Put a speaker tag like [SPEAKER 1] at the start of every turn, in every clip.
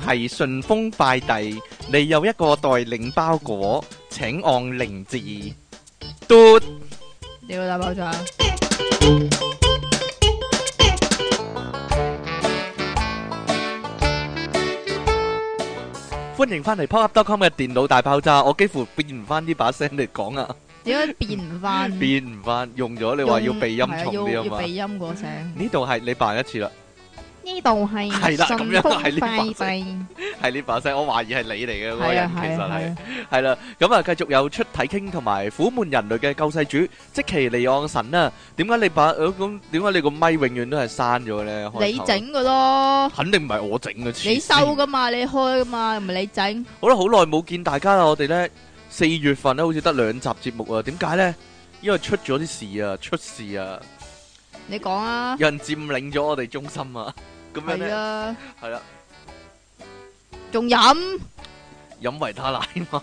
[SPEAKER 1] 係順豐快遞，你有一個待領包裹，請按零字。嘟，
[SPEAKER 2] 你要打爆炸，啊
[SPEAKER 1] 歡迎翻嚟 popup.com 嘅電腦大爆炸，我幾乎變唔翻呢把聲嚟講 啊，
[SPEAKER 2] 點解變 唔翻？
[SPEAKER 1] 變唔翻，用咗你話要鼻音
[SPEAKER 2] 係啊
[SPEAKER 1] 重啲啊
[SPEAKER 2] 要要
[SPEAKER 1] 嘛
[SPEAKER 2] 鼻，音嗰聲。
[SPEAKER 1] 呢度係你扮一次啦，
[SPEAKER 2] 呢度係
[SPEAKER 1] 係啦咁樣
[SPEAKER 2] 順豐
[SPEAKER 1] 係呢把聲
[SPEAKER 2] 快遞
[SPEAKER 1] 係呢把聲，我懷疑係你嚟嘅嗰個
[SPEAKER 2] 係
[SPEAKER 1] 人
[SPEAKER 2] 啊，
[SPEAKER 1] 其
[SPEAKER 2] 係
[SPEAKER 1] 實
[SPEAKER 2] 啊，
[SPEAKER 1] 係
[SPEAKER 2] 係。啊
[SPEAKER 1] 系啦，咁啊，繼續有出體傾同埋苦悶人類嘅救世主即其利昂神啦、點解你把呃咁？點解你個咪永遠都係閂咗嘅咧？開頭
[SPEAKER 2] 你整嘅咯，
[SPEAKER 1] 肯定唔係我整嘅，黐線
[SPEAKER 2] 你收噶嘛，你開噶嘛，唔係你整。
[SPEAKER 1] 好啦，好耐冇見大家啦，我哋咧四月份咧好似得兩集節目啊，點解咧？因為出咗啲事啊，出事啊，
[SPEAKER 2] 你講啊，
[SPEAKER 1] 有人佔領咗我哋中心啊，咁樣
[SPEAKER 2] 係
[SPEAKER 1] 咧
[SPEAKER 2] 啊，
[SPEAKER 1] 係啦，
[SPEAKER 2] 仲飲
[SPEAKER 1] 飲維他奶嘛，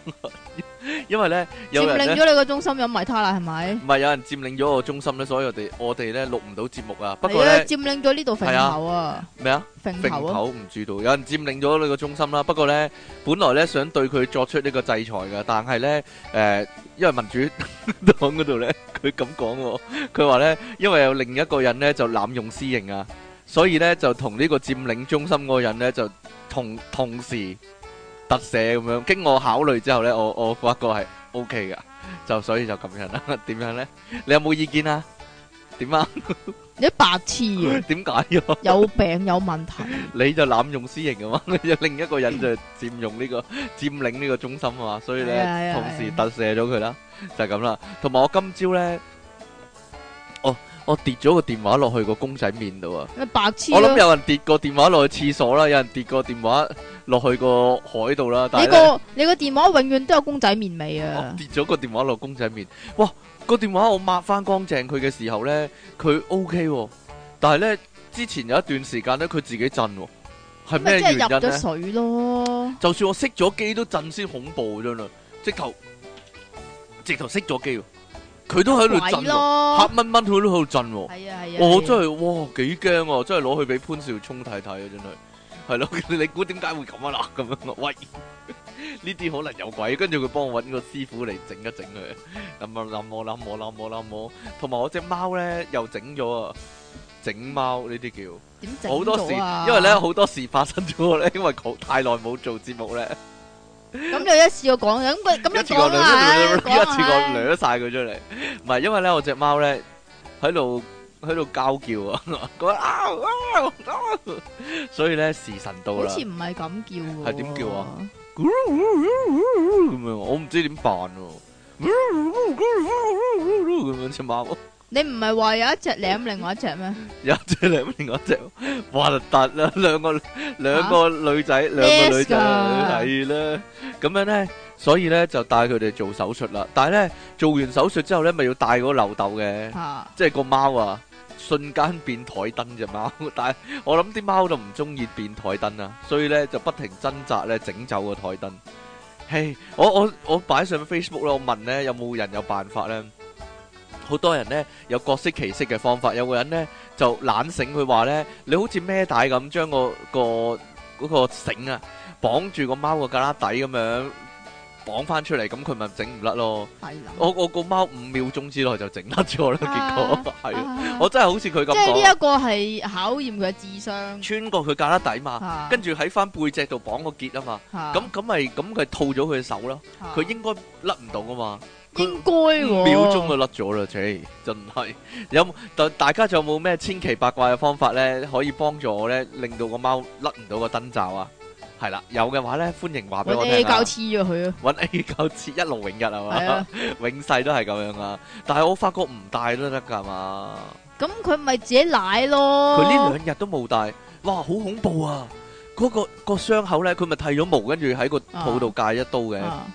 [SPEAKER 1] 因為咧有
[SPEAKER 2] 佔
[SPEAKER 1] 人咧。
[SPEAKER 2] 領咗你個中心飲埋他啦，係咪？
[SPEAKER 1] 唔係有人佔領咗我中心咧，所以我哋我哋咧錄唔到節目啊。不過
[SPEAKER 2] 係啊，
[SPEAKER 1] 咧
[SPEAKER 2] 佔領咗呢度
[SPEAKER 1] 係啊
[SPEAKER 2] 揈頭啊，
[SPEAKER 1] 咩啊？
[SPEAKER 2] 揈
[SPEAKER 1] 並
[SPEAKER 2] 頭啊，
[SPEAKER 1] 頭唔知道，有人佔領咗呢個中心啦。不過呢，本來呢想對佢作出呢個制裁嘅，但係呢，誒、因為民主 黨嗰度呢， 佢咁講喎，佢話呢，因為有另一個人呢就濫用私刑啊，所以呢就同呢個佔領中心嗰個人呢就同同時特赦咁樣。經我考慮之後呢，我我發覺係 O K 噶，就所以就咁樣啦。 點樣呢？你有冇意見啊？點啊？
[SPEAKER 2] 你啲白痴 啊，
[SPEAKER 1] 點解啊？
[SPEAKER 2] 有病有問題。
[SPEAKER 1] 你就濫用私刑啊 嘛，另一個人就佔用呢、個佔領呢個中心啊嘛，所以
[SPEAKER 2] 係啊係
[SPEAKER 1] 咧
[SPEAKER 2] 啊
[SPEAKER 1] 同時特赦咗佢啦，就係咁啦。同埋我今朝咧，我我跌咗個電話落去個公仔面度啊！
[SPEAKER 2] 你白痴
[SPEAKER 1] 我諗
[SPEAKER 2] 咯。
[SPEAKER 1] 有人跌個電話落去廁所啦，有人跌個電話落去個海度啦，但
[SPEAKER 2] 你
[SPEAKER 1] 係呢
[SPEAKER 2] 個你個電話永遠都有公仔面味
[SPEAKER 1] 我
[SPEAKER 2] 啊！
[SPEAKER 1] 跌咗個電話落公仔面，哇！個電話我抹翻乾淨佢嘅時候咧，佢 O K 喎，但係咧之前有一段時間咧佢自己震喎，係
[SPEAKER 2] 咪
[SPEAKER 1] 咩
[SPEAKER 2] 即
[SPEAKER 1] 原
[SPEAKER 2] 係
[SPEAKER 1] 因
[SPEAKER 2] 入
[SPEAKER 1] 咧？
[SPEAKER 2] 咗水咯，
[SPEAKER 1] 就算我熄咗機都震先恐怖真啦，直頭直頭熄咗機喎，佢都喺度震喎，
[SPEAKER 2] 鬼咯
[SPEAKER 1] 黑，蚊蚊佢都喺度震喎，
[SPEAKER 2] 係啊係啊，
[SPEAKER 1] 我
[SPEAKER 2] 係啊
[SPEAKER 1] 真係哇幾驚喎，真係攞去俾潘少聰睇睇啊真係，係咯，你估點解會咁啊啦咁樣啊 喂？呢啲可能有鬼，跟住佢幫我揾個師傅嚟整一整佢，冧冧冧我冧我冧我冧我，同埋我只貓咧又整咗啊，整貓呢啲叫。
[SPEAKER 2] 點整
[SPEAKER 1] 好多事，
[SPEAKER 2] 咗啊
[SPEAKER 1] 因為咧好多事發生咗咧，因為好太耐冇做節目咧，
[SPEAKER 2] 咁就一次過講，咁佢咁
[SPEAKER 1] 一
[SPEAKER 2] 你
[SPEAKER 1] 次過
[SPEAKER 2] 講
[SPEAKER 1] 掠
[SPEAKER 2] 啦，
[SPEAKER 1] 一次過
[SPEAKER 2] 兩
[SPEAKER 1] 掠晒佢出嚟。唔係因為咧，我只貓咧喺度喺度交叫 啊，嗰啊啊啊，所以咧時辰到
[SPEAKER 2] 好
[SPEAKER 1] 啦，
[SPEAKER 2] 似唔係咁叫喎，
[SPEAKER 1] 係點叫啊？咕嚕咕嚕咕嚕咁樣，我唔知點辦喎。咕嚕咕嚕咕嚕咕嚕咁樣只貓，
[SPEAKER 2] 你唔係話有一隻舐另外一隻咩？
[SPEAKER 1] 有一隻兩另外一隻核突啦，兩個兩個女仔，兩個女仔
[SPEAKER 2] Yes 㗎
[SPEAKER 1] 係啦，咁樣咧，所以咧就帶佢哋做手術啦。但係咧做完手術之後咧，咪要帶嗰個漏斗嘅，
[SPEAKER 2] 嚇，
[SPEAKER 1] 即係個貓 啊，瞬間變台燈只貓。但係我諗啲貓就唔中意變台燈啊，所以咧就不停掙扎咧整走個台燈。嘿，我我我擺上 Facebook 啦，我問咧有冇人有辦法咧？好多人咧有各式其式嘅方法，有個人咧就懶醒，佢話咧你好似孭帶咁，將個個嗰個繩啊綁住個貓個旮旯底咁樣綁翻出嚟，咁佢咪整唔甩咯。
[SPEAKER 2] 係啦。
[SPEAKER 1] 我我個貓五秒鐘之內就整甩咗啦，結果係啊，
[SPEAKER 2] 啊
[SPEAKER 1] 我真係好似佢咁
[SPEAKER 2] 即係
[SPEAKER 1] 講，
[SPEAKER 2] 呢一個係考驗佢嘅智商
[SPEAKER 1] 穿過佢旮旯底嘛，
[SPEAKER 2] 嚇，
[SPEAKER 1] 跟住喺翻背脊度綁個結啊嘛，
[SPEAKER 2] 嚇
[SPEAKER 1] 咁咁咪咁佢套咗佢手咯，
[SPEAKER 2] 嚇
[SPEAKER 1] 佢應該甩唔到噶嘛，佢
[SPEAKER 2] 應該喎
[SPEAKER 1] 五秒鐘就甩咗啦，切真係有冇大大家仲有冇咩千奇百怪嘅方法咧，可以幫助我咧，令到個貓甩唔到個燈罩啊？係啦，有嘅話咧，歡迎話俾
[SPEAKER 2] 揾
[SPEAKER 1] 我
[SPEAKER 2] A
[SPEAKER 1] 聽
[SPEAKER 2] 教
[SPEAKER 1] 啊
[SPEAKER 2] 黐！咗佢啊，
[SPEAKER 1] 揾 A 九切一勞永逸係
[SPEAKER 2] 係
[SPEAKER 1] 嘛
[SPEAKER 2] 啊？，
[SPEAKER 1] 永世都係咁樣啊！但係我發覺唔戴都得㗎嘛，
[SPEAKER 2] 咁佢咪自己奶咯。
[SPEAKER 1] 佢呢兩日都冇戴，哇，好恐怖啊！嗰、個個傷口咧，佢咪剃咗毛，跟住喺個肚度戒一刀嘅。
[SPEAKER 2] 啊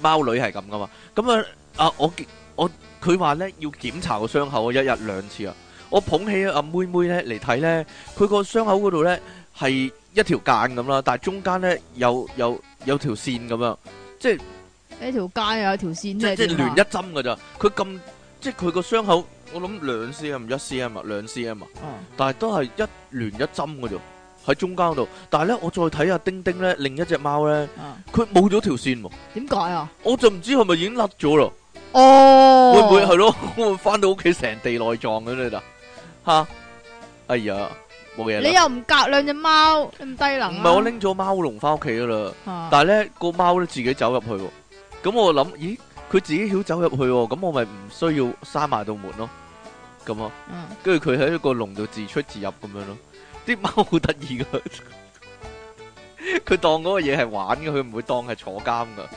[SPEAKER 1] 貓女係咁噶嘛，咁啊啊我見我佢話咧要檢查個傷口啊，一日兩次啊。我捧起阿妹妹咧嚟睇咧，佢個傷口嗰度咧係一條間咁啦，但係中間咧有有有條線咁啊樣，即係。
[SPEAKER 2] 一條街有一條線
[SPEAKER 1] 即
[SPEAKER 2] 係
[SPEAKER 1] 即
[SPEAKER 2] 點
[SPEAKER 1] 亂
[SPEAKER 2] 啊
[SPEAKER 1] 一針噶咋？佢咁即佢個傷口，我諗兩 cm 一 cm 兩 cm 啊，
[SPEAKER 2] 哦
[SPEAKER 1] 但係都係一亂一針噶咋？喺中間度。但係咧，我再睇下丁丁咧，另一隻貓咧，
[SPEAKER 2] 啊，
[SPEAKER 1] 佢冇咗條線喎，
[SPEAKER 2] 點解啊？
[SPEAKER 1] 我就唔知係咪已經甩咗咯。
[SPEAKER 2] 哦，
[SPEAKER 1] 會唔會係咯？ 會唔會翻到屋企成地內撞嘅咧？嗱，吓，哎呀，冇嘢
[SPEAKER 2] 你
[SPEAKER 1] 啦。
[SPEAKER 2] 又唔隔兩隻貓，你咁低能
[SPEAKER 1] 唔
[SPEAKER 2] 啊
[SPEAKER 1] 係我拎咗貓籠翻屋企噶啦，
[SPEAKER 2] 啊
[SPEAKER 1] 但係咧個貓咧自己走入去喎。咁我諗，咦，佢自己曉走入去喎，咁我咪唔需要閂埋道門咯。咁啊，
[SPEAKER 2] 嗯
[SPEAKER 1] 跟住佢喺個籠度自出自入咁樣咯。啲貓好得意噶，佢當嗰個嘢係玩嘅，佢唔會當係坐監噶。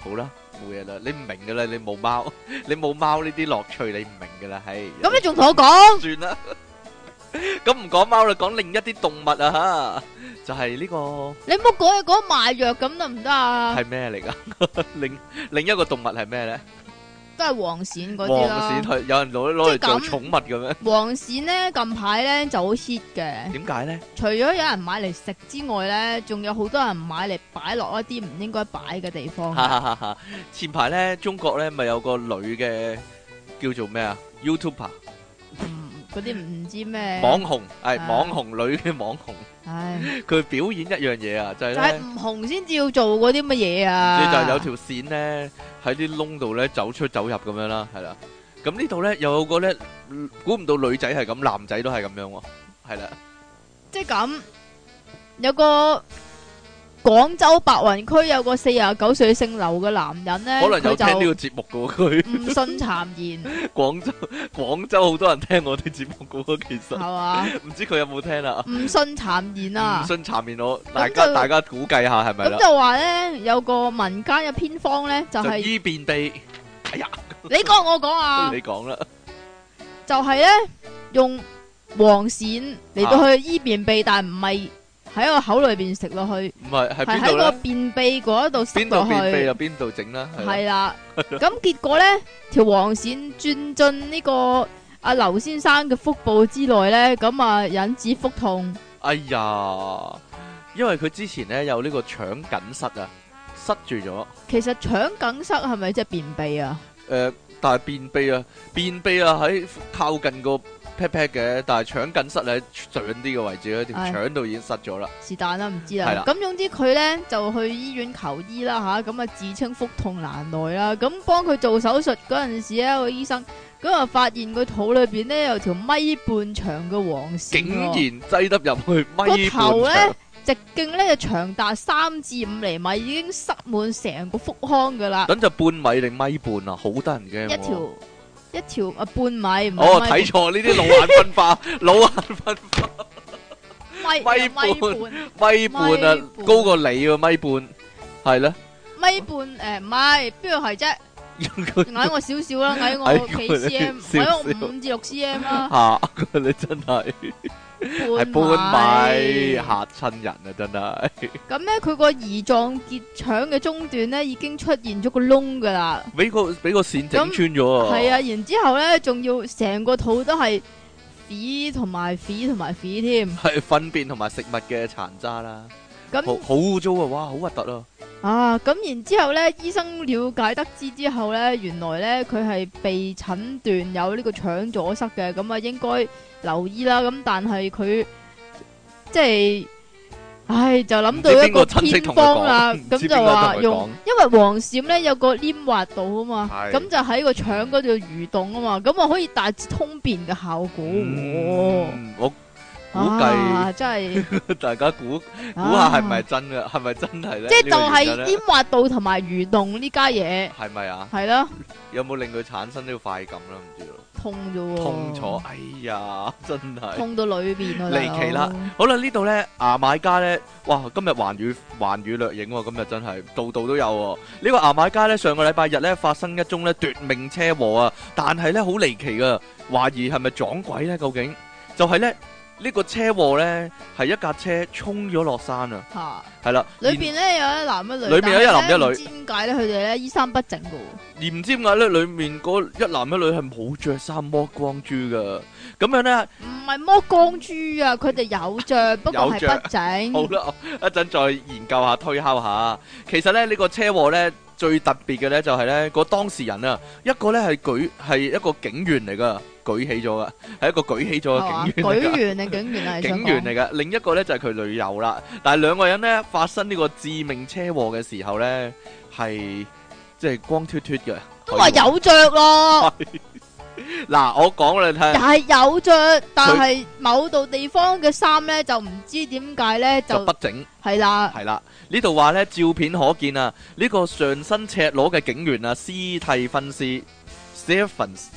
[SPEAKER 1] 好啦，冇嘢啦，你唔明噶啦，你冇貓， 你冇貓呢啲樂趣，你唔明噶啦，係。
[SPEAKER 2] 咁你仲同我講
[SPEAKER 1] 算啦。咁唔講貓啦，講另一啲動物啊吓，就係呢個
[SPEAKER 2] 你唔好講嘢講賣藥咁得唔得啊？
[SPEAKER 1] 係咩嚟噶？ 另另一個動物係咩咧？
[SPEAKER 2] 都係黃鱔嗰
[SPEAKER 1] 黃
[SPEAKER 2] 啲啦
[SPEAKER 1] 鱔。係有人攞攞嚟做寵物嘅咩？
[SPEAKER 2] 黃鱔咧近排咧就好 hit 嘅，
[SPEAKER 1] 點解咧？
[SPEAKER 2] 除咗有人買嚟食之外咧，仲有好多人買嚟擺落一啲唔應該擺嘅地方。啊
[SPEAKER 1] 哈哈哈哈！前排咧，中國咧咪有個女嘅叫做咩啊？YouTuber
[SPEAKER 2] 嗯嗰啲唔知咩
[SPEAKER 1] 網紅，係
[SPEAKER 2] 啊
[SPEAKER 1] 網紅女嘅網紅，
[SPEAKER 2] 唉，
[SPEAKER 1] 佢表演一樣嘢啊，就係
[SPEAKER 2] 就係
[SPEAKER 1] 咧。
[SPEAKER 2] 唔紅先至要做嗰啲乜嘢啊？
[SPEAKER 1] 即就有條線咧喺啲窿度咧走出走入咁樣啦，係啦。咁呢度咧有個咧，嗯估唔到女仔係咁，男仔都係咁樣喎，係啦，
[SPEAKER 2] 即係咁，有個廣州白雲區有個四十九歲姓劉嘅男人咧，
[SPEAKER 1] 可能有
[SPEAKER 2] 佢
[SPEAKER 1] 聽呢個
[SPEAKER 2] 就
[SPEAKER 1] 節目嘅喎，佢
[SPEAKER 2] 唔信谗 言，
[SPEAKER 1] 廣州廣州好多人聽我哋節目嘅喎，其
[SPEAKER 2] 係
[SPEAKER 1] 實
[SPEAKER 2] 嘛？
[SPEAKER 1] 唔知佢有冇聽啊啦。
[SPEAKER 2] 唔信谗言
[SPEAKER 1] 唔
[SPEAKER 2] 啊！
[SPEAKER 1] 信查面我，大家
[SPEAKER 2] 就
[SPEAKER 1] 大家估計下係咪
[SPEAKER 2] 咁
[SPEAKER 1] 啦？
[SPEAKER 2] 就話咧，有個民間嘅偏方咧，就
[SPEAKER 1] 就
[SPEAKER 2] 係、
[SPEAKER 1] 依邊地，
[SPEAKER 2] 你講我講啊，
[SPEAKER 1] 你講啦，
[SPEAKER 2] 就係咧用黃鱔嚟到
[SPEAKER 1] 啊
[SPEAKER 2] 去醫便秘，但唔係喺個口裏邊食落去，
[SPEAKER 1] 唔係係
[SPEAKER 2] 係
[SPEAKER 1] 邊度
[SPEAKER 2] 喺個
[SPEAKER 1] 咧？
[SPEAKER 2] 便秘嗰度塞
[SPEAKER 1] 邊
[SPEAKER 2] 落
[SPEAKER 1] 度便秘啊
[SPEAKER 2] 去，
[SPEAKER 1] 就邊度整啦，係啦
[SPEAKER 2] 係啦。咁結果咧，條黃鱔轉進呢個阿劉先生嘅腹部之內咧，咁啊引致腹痛，
[SPEAKER 1] 哎呀，因為佢之前咧有呢個腸緊塞啊，塞住咗。
[SPEAKER 2] 其實腸梗塞係咪即係便秘啊？
[SPEAKER 1] 诶、但係便秘啊，便秘啊喺靠近個 pat pat 嘅，但係腸緊塞咧上啲嘅位置咧，條
[SPEAKER 2] 唉
[SPEAKER 1] 腸度已經塞咗啦。
[SPEAKER 2] 是但啦，唔知
[SPEAKER 1] 係
[SPEAKER 2] 啦
[SPEAKER 1] 啦。
[SPEAKER 2] 咁總之佢咧就去醫院求醫啦吓，咁啊自稱腹痛難耐啦。咁幫佢做手術嗰陣時咧，個醫生咁啊發現佢肚裏邊咧有條米半長嘅黃鱔
[SPEAKER 1] 竟然
[SPEAKER 2] 喎，
[SPEAKER 1] 擠得入去咪
[SPEAKER 2] 個頭
[SPEAKER 1] 半腸，
[SPEAKER 2] 咧直徑咧就長達三至五厘米，已經塞滿成個腹腔噶啦，
[SPEAKER 1] 等就半米定米半啊，好得人
[SPEAKER 2] 一
[SPEAKER 1] 驚喎。
[SPEAKER 2] 條一條啊半米唔
[SPEAKER 1] 哦，
[SPEAKER 2] 係
[SPEAKER 1] 睇錯呢啲老眼分 化，老眼分米咪半啊
[SPEAKER 2] 米米半咪，半
[SPEAKER 1] 高過你喎咪半，係 啦，
[SPEAKER 2] 米半誒唔係邊度係啫？矮我少少啦，矮
[SPEAKER 1] 矮
[SPEAKER 2] 我幾
[SPEAKER 1] 過你
[SPEAKER 2] cm，
[SPEAKER 1] 少
[SPEAKER 2] 矮我
[SPEAKER 1] 少
[SPEAKER 2] 五至六 cm 啦。
[SPEAKER 1] 吓你真係係半米嚇親人啊，真係。
[SPEAKER 2] 咁咧，佢個胰臟結腸嘅中段咧已經出現咗個窿噶啦，
[SPEAKER 1] 俾個俾個線整穿咗啊！
[SPEAKER 2] 係啊，然之後咧仲要成個肚都係ฝี同埋ฝี同埋ฝี添，
[SPEAKER 1] 係糞便同埋食物嘅殘渣啦，好
[SPEAKER 2] 咁
[SPEAKER 1] 好污糟啊！哇，好核突啊！
[SPEAKER 2] 啊咁然之後咧，醫生了解得知之後咧，原來咧佢係被診斷有呢個腸阻塞嘅，咁啊應該留醫啦。咁但係佢即係，唉就諗到
[SPEAKER 1] 唔知
[SPEAKER 2] 一
[SPEAKER 1] 邊個
[SPEAKER 2] 個
[SPEAKER 1] 親戚
[SPEAKER 2] 偏
[SPEAKER 1] 同佢
[SPEAKER 2] 方
[SPEAKER 1] 講
[SPEAKER 2] 啦，
[SPEAKER 1] 唔
[SPEAKER 2] 咁
[SPEAKER 1] 知
[SPEAKER 2] 就
[SPEAKER 1] 邊個
[SPEAKER 2] 話
[SPEAKER 1] 同佢
[SPEAKER 2] 用
[SPEAKER 1] 講。
[SPEAKER 2] 因為黃鱔咧有個黏滑度啊嘛，
[SPEAKER 1] 係
[SPEAKER 2] 咁就喺個腸嗰度蠕動啊嘛，咁啊可以達至通便嘅效果喎。
[SPEAKER 1] 嗯我估計
[SPEAKER 2] 啊，真係
[SPEAKER 1] 大家估估
[SPEAKER 2] 估
[SPEAKER 1] 下係咪？真嘅？係咪真係咧？
[SPEAKER 2] 即係
[SPEAKER 1] 呢
[SPEAKER 2] 就
[SPEAKER 1] 個原因
[SPEAKER 2] 係
[SPEAKER 1] 咧
[SPEAKER 2] 黏滑度同埋蠕動呢家嘢，
[SPEAKER 1] 係咪啊？
[SPEAKER 2] 係啦，
[SPEAKER 1] 有冇令佢產生呢個快感啦？唔知咯，
[SPEAKER 2] 痛啫喎，
[SPEAKER 1] 痛楚，，哎呀， 真係
[SPEAKER 2] 痛到裏邊啊！
[SPEAKER 1] 離奇啦
[SPEAKER 2] 大佬！
[SPEAKER 1] 好啦，呢度咧牙買加咧，哇！今日環宇環宇掠影喎，今日真係度度都有喎。呢個牙買加咧，上個禮拜日咧發生一宗咧奪命車禍啊，但係咧好離奇噶，懷疑係咪撞鬼咧？究竟就係咧呢個車禍咧係一架車衝咗落山啊，
[SPEAKER 2] 嚇，
[SPEAKER 1] 係啦，
[SPEAKER 2] 裏邊咧有一男一女，
[SPEAKER 1] 裏邊有一男一女
[SPEAKER 2] 但係咧唔知點解咧佢哋咧衣衫不整嘅喎，
[SPEAKER 1] 而唔知點解咧，裡面嗰一男一女係冇着衫剝光珠噶，咁樣咧。
[SPEAKER 2] 唔係剝光珠啊，佢哋有 着，不過
[SPEAKER 1] 有
[SPEAKER 2] 係
[SPEAKER 1] 着
[SPEAKER 2] 不整。
[SPEAKER 1] 好啦，一陣再研究下推敲下。其實咧呢、呢個車禍呢，最特別嘅咧就係咧個當事人啊，一個咧係舉係一個警員嚟噶，舉起咗噶，係一個舉起咗
[SPEAKER 2] 係
[SPEAKER 1] 嘅
[SPEAKER 2] 嘛？
[SPEAKER 1] 警員嚟㗎
[SPEAKER 2] 舉完啊，警員啊，你想
[SPEAKER 1] 警員
[SPEAKER 2] 講
[SPEAKER 1] 嚟噶，另一個咧就係佢女友啦。但係兩個人咧發生呢個致命車禍嘅時候咧，係即係光脱脱嘅。
[SPEAKER 2] 都話有着咯，
[SPEAKER 1] 嗱，我講你
[SPEAKER 2] 又
[SPEAKER 1] 聽，
[SPEAKER 2] 係有着，但係某度地方嘅衫咧就唔知點解咧
[SPEAKER 1] 就
[SPEAKER 2] 就
[SPEAKER 1] 不整
[SPEAKER 2] 係啦，
[SPEAKER 1] 係啦。呢度話咧，照片可見啊，呢、個上身赤裸嘅警員啊，屍體分屍 Stephens，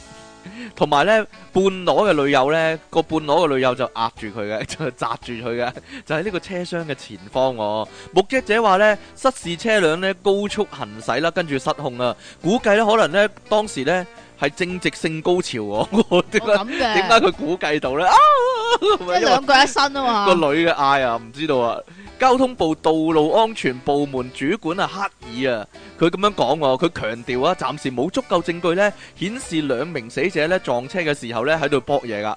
[SPEAKER 1] 同埋咧半裸嘅女友咧，個半裸嘅女友就壓住佢嘅， 就扎住佢嘅，就喺呢個車廂嘅前方喎、目擊者話咧，失事車輛咧高速行駛啦，跟住失控啊，估計咧可能咧當時咧係正值性高潮喎、 點解
[SPEAKER 2] 我咁
[SPEAKER 1] 點解
[SPEAKER 2] 嘅，
[SPEAKER 1] 佢估計到咧？啊，
[SPEAKER 2] 即係兩個一身啊
[SPEAKER 1] 個
[SPEAKER 2] 嘛，
[SPEAKER 1] 女嘅嗌啊，唔知道啊。交通部道路安全部門主管啊，克爾啊，佢咁樣講喎，佢強調啊，暫時冇足夠證據呢，顯示兩名死者呢撞車嘅時候呢喺度搏嘢噶。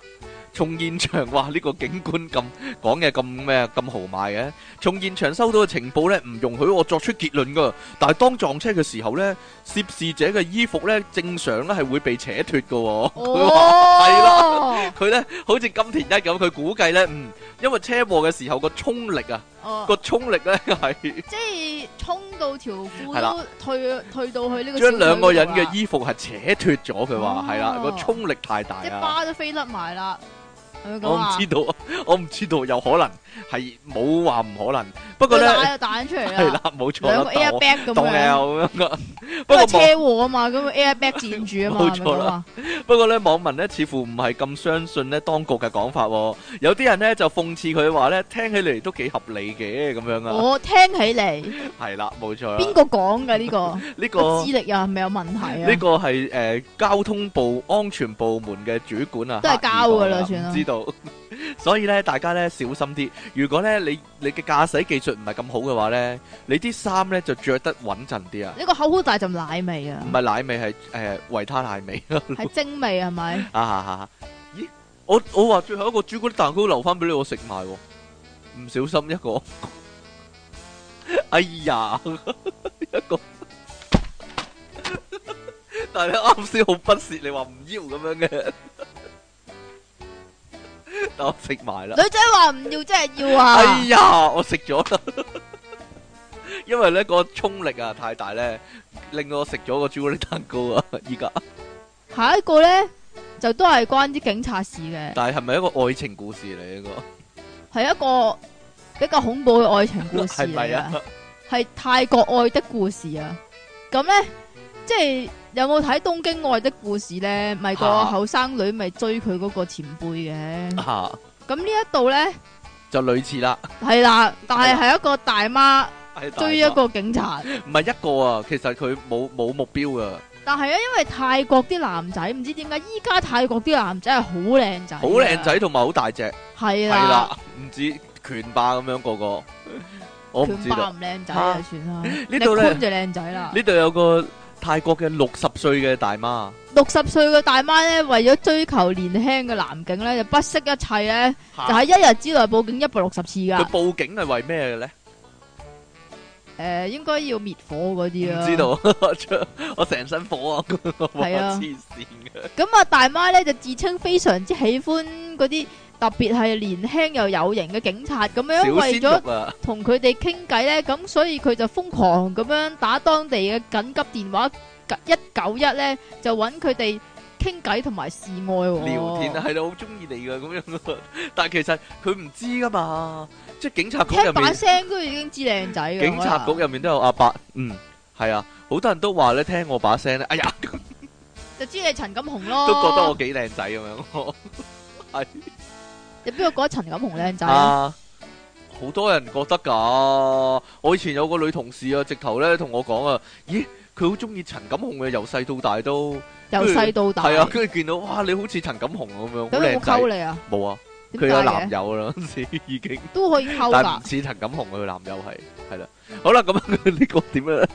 [SPEAKER 1] 從現場哇，呢、個警官咁講嘅咁咩咁豪邁嘅，從現場收到嘅情報呢，唔容許我作出結論噶。但係當撞車嘅時候呢，涉事者嘅衣服呢，正常呢係會被扯脱噶、喎。佢話係
[SPEAKER 2] 哦，
[SPEAKER 1] 佢咧好似金田一咁，佢估計咧，嗯，因為車禍嘅時候個衝力啊，
[SPEAKER 2] 哦
[SPEAKER 1] 個衝力咧係
[SPEAKER 2] 即係衝到條
[SPEAKER 1] 係
[SPEAKER 2] 褲
[SPEAKER 1] 啦
[SPEAKER 2] 都退退到去呢個小腿
[SPEAKER 1] 將兩個人
[SPEAKER 2] 嗰度
[SPEAKER 1] 嘅
[SPEAKER 2] 啊
[SPEAKER 1] 衣服係扯脱咗，佢話
[SPEAKER 2] 哦
[SPEAKER 1] 係啦，個衝力太大
[SPEAKER 2] 即係
[SPEAKER 1] 啊！
[SPEAKER 2] 巴都飛甩埋啦，係咪咁
[SPEAKER 1] 我唔
[SPEAKER 2] 啊
[SPEAKER 1] 知？道， 我唔知道，有可能係冇話唔可能，不過
[SPEAKER 2] 佢
[SPEAKER 1] 咧
[SPEAKER 2] 拉個彈出
[SPEAKER 1] 係
[SPEAKER 2] 嚟
[SPEAKER 1] 啦
[SPEAKER 2] 啦，，
[SPEAKER 1] 冇錯
[SPEAKER 2] 兩
[SPEAKER 1] 啦，
[SPEAKER 2] 個
[SPEAKER 1] 當
[SPEAKER 2] airbag 咁
[SPEAKER 1] 當你
[SPEAKER 2] 樣，
[SPEAKER 1] 有 咁樣
[SPEAKER 2] 因
[SPEAKER 1] 不過網
[SPEAKER 2] 為車禍啊嘛，咁個 airbag 佔住啊
[SPEAKER 1] 冇
[SPEAKER 2] 嘛，係咪
[SPEAKER 1] 錯
[SPEAKER 2] 咁
[SPEAKER 1] 啦
[SPEAKER 2] 啊？
[SPEAKER 1] 不過咧，網民咧似乎唔係咁相信咧當局嘅講法喎，有啲人咧就諷刺佢話咧，聽起嚟都幾合理嘅咁樣啊，
[SPEAKER 2] 我聽起嚟，
[SPEAKER 1] 係啦，冇錯
[SPEAKER 2] 邊
[SPEAKER 1] 啦，
[SPEAKER 2] 個講嘅呢個？
[SPEAKER 1] 呢
[SPEAKER 2] 個
[SPEAKER 1] 啊個
[SPEAKER 2] 資歷啊，係咪有問題
[SPEAKER 1] 呢
[SPEAKER 2] 啊？
[SPEAKER 1] 個係誒交通部安全部門嘅主管啊，
[SPEAKER 2] 都係交㗎啦
[SPEAKER 1] 刻意講
[SPEAKER 2] 算啦
[SPEAKER 1] 唔知道。 所以咧，大家咧小心啲。如果咧你你嘅駕駛技術唔係咁好嘅話咧，你啲衫咧就着得穩陣啲啊，
[SPEAKER 2] 呢個口好大陣奶味啊
[SPEAKER 1] 唔，係奶味係誒維他奶味
[SPEAKER 2] 係精味係咪？
[SPEAKER 1] 啊哈哈！ 咦，我我話最後一個朱古力蛋糕留翻俾你我食埋喎，唔小心一個， 哎呀， 一個。 但係你啱先好不屑，你話唔要咁樣嘅， 但我食埋啦。
[SPEAKER 2] 女仔話唔要，真係要
[SPEAKER 1] 哎
[SPEAKER 2] 啊！
[SPEAKER 1] 呀，我食咗 啦，因為咧個衝力啊太大咧，令到我食咗個朱古力蛋糕啊！依家，
[SPEAKER 2] 下一個咧就都係關啲警察事嘅，
[SPEAKER 1] 但係係咪一個愛情故事嚟呢個？
[SPEAKER 2] 係一個比較恐怖嘅愛情故事
[SPEAKER 1] 係
[SPEAKER 2] 嚟
[SPEAKER 1] 咪
[SPEAKER 2] 嘅
[SPEAKER 1] 啊？。
[SPEAKER 2] 系泰國愛的故事啊。咁咧，即係有冇睇《東京愛的故事》咧？咪個
[SPEAKER 1] 嚇
[SPEAKER 2] 後生女咪追佢嗰個前輩 嘅。
[SPEAKER 1] 啊，
[SPEAKER 2] 咁呢一度咧
[SPEAKER 1] 就類似啦，
[SPEAKER 2] 係啦，但係
[SPEAKER 1] 啊
[SPEAKER 2] 係一個大媽追一個警察。
[SPEAKER 1] 唔係一個啊，其實佢冇冇目標噶，
[SPEAKER 2] 但係咧，因為泰國啲男仔唔知點解，依家泰國啲男仔係好靚仔，啊
[SPEAKER 1] 好靚，仔同埋好大隻，
[SPEAKER 2] 係
[SPEAKER 1] 係
[SPEAKER 2] 啦，
[SPEAKER 1] 啦，唔止拳霸咁樣個個，我唔
[SPEAKER 2] 拳
[SPEAKER 1] 知
[SPEAKER 2] 霸
[SPEAKER 1] 道
[SPEAKER 2] 唔靚仔啊，算啦。
[SPEAKER 1] 呢度
[SPEAKER 2] 力
[SPEAKER 1] 咧
[SPEAKER 2] 坤，就靚仔啦。
[SPEAKER 1] 呢度有個泰國嘅六十歲嘅大媽，
[SPEAKER 2] 六十歲嘅大媽咧，為咗追求年輕嘅男警咧，就不惜一切咧。就喺
[SPEAKER 1] 嚇
[SPEAKER 2] 一日之內報警一百六十次
[SPEAKER 1] 佢
[SPEAKER 2] 噶，
[SPEAKER 1] 報警係為咩嘅咧？
[SPEAKER 2] 诶、應應該要滅火嗰啲
[SPEAKER 1] 唔
[SPEAKER 2] 啊。
[SPEAKER 1] 知。道， 我成身火啊，我
[SPEAKER 2] 係啊
[SPEAKER 1] 黐線嘅，
[SPEAKER 2] 咁啊，大媽咧就自稱非常之喜歡嗰啲特別係年輕又有型嘅警察，咁
[SPEAKER 1] 小
[SPEAKER 2] 樣
[SPEAKER 1] 鮮
[SPEAKER 2] 為咗
[SPEAKER 1] 肉啊，
[SPEAKER 2] 同佢哋傾偈咧，咁所以佢就瘋狂咁樣打當地嘅緊急電話一九一咧，就揾佢哋傾偈同埋示愛、喎。
[SPEAKER 1] 聊天啊，係啦，好中意你噶咁樣， 但係其實佢唔知噶嘛，即係警察局
[SPEAKER 2] 聽
[SPEAKER 1] 入面
[SPEAKER 2] 把。聲都已經知靚仔㗎
[SPEAKER 1] 警察局
[SPEAKER 2] 可能
[SPEAKER 1] 入面都有阿伯，嗯，係啊，好多人都話咧，聽我把聲咧，哎呀，
[SPEAKER 2] 就知你陳錦鴻咯。
[SPEAKER 1] 都覺得我幾靚仔咁樣。
[SPEAKER 2] 你邊個覺得陳錦鴻靚仔啊？
[SPEAKER 1] 啊，好多人覺得㗎。我以前有個女同事啊，直頭咧同我講啊，咦，佢好中意陳錦鴻嘅，由細到大都
[SPEAKER 2] 由細到大，
[SPEAKER 1] 係啊，跟住見到哇，你好似陳錦鴻咁樣，好
[SPEAKER 2] 咁
[SPEAKER 1] 靚
[SPEAKER 2] 有冇溝
[SPEAKER 1] 仔。
[SPEAKER 2] 你啊？
[SPEAKER 1] 冇啊，
[SPEAKER 2] 點
[SPEAKER 1] 佢
[SPEAKER 2] 解
[SPEAKER 1] 有
[SPEAKER 2] 嘅
[SPEAKER 1] 男友啦，嗰陣時已經，
[SPEAKER 2] 都可以溝
[SPEAKER 1] 但唔
[SPEAKER 2] 噶，
[SPEAKER 1] 似陳錦鴻佢男友係係啦。好啦，咁啊 呢個點樣咧？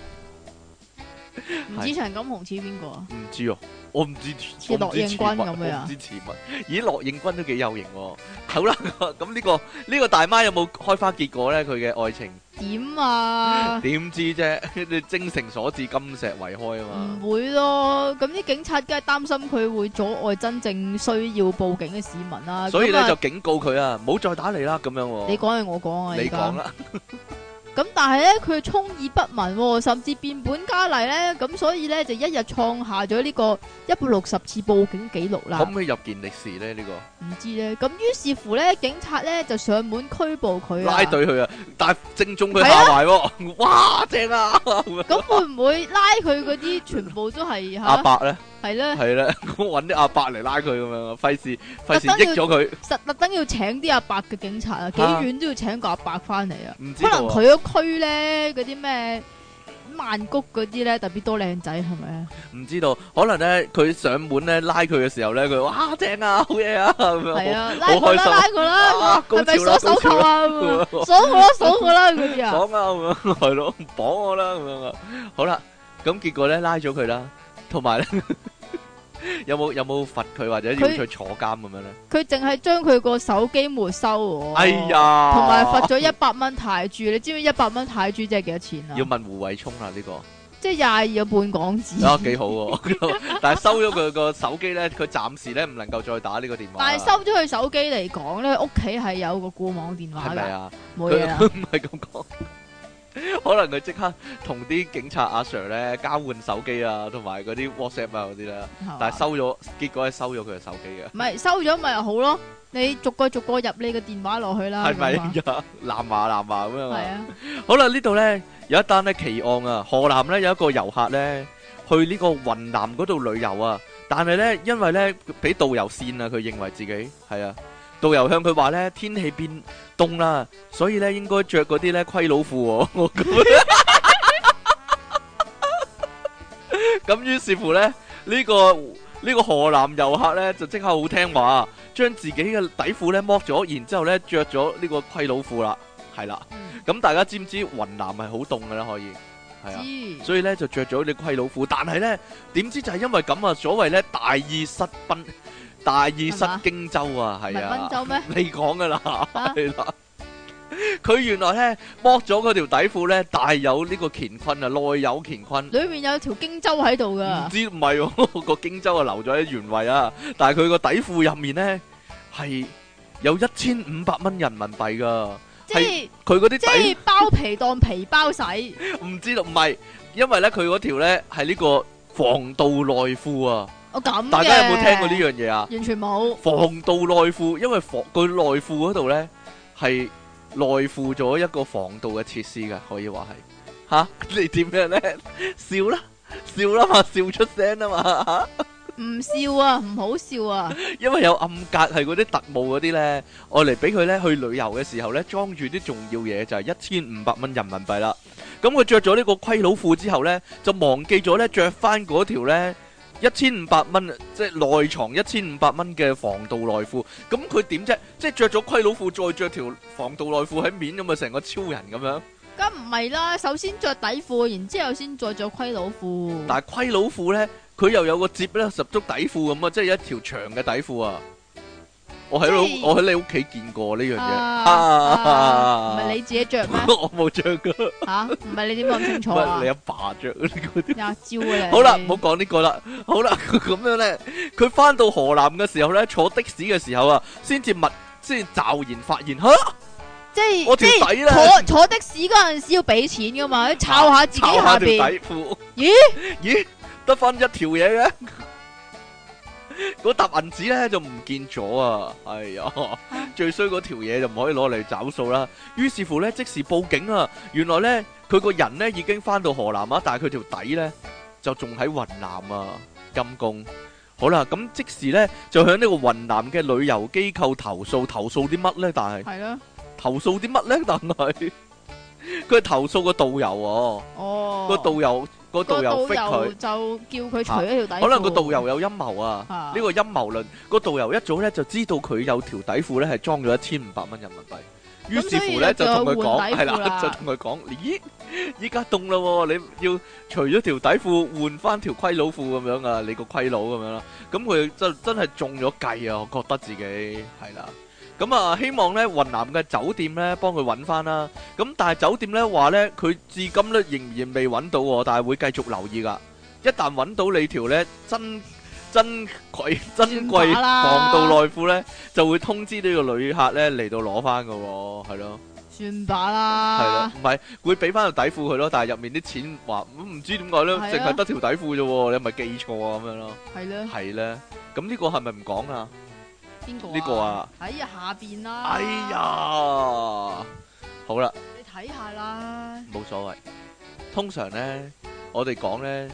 [SPEAKER 2] 唔知陳錦鴻似邊個啊？
[SPEAKER 1] 唔知啊，我唔知，
[SPEAKER 2] 似
[SPEAKER 1] 我唔知
[SPEAKER 2] 樂應軍
[SPEAKER 1] 似乜
[SPEAKER 2] 咁樣
[SPEAKER 1] 我
[SPEAKER 2] 啊
[SPEAKER 1] 唔知似乜。咦，樂應軍都 幾有型喎。好啦，咁呢個呢個大媽有冇開花結果咧？佢嘅愛情
[SPEAKER 2] 點 點啊？
[SPEAKER 1] 點知啫？你精誠所至，金石為開啊嘛。
[SPEAKER 2] 唔會咯，咁啲警察梗係擔心佢會阻礙真正需要報警嘅市民啦。
[SPEAKER 1] 所以
[SPEAKER 2] 咁
[SPEAKER 1] 咧
[SPEAKER 2] 啊
[SPEAKER 1] 就警告佢啊，唔好再打嚟啦，咁樣喎。
[SPEAKER 2] 你講係我講啊，
[SPEAKER 1] 你
[SPEAKER 2] 而家
[SPEAKER 1] 講。啦，
[SPEAKER 2] 咁但係咧，佢充耳不聞、喎，甚至變本加厲咧，咁所以咧就一日創下咗呢個一百六十次報警記錄啦
[SPEAKER 1] 可。唔可以入健力士咧？呢個
[SPEAKER 2] 唔知咧，咁於是乎咧，警察咧就上門拘捕佢啦
[SPEAKER 1] 拉。隊佢啊，但係正中佢
[SPEAKER 2] 係
[SPEAKER 1] 下
[SPEAKER 2] 啊
[SPEAKER 1] 懷喎， 哇正啊！
[SPEAKER 2] 咁會唔會拉佢嗰啲全部都係
[SPEAKER 1] 阿
[SPEAKER 2] 吓？
[SPEAKER 1] 伯咧
[SPEAKER 2] 係咧，
[SPEAKER 1] 係啦，我揾啲阿伯嚟拉佢咁樣，費事費事
[SPEAKER 2] 特登要
[SPEAKER 1] 益咗佢，
[SPEAKER 2] 實特登要請啲阿伯嘅警察啊，幾
[SPEAKER 1] 啊
[SPEAKER 2] 遠都要請個阿伯翻嚟啊。
[SPEAKER 1] 唔知
[SPEAKER 2] 可能
[SPEAKER 1] 道啊。
[SPEAKER 2] 佢個區咧嗰啲咩曼谷嗰啲咧特別多靚仔係咪啊？
[SPEAKER 1] 唔知道，可能咧佢上門咧拉佢嘅時候咧，佢哇正啊，好嘢啊咁
[SPEAKER 2] 係
[SPEAKER 1] 樣，
[SPEAKER 2] 啊，拉
[SPEAKER 1] 好
[SPEAKER 2] 佢
[SPEAKER 1] 開
[SPEAKER 2] 啦，
[SPEAKER 1] 心
[SPEAKER 2] 拉佢啦
[SPEAKER 1] 啊，高
[SPEAKER 2] 係咪
[SPEAKER 1] 潮啦
[SPEAKER 2] 鎖手扣啊？
[SPEAKER 1] 啦
[SPEAKER 2] 咁啊鎖我啦，鎖我啦嗰啲啊。
[SPEAKER 1] 爽啊咁樣，係咯，綁我啦咁樣啊。好啦，咁結果咧拉咗佢啦，同埋咧 有冇有冇罰佢或者要
[SPEAKER 2] 佢
[SPEAKER 1] 佢坐監咁樣咧？
[SPEAKER 2] 佢淨係將佢個手機沒收喎。
[SPEAKER 1] 哎呀，
[SPEAKER 2] 同埋罰咗一百蚊泰铢，你知唔知一百蚊泰铢即係幾多錢啊
[SPEAKER 1] 要？問胡偉聰啦呢個，
[SPEAKER 2] 即係廿二個半港紙。
[SPEAKER 1] 啊幾好喎！ 但係收咗佢個手機咧，佢暫時咧唔能夠再打呢個電話啦。
[SPEAKER 2] 但係收咗佢手機嚟講咧，屋企係有個固網電話
[SPEAKER 1] 係咪
[SPEAKER 2] 㗎，
[SPEAKER 1] 啊？
[SPEAKER 2] 冇嘢
[SPEAKER 1] 佢
[SPEAKER 2] 啦
[SPEAKER 1] 佢。唔係咁講，可能佢即刻同啲警察阿 Sir 咧交換手機啊，同埋嗰啲 WhatsApp 啊嗰啲啦。
[SPEAKER 2] 係嘛
[SPEAKER 1] 但係收咗，結果係收咗佢嘅手機嘅，
[SPEAKER 2] 唔係收咗咪好咯？你逐個逐個入你個電話落去 啦。
[SPEAKER 1] 係咪
[SPEAKER 2] 咁啊？
[SPEAKER 1] 呀？藍牙藍牙咁樣
[SPEAKER 2] 係
[SPEAKER 1] 啊！
[SPEAKER 2] 啊，
[SPEAKER 1] 好啦，呢度咧有一單咧奇案啊，河南咧有一個遊客咧去呢個雲南嗰度旅遊啊，但係咧因為咧俾導遊跣啊，佢認為自己係啊，導遊向佢話咧天氣變凍啦，所以咧應該着嗰啲咧龜佬褲喎， 我估咁於是乎咧呢、個呢、個河南遊客咧就即刻好聽話，將自己嘅底褲咧剝咗，然之後咧着咗呢個龜佬褲啦，係啦。
[SPEAKER 2] 嗯
[SPEAKER 1] 咁大家知唔知雲南係好凍嘅咧？可以係啊，
[SPEAKER 2] 知
[SPEAKER 1] 所以咧就着咗啲龜佬褲，但係咧點知就係因為咁啊，所謂咧大意失賓，大意失
[SPEAKER 2] 係嘛
[SPEAKER 1] 荊州啊，
[SPEAKER 2] 唔
[SPEAKER 1] 係
[SPEAKER 2] 係
[SPEAKER 1] 啊
[SPEAKER 2] 温，州咩？
[SPEAKER 1] 你講噶啦，係啦。佢原來咧剝咗嗰條底褲咧，大有呢個乾坤啊，內有乾坤。
[SPEAKER 2] 裏面有條荊州喺度
[SPEAKER 1] 唔
[SPEAKER 2] 㗎，
[SPEAKER 1] 知唔係喎， 個荊州啊留咗喺原位啊，但係佢個底褲入面咧係有一千五百蚊人民幣噶，
[SPEAKER 2] 即係
[SPEAKER 1] 佢嗰啲
[SPEAKER 2] 即
[SPEAKER 1] 底
[SPEAKER 2] 係包皮當皮包洗，
[SPEAKER 1] 唔知道，唔係，因為咧佢嗰條咧係呢個防盜內褲啊！
[SPEAKER 2] 我咁嘅
[SPEAKER 1] 大家有冇聽過呢？樣嘢啊？
[SPEAKER 2] 完全冇，
[SPEAKER 1] 防盜內褲，因為防佢內褲嗰度咧係內附咗一個防盜嘅設施噶，可以話係吓 你點樣咧？笑啦，笑啦嘛，笑出聲啊嘛，
[SPEAKER 2] 唔笑啊，唔好笑啊，
[SPEAKER 1] 因為有暗格係嗰啲特務嗰啲咧，我嚟俾佢咧去旅遊嘅時候咧裝住啲重要嘢，就係一千五百蚊人民幣啦。咁佢着咗呢個龜佬褲之後呢，就忘記咗呢着翻嗰條呢一千五百蚊，即係內藏一千五百蚊嘅防盜內褲。咁佢點啫？即係着咗龜佬褲，再着條防盜內褲喺面咁啊，成個超人咁樣。
[SPEAKER 2] 梗唔係啦，首先着底褲，然之後先再着盔佬褲。
[SPEAKER 1] 但係龜佬褲呢，佢又有個摺咧，十足底褲咁啊，即係一條長嘅底褲啊！我喺
[SPEAKER 2] 即係
[SPEAKER 1] 我我喺你屋企見過呢樣嘢，？
[SPEAKER 2] 啊啊唔係你自己着咩
[SPEAKER 1] 我冇着過，唔
[SPEAKER 2] 吓，唔係你點咁清楚
[SPEAKER 1] 係
[SPEAKER 2] 啊？
[SPEAKER 1] 你阿爸着嗰啲。
[SPEAKER 2] 廿招啊你！
[SPEAKER 1] 好啦，唔好講呢個啦。好啦， 咁樣呢，佢翻到河南嘅時候呢，坐的士嘅時候啊，先至密，先至驟然發現，吓
[SPEAKER 2] 即係
[SPEAKER 1] 我
[SPEAKER 2] 即
[SPEAKER 1] 條
[SPEAKER 2] 係
[SPEAKER 1] 底呢，
[SPEAKER 2] 坐坐的士嗰陣時要俾錢噶嘛，抄下自己
[SPEAKER 1] 抄
[SPEAKER 2] 下
[SPEAKER 1] 下條底
[SPEAKER 2] 邊，
[SPEAKER 1] 褲，
[SPEAKER 2] 咦
[SPEAKER 1] 咦，得翻一條嘢嘅，嗰沓銀紙呢就唔見咗啊！哎呀，最衰嗰條嘢就唔可以攞嚟找數啦。於是乎呢，即時報警啊！原來呢，佢個人呢已經翻到河南啊，但係佢條底呢就仲喺雲南啊，陰公。好啦，咁即時呢，就向呢個雲南嘅旅遊機構投訴，投訴啲乜呢？但係
[SPEAKER 2] 係咯，
[SPEAKER 1] 投訴啲乜呢？但係佢係投訴個導遊喎、
[SPEAKER 2] 哦，
[SPEAKER 1] 個導遊個
[SPEAKER 2] 個
[SPEAKER 1] 導遊逼
[SPEAKER 2] 導
[SPEAKER 1] 佢，
[SPEAKER 2] 遊就叫佢除咗條底褲，
[SPEAKER 1] 可能個導遊有陰謀啊！
[SPEAKER 2] 啊
[SPEAKER 1] 呢個陰謀論，個導遊一早呢就知道佢有條底褲呢係裝咗一千五百蚊人民幣，於是乎呢
[SPEAKER 2] 咁所以就
[SPEAKER 1] 就同佢
[SPEAKER 2] 換
[SPEAKER 1] 講
[SPEAKER 2] 底褲
[SPEAKER 1] 係
[SPEAKER 2] 啦
[SPEAKER 1] 啦，就同佢講：咦，依家凍啦喎，你要除咗條底褲換翻條龜佬褲咁樣啊，你個龜佬咁樣啦。咁佢真真係中咗計啊！我覺得自己係啦。咁啊，希望咧雲南嘅酒店咧幫佢揾翻啦。咁但係酒店咧話咧，佢至今咧仍然未揾到喎，但係會繼續留意噶。一旦揾到你條咧珍珍貴珍貴
[SPEAKER 2] 算罷啦
[SPEAKER 1] 防盜內褲咧，就會通知呢個旅客咧嚟到攞翻噶喎，係咯。
[SPEAKER 2] 算吧
[SPEAKER 1] 系啦
[SPEAKER 2] 啦，，
[SPEAKER 1] 唔係會俾翻條底褲佢咯，但係入面啲錢話唔知點解咧，
[SPEAKER 2] 係啊
[SPEAKER 1] 淨係得條底褲啫喎，你係咪記錯啊咁樣咯？
[SPEAKER 2] 系啦，
[SPEAKER 1] 係咧，咁呢個係咪唔講啊？
[SPEAKER 2] 边个
[SPEAKER 1] 呢個啊？
[SPEAKER 2] 喺下边啦，
[SPEAKER 1] 哎，呀，好啦，
[SPEAKER 2] 你睇下啦，
[SPEAKER 1] 冇所謂。通常咧，我哋講咧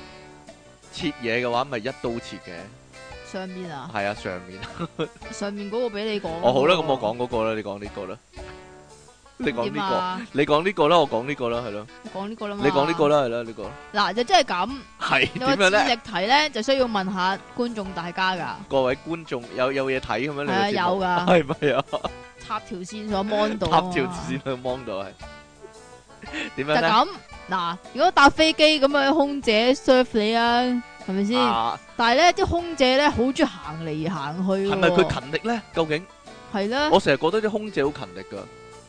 [SPEAKER 1] 切嘢嘅話，咪一刀切嘅，
[SPEAKER 2] 上面啊，
[SPEAKER 1] 係啊，上面。
[SPEAKER 2] 上面嗰个俾你讲，
[SPEAKER 1] 哦，好啦，咁我講嗰個啦，你講呢個啦，你講
[SPEAKER 2] 點
[SPEAKER 1] 呢
[SPEAKER 2] 啊
[SPEAKER 1] 個，你講呢個啦，我講呢個啦，係咯，
[SPEAKER 2] 你講呢個啦嘛，
[SPEAKER 1] 你講呢個啦，係啦，你講
[SPEAKER 2] 嗱就真係咁，
[SPEAKER 1] 係點
[SPEAKER 2] 你個
[SPEAKER 1] 樣
[SPEAKER 2] 智
[SPEAKER 1] 咧？
[SPEAKER 2] 力題咧就需要問下觀眾大家噶，
[SPEAKER 1] 各位觀眾有有嘢睇咁樣
[SPEAKER 2] 係啊
[SPEAKER 1] 你
[SPEAKER 2] 有
[SPEAKER 1] 㗎，
[SPEAKER 2] 噶，
[SPEAKER 1] 係咪啊？
[SPEAKER 2] 插條 線上 mon 度，啊
[SPEAKER 1] 搭條線去望到係點樣咧？
[SPEAKER 2] 就咁嗱，如果搭飛機咁啊，空姐 serve 你啊，係咪先？
[SPEAKER 1] 啊，
[SPEAKER 2] 但係咧啲空姐咧好中意行嚟行去喎，
[SPEAKER 1] 係咪佢勤力咧？究竟
[SPEAKER 2] 係啦，
[SPEAKER 1] 我成日覺得啲空姐好勤力㗎。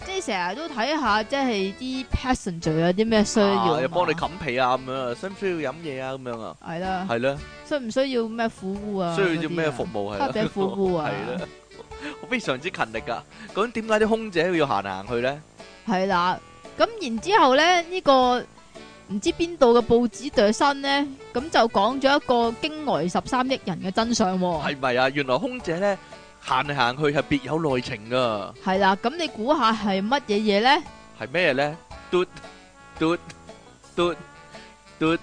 [SPEAKER 2] 即係成日都睇下即係啲 passenger 有啲咩需要啊
[SPEAKER 1] 啊
[SPEAKER 2] 嘛，
[SPEAKER 1] 又幫你冚被啊咁樣啊，需唔需要飲嘢啊咁樣啊？
[SPEAKER 2] 係啦，
[SPEAKER 1] 係咧，
[SPEAKER 2] 需唔需要咩苦烏啊？
[SPEAKER 1] 需要啲咩
[SPEAKER 2] Ờ, 嗰啲啊
[SPEAKER 1] 服務係
[SPEAKER 2] 黑
[SPEAKER 1] 啦？
[SPEAKER 2] 餅苦烏 啊？
[SPEAKER 1] 係啦，我非常之勤力㗎。咁點解啲空姐要行嚟行去咧？
[SPEAKER 2] 系啦，咁然之后咧呢、個个唔知邊度嘅報紙對新呢，咁就講咗一個驚呆十三億人嘅真相喎。
[SPEAKER 1] 係咪啊？原來空姐咧行嚟行去係別有內情㗎，
[SPEAKER 2] 係啦，咁你估下係乜嘢嘢呢？
[SPEAKER 1] 係咩咧？嘟嘟嘟嘟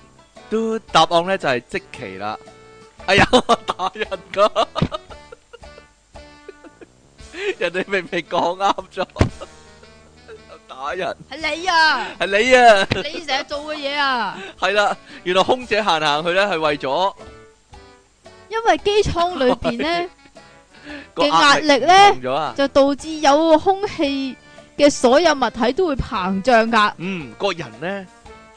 [SPEAKER 1] 嘟，答案咧就係即期啦。哎呀， 我打人㗎！ 人哋明明講啱咗， 打人
[SPEAKER 2] 係你啊，
[SPEAKER 1] 係你啊！
[SPEAKER 2] 你成日做嘅嘢啊！
[SPEAKER 1] 系啦，原來空姐行行去咧，係為咗
[SPEAKER 2] 因為機艙裏边呢
[SPEAKER 1] 個
[SPEAKER 2] 嘅
[SPEAKER 1] 壓
[SPEAKER 2] 壓
[SPEAKER 1] 力
[SPEAKER 2] 力呢，
[SPEAKER 1] 同咗啊。
[SPEAKER 2] 就導致有空氣嘅所有物體都會膨脹噶，
[SPEAKER 1] 嗯，個人咧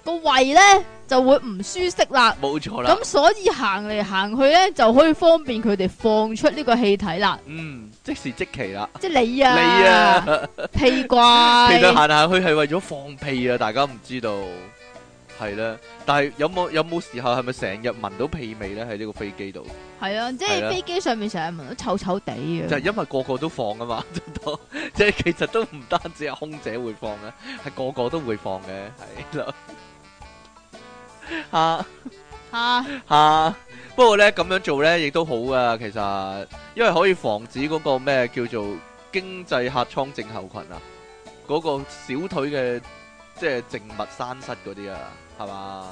[SPEAKER 2] 個胃呢就會唔舒適啦。
[SPEAKER 1] 冇錯啦。
[SPEAKER 2] 咁所以行嚟行去呢，就可以方便佢哋放出呢個氣體啦。
[SPEAKER 1] 嗯，即時即期啦。
[SPEAKER 2] 即係你
[SPEAKER 1] 你
[SPEAKER 2] 啊，
[SPEAKER 1] 啊，
[SPEAKER 2] 屁
[SPEAKER 1] 其實
[SPEAKER 2] 怪，
[SPEAKER 1] 行行去係為咗放屁啊，大家唔知道。係啦，但係有冇有冇時候係咪成日聞到屁味咧？喺呢個飛機度，
[SPEAKER 2] 係啊，即
[SPEAKER 1] 係
[SPEAKER 2] 係
[SPEAKER 1] 啊
[SPEAKER 2] 飛機上面成日聞到臭臭地啊
[SPEAKER 1] 就
[SPEAKER 2] 嘅
[SPEAKER 1] 係，因為個個都放 啊嘛，即係其實都唔單止係空姐會放嘅，係個個都會放嘅，係 啦。啊！
[SPEAKER 2] 吓
[SPEAKER 1] 吓， 不過咧咁樣做咧亦都好噶，其實因為可以防止嗰個咩叫做經濟客艙症候群啊，嗰、個小腿嘅即係靜脈栓塞嗰啲啊，係嘛？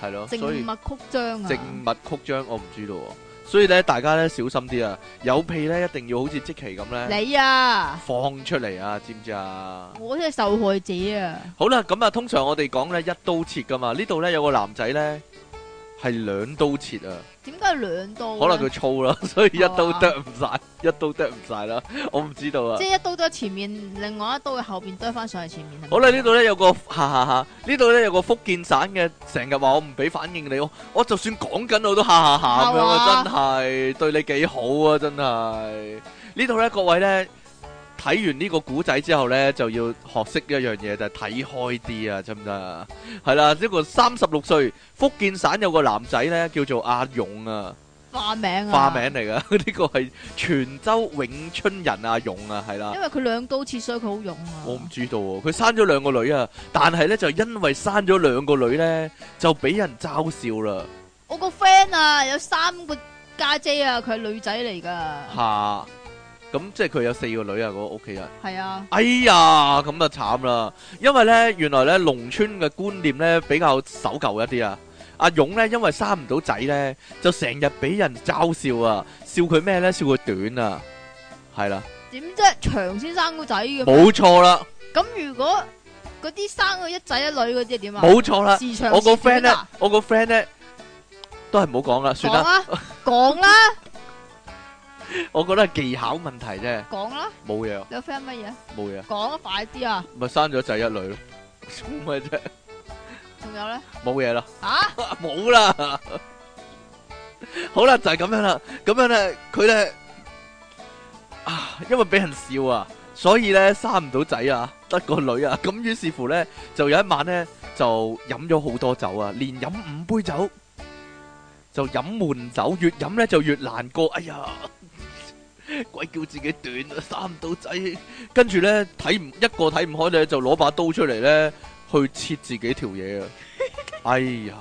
[SPEAKER 2] 吓，
[SPEAKER 1] 係咯，
[SPEAKER 2] 靜
[SPEAKER 1] 哦所以
[SPEAKER 2] 脈曲張啊，
[SPEAKER 1] 靜脈曲張我唔知道喎，所以咧大家咧小心啲啊，有屁咧一定要好似即期咁咧
[SPEAKER 2] 你啊，
[SPEAKER 1] 放出嚟啊，知唔知啊？
[SPEAKER 2] 我真係受害者啊，
[SPEAKER 1] 好啦，咁啊，通常我哋講咧一刀切噶嘛，呢度咧有個男仔咧係兩刀切啊。
[SPEAKER 2] 點解兩刀啊
[SPEAKER 1] 可
[SPEAKER 2] 呢？
[SPEAKER 1] 能佢粗啦， 所以一刀
[SPEAKER 2] 啊
[SPEAKER 1] 剁唔晒， 一刀剁唔晒啦，我唔知道啊
[SPEAKER 2] 即。係一刀都喺前面，另外一刀喺後邊剁翻上去前面。係咪
[SPEAKER 1] 好啦，呢度咧有個 哈哈哈，呢度咧有個福建省嘅，成日話我唔俾反應你，我我就算講緊我都哈哈哈咁樣啊，
[SPEAKER 2] 係
[SPEAKER 1] 真係對你幾好啊，真係。呢度咧各位咧睇完呢個古仔之後咧，就要學識一樣嘢就係睇開啲啊，真唔得啊？係啦，呢個三十六歲福建省有個男仔咧叫做阿勇啊。
[SPEAKER 2] 化名啊，
[SPEAKER 1] 花名，嚟噶， 呢個係泉州永春人阿勇啊，係啦
[SPEAKER 2] 因。為佢兩刀切，所以佢好勇啊。
[SPEAKER 1] 我唔知道喎，佢生咗兩個女啊，但係呢，就因為生咗兩個女呢，就俾人嘲笑啦
[SPEAKER 2] 我個 friend 啊，有三個家姐啊，佢係女仔嚟噶，
[SPEAKER 1] 吓。咁、即係佢有四個女啊，嗰、個屋企人。
[SPEAKER 2] 係啊，
[SPEAKER 1] 哎呀，咁就慘啦，因為呢，原來呢，農村嘅觀念呢比較守舊一啲啊。阿勇呢，因為生唔到仔呢，就成日俾人嘲笑啊，笑佢咩呢？笑佢短啊，係啦，
[SPEAKER 2] 點啫？長先生個仔嘅。
[SPEAKER 1] 冇錯啦，
[SPEAKER 2] 咁如果嗰啲生咗一仔一女嗰啲點啊？
[SPEAKER 1] 冇錯啦。
[SPEAKER 2] 市 場
[SPEAKER 1] 我個
[SPEAKER 2] 事件
[SPEAKER 1] friend 咧
[SPEAKER 2] 啊，
[SPEAKER 1] 我個 friend 咧，都係唔好講啦，啊算
[SPEAKER 2] 講
[SPEAKER 1] 啦。
[SPEAKER 2] 啦，講啦，
[SPEAKER 1] 我覺得係技巧問題啫，
[SPEAKER 2] 講啦，
[SPEAKER 1] 冇嘢啊，
[SPEAKER 2] 你個 friend 乜嘢？
[SPEAKER 1] 冇嘢啊，
[SPEAKER 2] 講啊，快啲啊！
[SPEAKER 1] 咪生咗仔一女咯， 做咩啫？
[SPEAKER 2] 仲有咧，
[SPEAKER 1] 冇嘢啦，
[SPEAKER 2] 啊，
[SPEAKER 1] 冇啦。好啦，就係咁樣啦，咁樣咧，佢咧啊，因為俾人笑啊，所以咧生唔到仔啊，得個女啊，咁於是乎咧就有一晚咧就飲咗好多酒啊，連飲五杯酒，就飲悶酒，越飲咧就越難過，哎呀！鬼叫自己短啊，生唔到仔，跟住咧睇唔一個睇唔開咧，就攞把刀出嚟咧去切自己條嘢啊！哎呀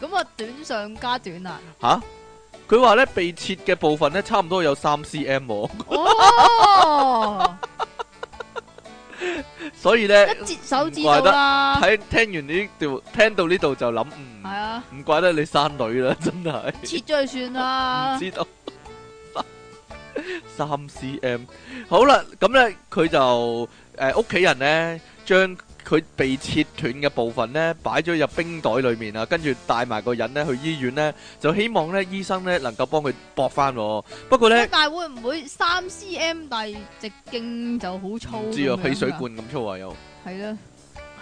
[SPEAKER 1] 〜
[SPEAKER 2] 咁啊，短上加短啊！
[SPEAKER 1] 吓？佢話咧被切嘅部分咧，差唔多有三 cm，喎
[SPEAKER 2] 哦，
[SPEAKER 1] 所以咧
[SPEAKER 2] 一截手指到啦，
[SPEAKER 1] 睇聽完呢度，聽到呢度就諗，
[SPEAKER 2] 系
[SPEAKER 1] 嗯，
[SPEAKER 2] 啊，
[SPEAKER 1] 唔怪得你生女啦， 真係
[SPEAKER 2] 切咗就算
[SPEAKER 1] 唔
[SPEAKER 2] 啦。
[SPEAKER 1] 知道 三 cm。好啦，咁咧佢就诶屋企人咧將佢被切斷嘅部分咧擺咗入冰袋裏面啊，跟住帶埋個人咧去醫院咧，就希望咧醫生咧能夠幫佢搏翻。不過咧
[SPEAKER 2] 咁。但系会唔会三 cm 但係直徑就好粗？
[SPEAKER 1] 唔知啊，汽水。罐咁粗啊又
[SPEAKER 2] 系啦，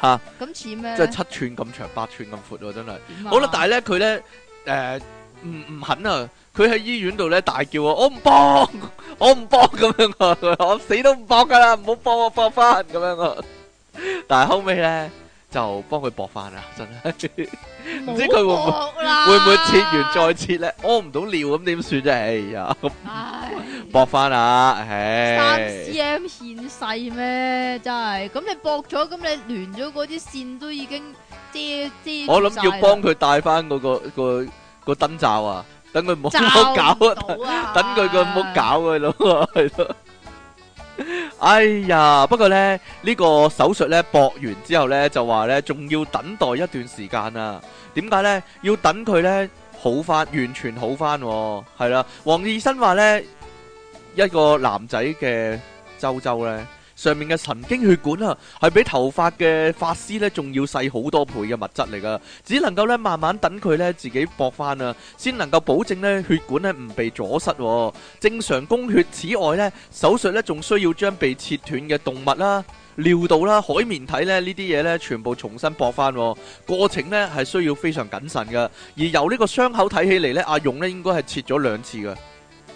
[SPEAKER 1] 吓，
[SPEAKER 2] 咁似咩
[SPEAKER 1] 即
[SPEAKER 2] 咧？
[SPEAKER 1] 係七寸咁長、八寸咁闊喎，真係。
[SPEAKER 2] 點啊
[SPEAKER 1] 好啦，但係咧佢咧诶唔唔肯啊，佢喺醫院度咧大叫啊，我唔搏， 我唔搏咁樣啊，我死都唔搏噶啦，唔好搏我搏翻咁樣啊。但係後尾咧就幫佢搏翻啦，真係唔知佢會唔會
[SPEAKER 2] 冇搏啦
[SPEAKER 1] 會唔會切完再切咧？屙唔到尿咁點算啫？哎呀，
[SPEAKER 2] 唉
[SPEAKER 1] 搏翻啦，
[SPEAKER 2] 三
[SPEAKER 1] 唉。
[SPEAKER 2] cm 獻世咩？真係咁你搏咗，咁你連咗嗰啲線都已經遮遮住
[SPEAKER 1] 我諗要
[SPEAKER 2] 晒啦
[SPEAKER 1] 幫佢戴翻嗰個個個燈罩啊，等佢冇好
[SPEAKER 2] 罩
[SPEAKER 1] 搞啊
[SPEAKER 2] 唔。到啊！
[SPEAKER 1] 等佢個唔好搞佢咯，係咯。哎呀，不過咧呢、個手術咧搏完之後咧就話咧仲要等待一段時間啊。點解咧？要等佢咧好翻，完全好翻、喎。係啦，黃醫生話咧一個男仔嘅周周咧。上面嘅神經血管啊，係比頭髮嘅髮絲咧仲要細好多倍嘅物質嚟噶，只能夠咧慢慢等佢咧自己搏翻啊，先能夠保證咧血管咧唔被阻塞、喎。正常供血此外咧，手術咧仲需要將被切斷嘅動物啦、尿道啦、海綿體咧呢啲嘢咧全部重新搏翻、喎。過程咧係需要非常謹慎噶。而由呢個傷口睇起嚟咧，阿勇咧應該係切咗兩次噶，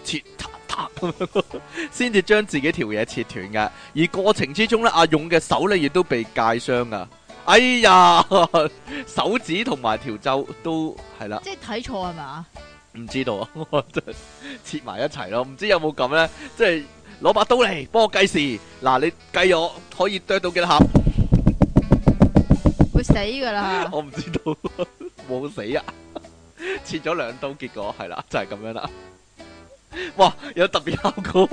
[SPEAKER 1] 切嗒嗒咁樣咯，先至將自己條嘢切斷噶。而過程之中咧，阿勇嘅手咧亦都被界傷噶。哎呀，手指同埋條袖都係啦。
[SPEAKER 2] 即係睇錯係嘛？
[SPEAKER 1] 唔知道啊，我真係切埋一齊咯，唔知有冇咁咧，即係攞把刀嚟幫我計時，嗱你計我可以剁到幾多盒，
[SPEAKER 2] 會死㗎啦！
[SPEAKER 1] 我唔知道，冇死啊，切咗兩刀，結果係啦，就係、咁樣啦，哇，有特別效果，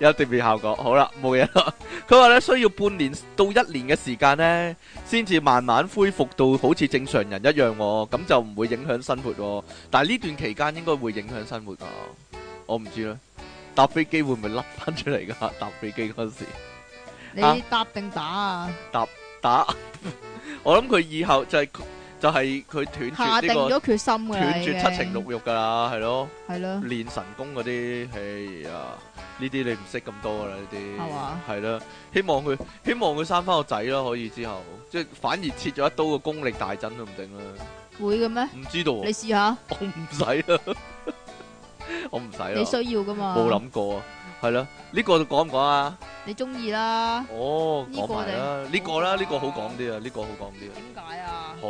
[SPEAKER 1] 有特別效果，好啦，冇嘢啦，佢話咧需要半年到一年嘅時間咧，先至慢慢恢復到好似正常人一樣喎、咁就唔會影響生活喎、但係呢段期間應該會影響生活㗎，我唔知啦。搭飛機會唔會 甩翻出嚟㗎？搭飛機嗰陣時啊
[SPEAKER 2] 你搭定打啊？
[SPEAKER 1] 打， 我諗佢以後就係、就係佢斷絕
[SPEAKER 2] 下定
[SPEAKER 1] 呢、個
[SPEAKER 2] 咗決心㗎啦，
[SPEAKER 1] 斷絕七情六欲㗎啦，係咯，
[SPEAKER 2] 係咯。
[SPEAKER 1] 練神功嗰啲，哎呀，呢啲你唔識咁多㗎啦，呢
[SPEAKER 2] 係嘛
[SPEAKER 1] 啲係啦，希望佢希望佢生翻個仔咯，可以之後即係反而切咗一刀嘅功力大增都唔定啦，
[SPEAKER 2] 會嘅咩？
[SPEAKER 1] 唔知道喎
[SPEAKER 2] 你試下，
[SPEAKER 1] 我唔使啦，我唔使啦，
[SPEAKER 2] 你需要㗎嘛？
[SPEAKER 1] 冇諗過啊，係啦，呢個講唔講啊？
[SPEAKER 2] 你中意啦。
[SPEAKER 1] 哦，
[SPEAKER 2] 呢個
[SPEAKER 1] 講埋啦，呢
[SPEAKER 2] 定
[SPEAKER 1] 個啦，呢個好講啲啊，呢個好講啲啊，
[SPEAKER 2] 點解啊？
[SPEAKER 1] 好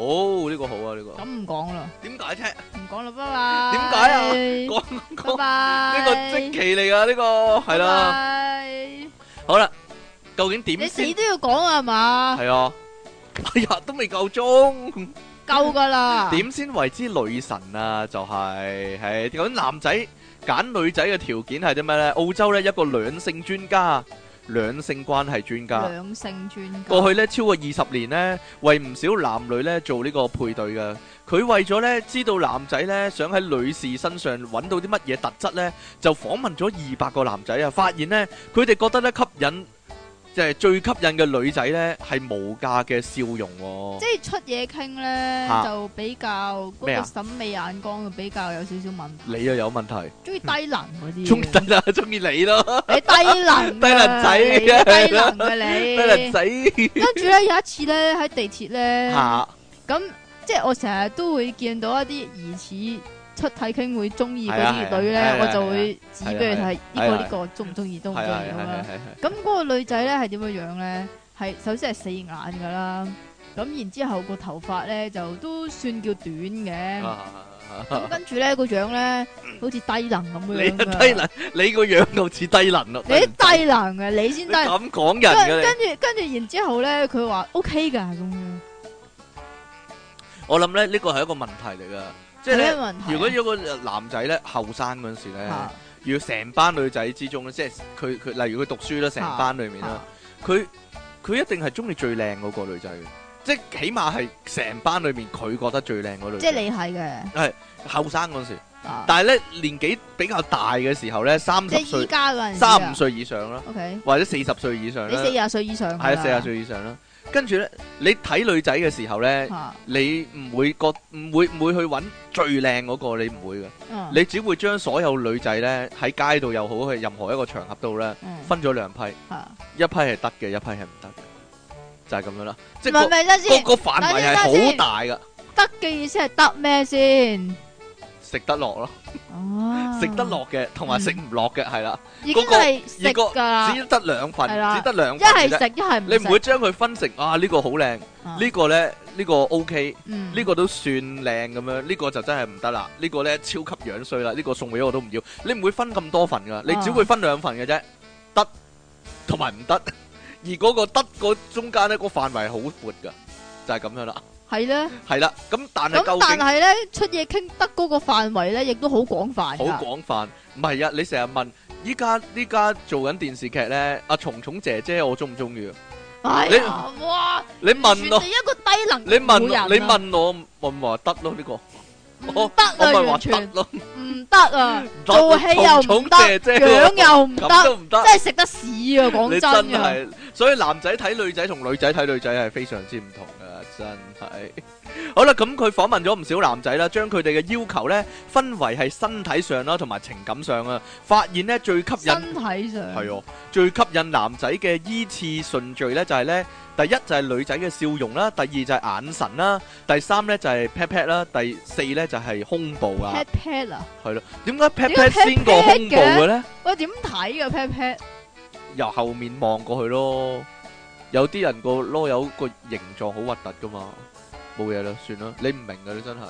[SPEAKER 1] 呢個好啊，呢個
[SPEAKER 2] 咁唔講啦，
[SPEAKER 1] 點解啫？
[SPEAKER 2] 唔講啦，拜
[SPEAKER 1] 點
[SPEAKER 2] 拜。
[SPEAKER 1] 解
[SPEAKER 2] 啊？
[SPEAKER 1] 講
[SPEAKER 2] 拜
[SPEAKER 1] 講
[SPEAKER 2] 拜。
[SPEAKER 1] 呢個即期嚟㗎，呢個係啦。
[SPEAKER 2] 拜拜。
[SPEAKER 1] 好啦，究竟
[SPEAKER 2] 你
[SPEAKER 1] 點
[SPEAKER 2] 死
[SPEAKER 1] 先
[SPEAKER 2] 都要講啊係嘛？
[SPEAKER 1] 係啊？哎呀，都未夠鐘，
[SPEAKER 2] 夠㗎啦。
[SPEAKER 1] 點先為之女神啊？就係係究竟男仔揀女仔嘅條件係啲咩呢？澳洲呢，一個兩性專家，兩性關係專家。
[SPEAKER 2] 兩性專家。
[SPEAKER 1] 過去咧超過二十年咧，為唔少男女咧做呢個配對嘅。佢為咗咧知道男仔咧想喺女士身上揾到啲乜嘢特質咧，就訪問咗二百個男仔啊，發現咧佢哋覺得咧吸引，即係最吸引嘅女仔咧係無價嘅笑容、喎。
[SPEAKER 2] 即係出嘢傾咧，
[SPEAKER 1] 嚇
[SPEAKER 2] 就比較嗰
[SPEAKER 1] 咩
[SPEAKER 2] 個
[SPEAKER 1] 啊
[SPEAKER 2] 審美眼光就比較有少少問題，
[SPEAKER 1] 你又有問題，
[SPEAKER 2] 中意低能嗰啲。
[SPEAKER 1] 中意得啦，中意你咯，
[SPEAKER 2] 你低能㗎，
[SPEAKER 1] 低能仔
[SPEAKER 2] 你低能嘅
[SPEAKER 1] 低能
[SPEAKER 2] 你。
[SPEAKER 1] 仔
[SPEAKER 2] 跟住咧有一次咧喺地鐵咧，
[SPEAKER 1] 嚇
[SPEAKER 2] 咁即係我成日都會見到一啲疑似出體傾會中意嗰
[SPEAKER 1] 係啊係啊
[SPEAKER 2] 啲女
[SPEAKER 1] 係啊
[SPEAKER 2] 咧，我
[SPEAKER 1] 係啊
[SPEAKER 2] 就會指俾佢睇呢
[SPEAKER 1] 係
[SPEAKER 2] 個
[SPEAKER 1] 啊
[SPEAKER 2] 呢個中唔中意，中唔中意
[SPEAKER 1] 係啊，係啊，
[SPEAKER 2] 咁樣。
[SPEAKER 1] 係啊，係啊，係啊。
[SPEAKER 2] 咁嗰個女仔咧係點樣樣咧？係首先係四眼噶啦，咁然之後個頭髮咧就都算叫短嘅，
[SPEAKER 1] 啊，啊，啊，啊，啊。嗯
[SPEAKER 2] 咁跟住咧個樣咧好似低能咁
[SPEAKER 1] 你
[SPEAKER 2] 樣㗎
[SPEAKER 1] 低能，你個樣就似低能咯，
[SPEAKER 2] 你啲低能嘅，你先低能。
[SPEAKER 1] 你咁講人嘅，
[SPEAKER 2] 跟
[SPEAKER 1] 你。
[SPEAKER 2] 跟住跟住然之後咧，佢話 O K 噶咁樣，
[SPEAKER 1] 我諗呢，呢個係一個問題嚟㗎。即係呢，
[SPEAKER 2] 有咩問題啊？啊
[SPEAKER 1] 如果有個男仔呢，後生嗰陣時呢，
[SPEAKER 2] 嚇
[SPEAKER 1] 要成班女仔之中呢，即係佢-佢-例如佢讀書啦，成班裡面啦，
[SPEAKER 2] 嚇
[SPEAKER 1] 佢-佢一定係鍾意最靚嗰個女仔嘅。即係起碼係成班裡面佢覺得最靚嗰個女仔。
[SPEAKER 2] 即係你係嘅，
[SPEAKER 1] 後生嗰陣時。但係呢，年紀比較大嘅時候呢，
[SPEAKER 2] 啊
[SPEAKER 1] 30歲
[SPEAKER 2] 即係依家嗰陣時
[SPEAKER 1] 三五歲以上啦，
[SPEAKER 2] O K，
[SPEAKER 1] 或者四十歲以上
[SPEAKER 2] 你
[SPEAKER 1] 啦，
[SPEAKER 2] 四廿歲以上㗎啦
[SPEAKER 1] 係啊，四十歲以上啦。跟住咧，你睇女仔嘅時候咧，
[SPEAKER 2] 嚇
[SPEAKER 1] 你唔會覺唔會唔會去揾最靚嗰個，你唔會嘅。
[SPEAKER 2] 嗯
[SPEAKER 1] 你只會將所有女仔咧喺街度又好，喺任何一個場合度咧，
[SPEAKER 2] 嗯啊
[SPEAKER 1] 分咗兩批，
[SPEAKER 2] 嚇
[SPEAKER 1] 一批係得嘅，一批係唔得嘅，就係咁樣啦。即
[SPEAKER 2] 唔
[SPEAKER 1] 係個
[SPEAKER 2] 係唔係等
[SPEAKER 1] 個
[SPEAKER 2] 先，
[SPEAKER 1] 個範圍係好大㗎，
[SPEAKER 2] 得嘅意思係得咩先？
[SPEAKER 1] 食得落咯，
[SPEAKER 2] 哦，
[SPEAKER 1] 食得落嘅同埋食唔落嘅係啦，
[SPEAKER 2] 已經係食
[SPEAKER 1] 嗰
[SPEAKER 2] 㗎啦，
[SPEAKER 1] 只得兩份，
[SPEAKER 2] 係啦
[SPEAKER 1] 只得兩
[SPEAKER 2] 一
[SPEAKER 1] 份
[SPEAKER 2] 係
[SPEAKER 1] 嘅啫。
[SPEAKER 2] 食一係唔
[SPEAKER 1] 你唔會
[SPEAKER 2] 會
[SPEAKER 1] 將佢分成啊呢個好靚。呢個呢，呢個 OK，
[SPEAKER 2] 呢
[SPEAKER 1] 呢個都算靚咁樣，呢個就真係唔得啦，呢個呢，超級樣衰啦，呢個送俾我都唔要。你唔會分咁多份噶，你只會分兩份嘅啫，得同埋唔得。而嗰個得個中間呢個範圍好闊噶，就係咁樣啦，
[SPEAKER 2] 係咧，
[SPEAKER 1] 係啦。咁但係
[SPEAKER 2] 咁
[SPEAKER 1] 究
[SPEAKER 2] 但
[SPEAKER 1] 竟
[SPEAKER 2] 係咧出嘢傾得嗰個範圍咧，亦都好廣泛㗎
[SPEAKER 1] 好廣泛，唔係啊？你成日問依家依家做緊電視劇呢，阿蟲蟲姐姐我中唔中意啊？
[SPEAKER 2] 哎呀，哇！
[SPEAKER 1] 你問我
[SPEAKER 2] 完全，係一個低能
[SPEAKER 1] 你問
[SPEAKER 2] 婦人啊
[SPEAKER 1] 我，你問我，我咪話得咯呢個，
[SPEAKER 2] 唔得
[SPEAKER 1] 我
[SPEAKER 2] 啊，
[SPEAKER 1] 咪話
[SPEAKER 2] 完
[SPEAKER 1] 得
[SPEAKER 2] 全
[SPEAKER 1] 咯。
[SPEAKER 2] 唔得啊，
[SPEAKER 1] 唔得，
[SPEAKER 2] 做戲又唔
[SPEAKER 1] 蟲
[SPEAKER 2] 得，
[SPEAKER 1] 蟲姐姐，
[SPEAKER 2] 樣又唔得，
[SPEAKER 1] 咁都唔得，
[SPEAKER 2] 真係食得屎啊！講真嘅，
[SPEAKER 1] 你真係，所以男仔睇女仔同女仔睇女仔係非常之唔同㗎，真係。好啦，咁佢訪問咗唔少男仔啦，將佢哋嘅要求呢，分為係身體上啦同埋情感上啊，發現呢，最吸引
[SPEAKER 2] 身體上
[SPEAKER 1] 係喎，最吸引男仔嘅依次順序呢，就係呢：第一就係女仔嘅笑容啦，第二就係眼神啦，第三呢就係 pat pat 啦，第四呢就係胸部啊
[SPEAKER 2] pat。pat 啊，
[SPEAKER 1] 係咯，點解 pat
[SPEAKER 2] 點解
[SPEAKER 1] pat 先過
[SPEAKER 2] pat
[SPEAKER 1] 胸部
[SPEAKER 2] 嘅？
[SPEAKER 1] 嘅呢？
[SPEAKER 2] 喂點睇噶 pat pat？
[SPEAKER 1] 由後面望過去咯。有啲人個啰柚個形狀好核突噶嘛，冇嘢啦，算啦，你唔明嘅你真係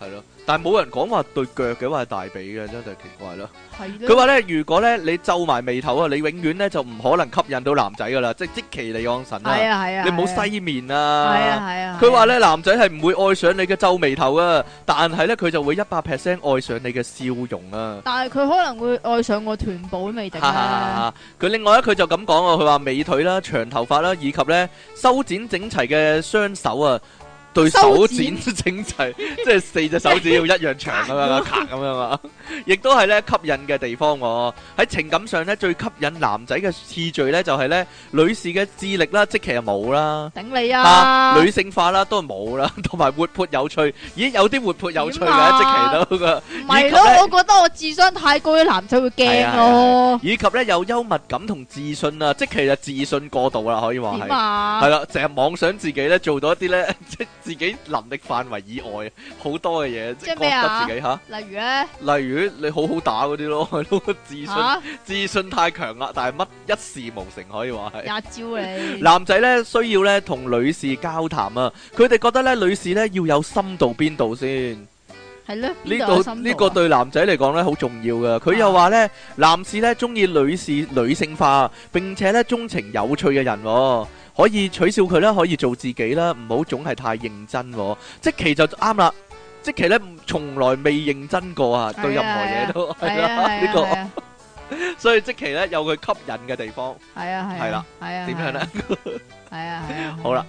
[SPEAKER 1] 係咯。但係冇人講話對腳嘅話係大髀嘅，真係奇怪啦。
[SPEAKER 2] 係咧，
[SPEAKER 1] 佢話咧，如果咧你皺埋眉頭啊，你永遠咧就唔可能吸引到男仔噶啦，即係即其利昂神
[SPEAKER 2] 係
[SPEAKER 1] 啊，
[SPEAKER 2] 啊係啊，
[SPEAKER 1] 你唔
[SPEAKER 2] 係啊
[SPEAKER 1] 好西面
[SPEAKER 2] 係
[SPEAKER 1] 啊
[SPEAKER 2] 啊。係啊，
[SPEAKER 1] 佢話咧，男仔係唔會愛上你嘅皺眉頭啊，但係咧佢就會一百 percent 愛上你嘅笑容啊。
[SPEAKER 2] 但係佢可能會愛上我臀部都未定啊啦。
[SPEAKER 1] 佢另外咧，佢就咁講啊，佢話美腿啦、長頭髮啦，以及咧修剪整齊嘅雙手啊，對手
[SPEAKER 2] 修
[SPEAKER 1] 剪
[SPEAKER 2] 剪
[SPEAKER 1] 整齊， 即係四隻手指要一樣長咁樣啊，咔咁樣啊， 亦都係咧吸引嘅地方喎。喺情感上咧，最吸引男仔嘅次序咧，就係咧女士嘅智力啦，即其係冇啦。
[SPEAKER 2] 頂你
[SPEAKER 1] 啊
[SPEAKER 2] 啊！
[SPEAKER 1] 女性化啦，都係冇啦， 同埋活潑有趣，咦有啲活潑有趣
[SPEAKER 2] 點
[SPEAKER 1] 嘅，
[SPEAKER 2] 啊
[SPEAKER 1] 即其都
[SPEAKER 2] 唔係
[SPEAKER 1] 以及咧
[SPEAKER 2] 咯，我覺得我智商太高，啲男仔
[SPEAKER 1] 係
[SPEAKER 2] 會
[SPEAKER 1] 啊
[SPEAKER 2] 驚
[SPEAKER 1] 係啊
[SPEAKER 2] 咯。
[SPEAKER 1] 以及咧有幽默感同自信啊，即其就自信過度啦，可以話
[SPEAKER 2] 點
[SPEAKER 1] 係。
[SPEAKER 2] 啊
[SPEAKER 1] 系？啦，成日妄想自己咧做到一啲咧， 即係自己能力範圍以外好多嘅嘢，即
[SPEAKER 2] 即
[SPEAKER 1] 係
[SPEAKER 2] 係
[SPEAKER 1] 覺
[SPEAKER 2] 咩啊
[SPEAKER 1] 得自己吓。
[SPEAKER 2] 例如咧
[SPEAKER 1] 例如你好好打嗰啲咯，啊 係咯，自信
[SPEAKER 2] 吓，
[SPEAKER 1] 自信太強啦，但係乜一事無成可以話係。
[SPEAKER 2] 廿招你
[SPEAKER 1] 男仔咧需要咧同女士交談啊，佢哋覺得咧女士咧要有深度邊度先。
[SPEAKER 2] 係咧，
[SPEAKER 1] 呢
[SPEAKER 2] 邊度有
[SPEAKER 1] 個
[SPEAKER 2] 深
[SPEAKER 1] 呢
[SPEAKER 2] 度
[SPEAKER 1] 個
[SPEAKER 2] 啊
[SPEAKER 1] 對男仔嚟講咧好重要噶，佢又話咧男士咧中意女士女性化，並且咧鍾情有趣嘅人、喎，可以取笑佢啦，可以做自己啦，唔好總係太認真、喎。即其就啱啦，即其咧從來未認真過啊，
[SPEAKER 2] 係啊
[SPEAKER 1] 對任何嘢都係
[SPEAKER 2] 係啊
[SPEAKER 1] 啦，呢
[SPEAKER 2] 係
[SPEAKER 1] 個
[SPEAKER 2] 啊
[SPEAKER 1] 所以即其咧有佢吸引嘅地方。
[SPEAKER 2] 係啊
[SPEAKER 1] 係
[SPEAKER 2] 係
[SPEAKER 1] 啦
[SPEAKER 2] 啊係啊
[SPEAKER 1] 點樣咧？
[SPEAKER 2] 係啊係啊
[SPEAKER 1] 好啦，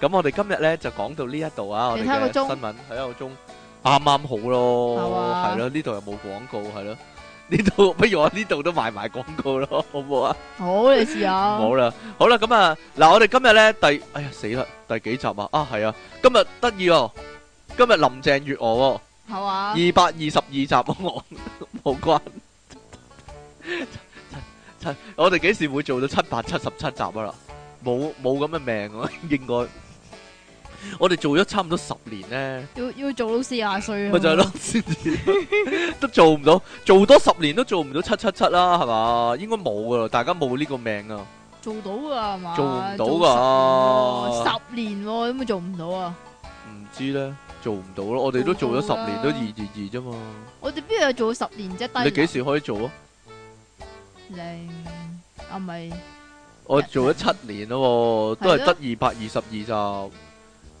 [SPEAKER 1] 咁我哋今日咧就講到呢一度啊，我哋
[SPEAKER 2] 你睇下個
[SPEAKER 1] 嘅
[SPEAKER 2] 鐘
[SPEAKER 1] 新聞睇下個鐘啱啱好咯，
[SPEAKER 2] 係嘛
[SPEAKER 1] 係咯，呢度又冇廣告，係咯， 呢度不如我呢度都賣埋廣告咯， 好唔好啊？
[SPEAKER 2] 好你試下
[SPEAKER 1] 唔好啦，好啦，咁啊，嗱，我哋今日咧第，哎呀死啦，第幾集啊？啊係啊，今日得意哦，今日林鄭月娥
[SPEAKER 2] 係嘛？
[SPEAKER 1] 二百二十二集喎我冇關。七七我哋幾時 會做到七百七十七集啊？啦，冇冇咁嘅命啊，應該。我哋做咗差唔多十年咧，
[SPEAKER 2] 要要做到四廿歲啊
[SPEAKER 1] 咪就係咯，先至都做唔到，做多十年都做唔到七七七啦，係嘛？應該冇噶啦，大家冇呢個命啊！
[SPEAKER 2] 做到噶係嘛？
[SPEAKER 1] 做唔到㗎
[SPEAKER 2] 㗎，十年喎，咁咪做唔到啊！
[SPEAKER 1] 唔知咧，做唔到咯。我哋都做咗十年，都二二二啫嘛。
[SPEAKER 2] 我哋邊度做咗十年啫？低
[SPEAKER 1] 你幾時可以做啊？
[SPEAKER 2] 零啊？咪
[SPEAKER 1] 我做咗七年咯喎，都係
[SPEAKER 2] 係
[SPEAKER 1] 得
[SPEAKER 2] 咯
[SPEAKER 1] 二百二十二集。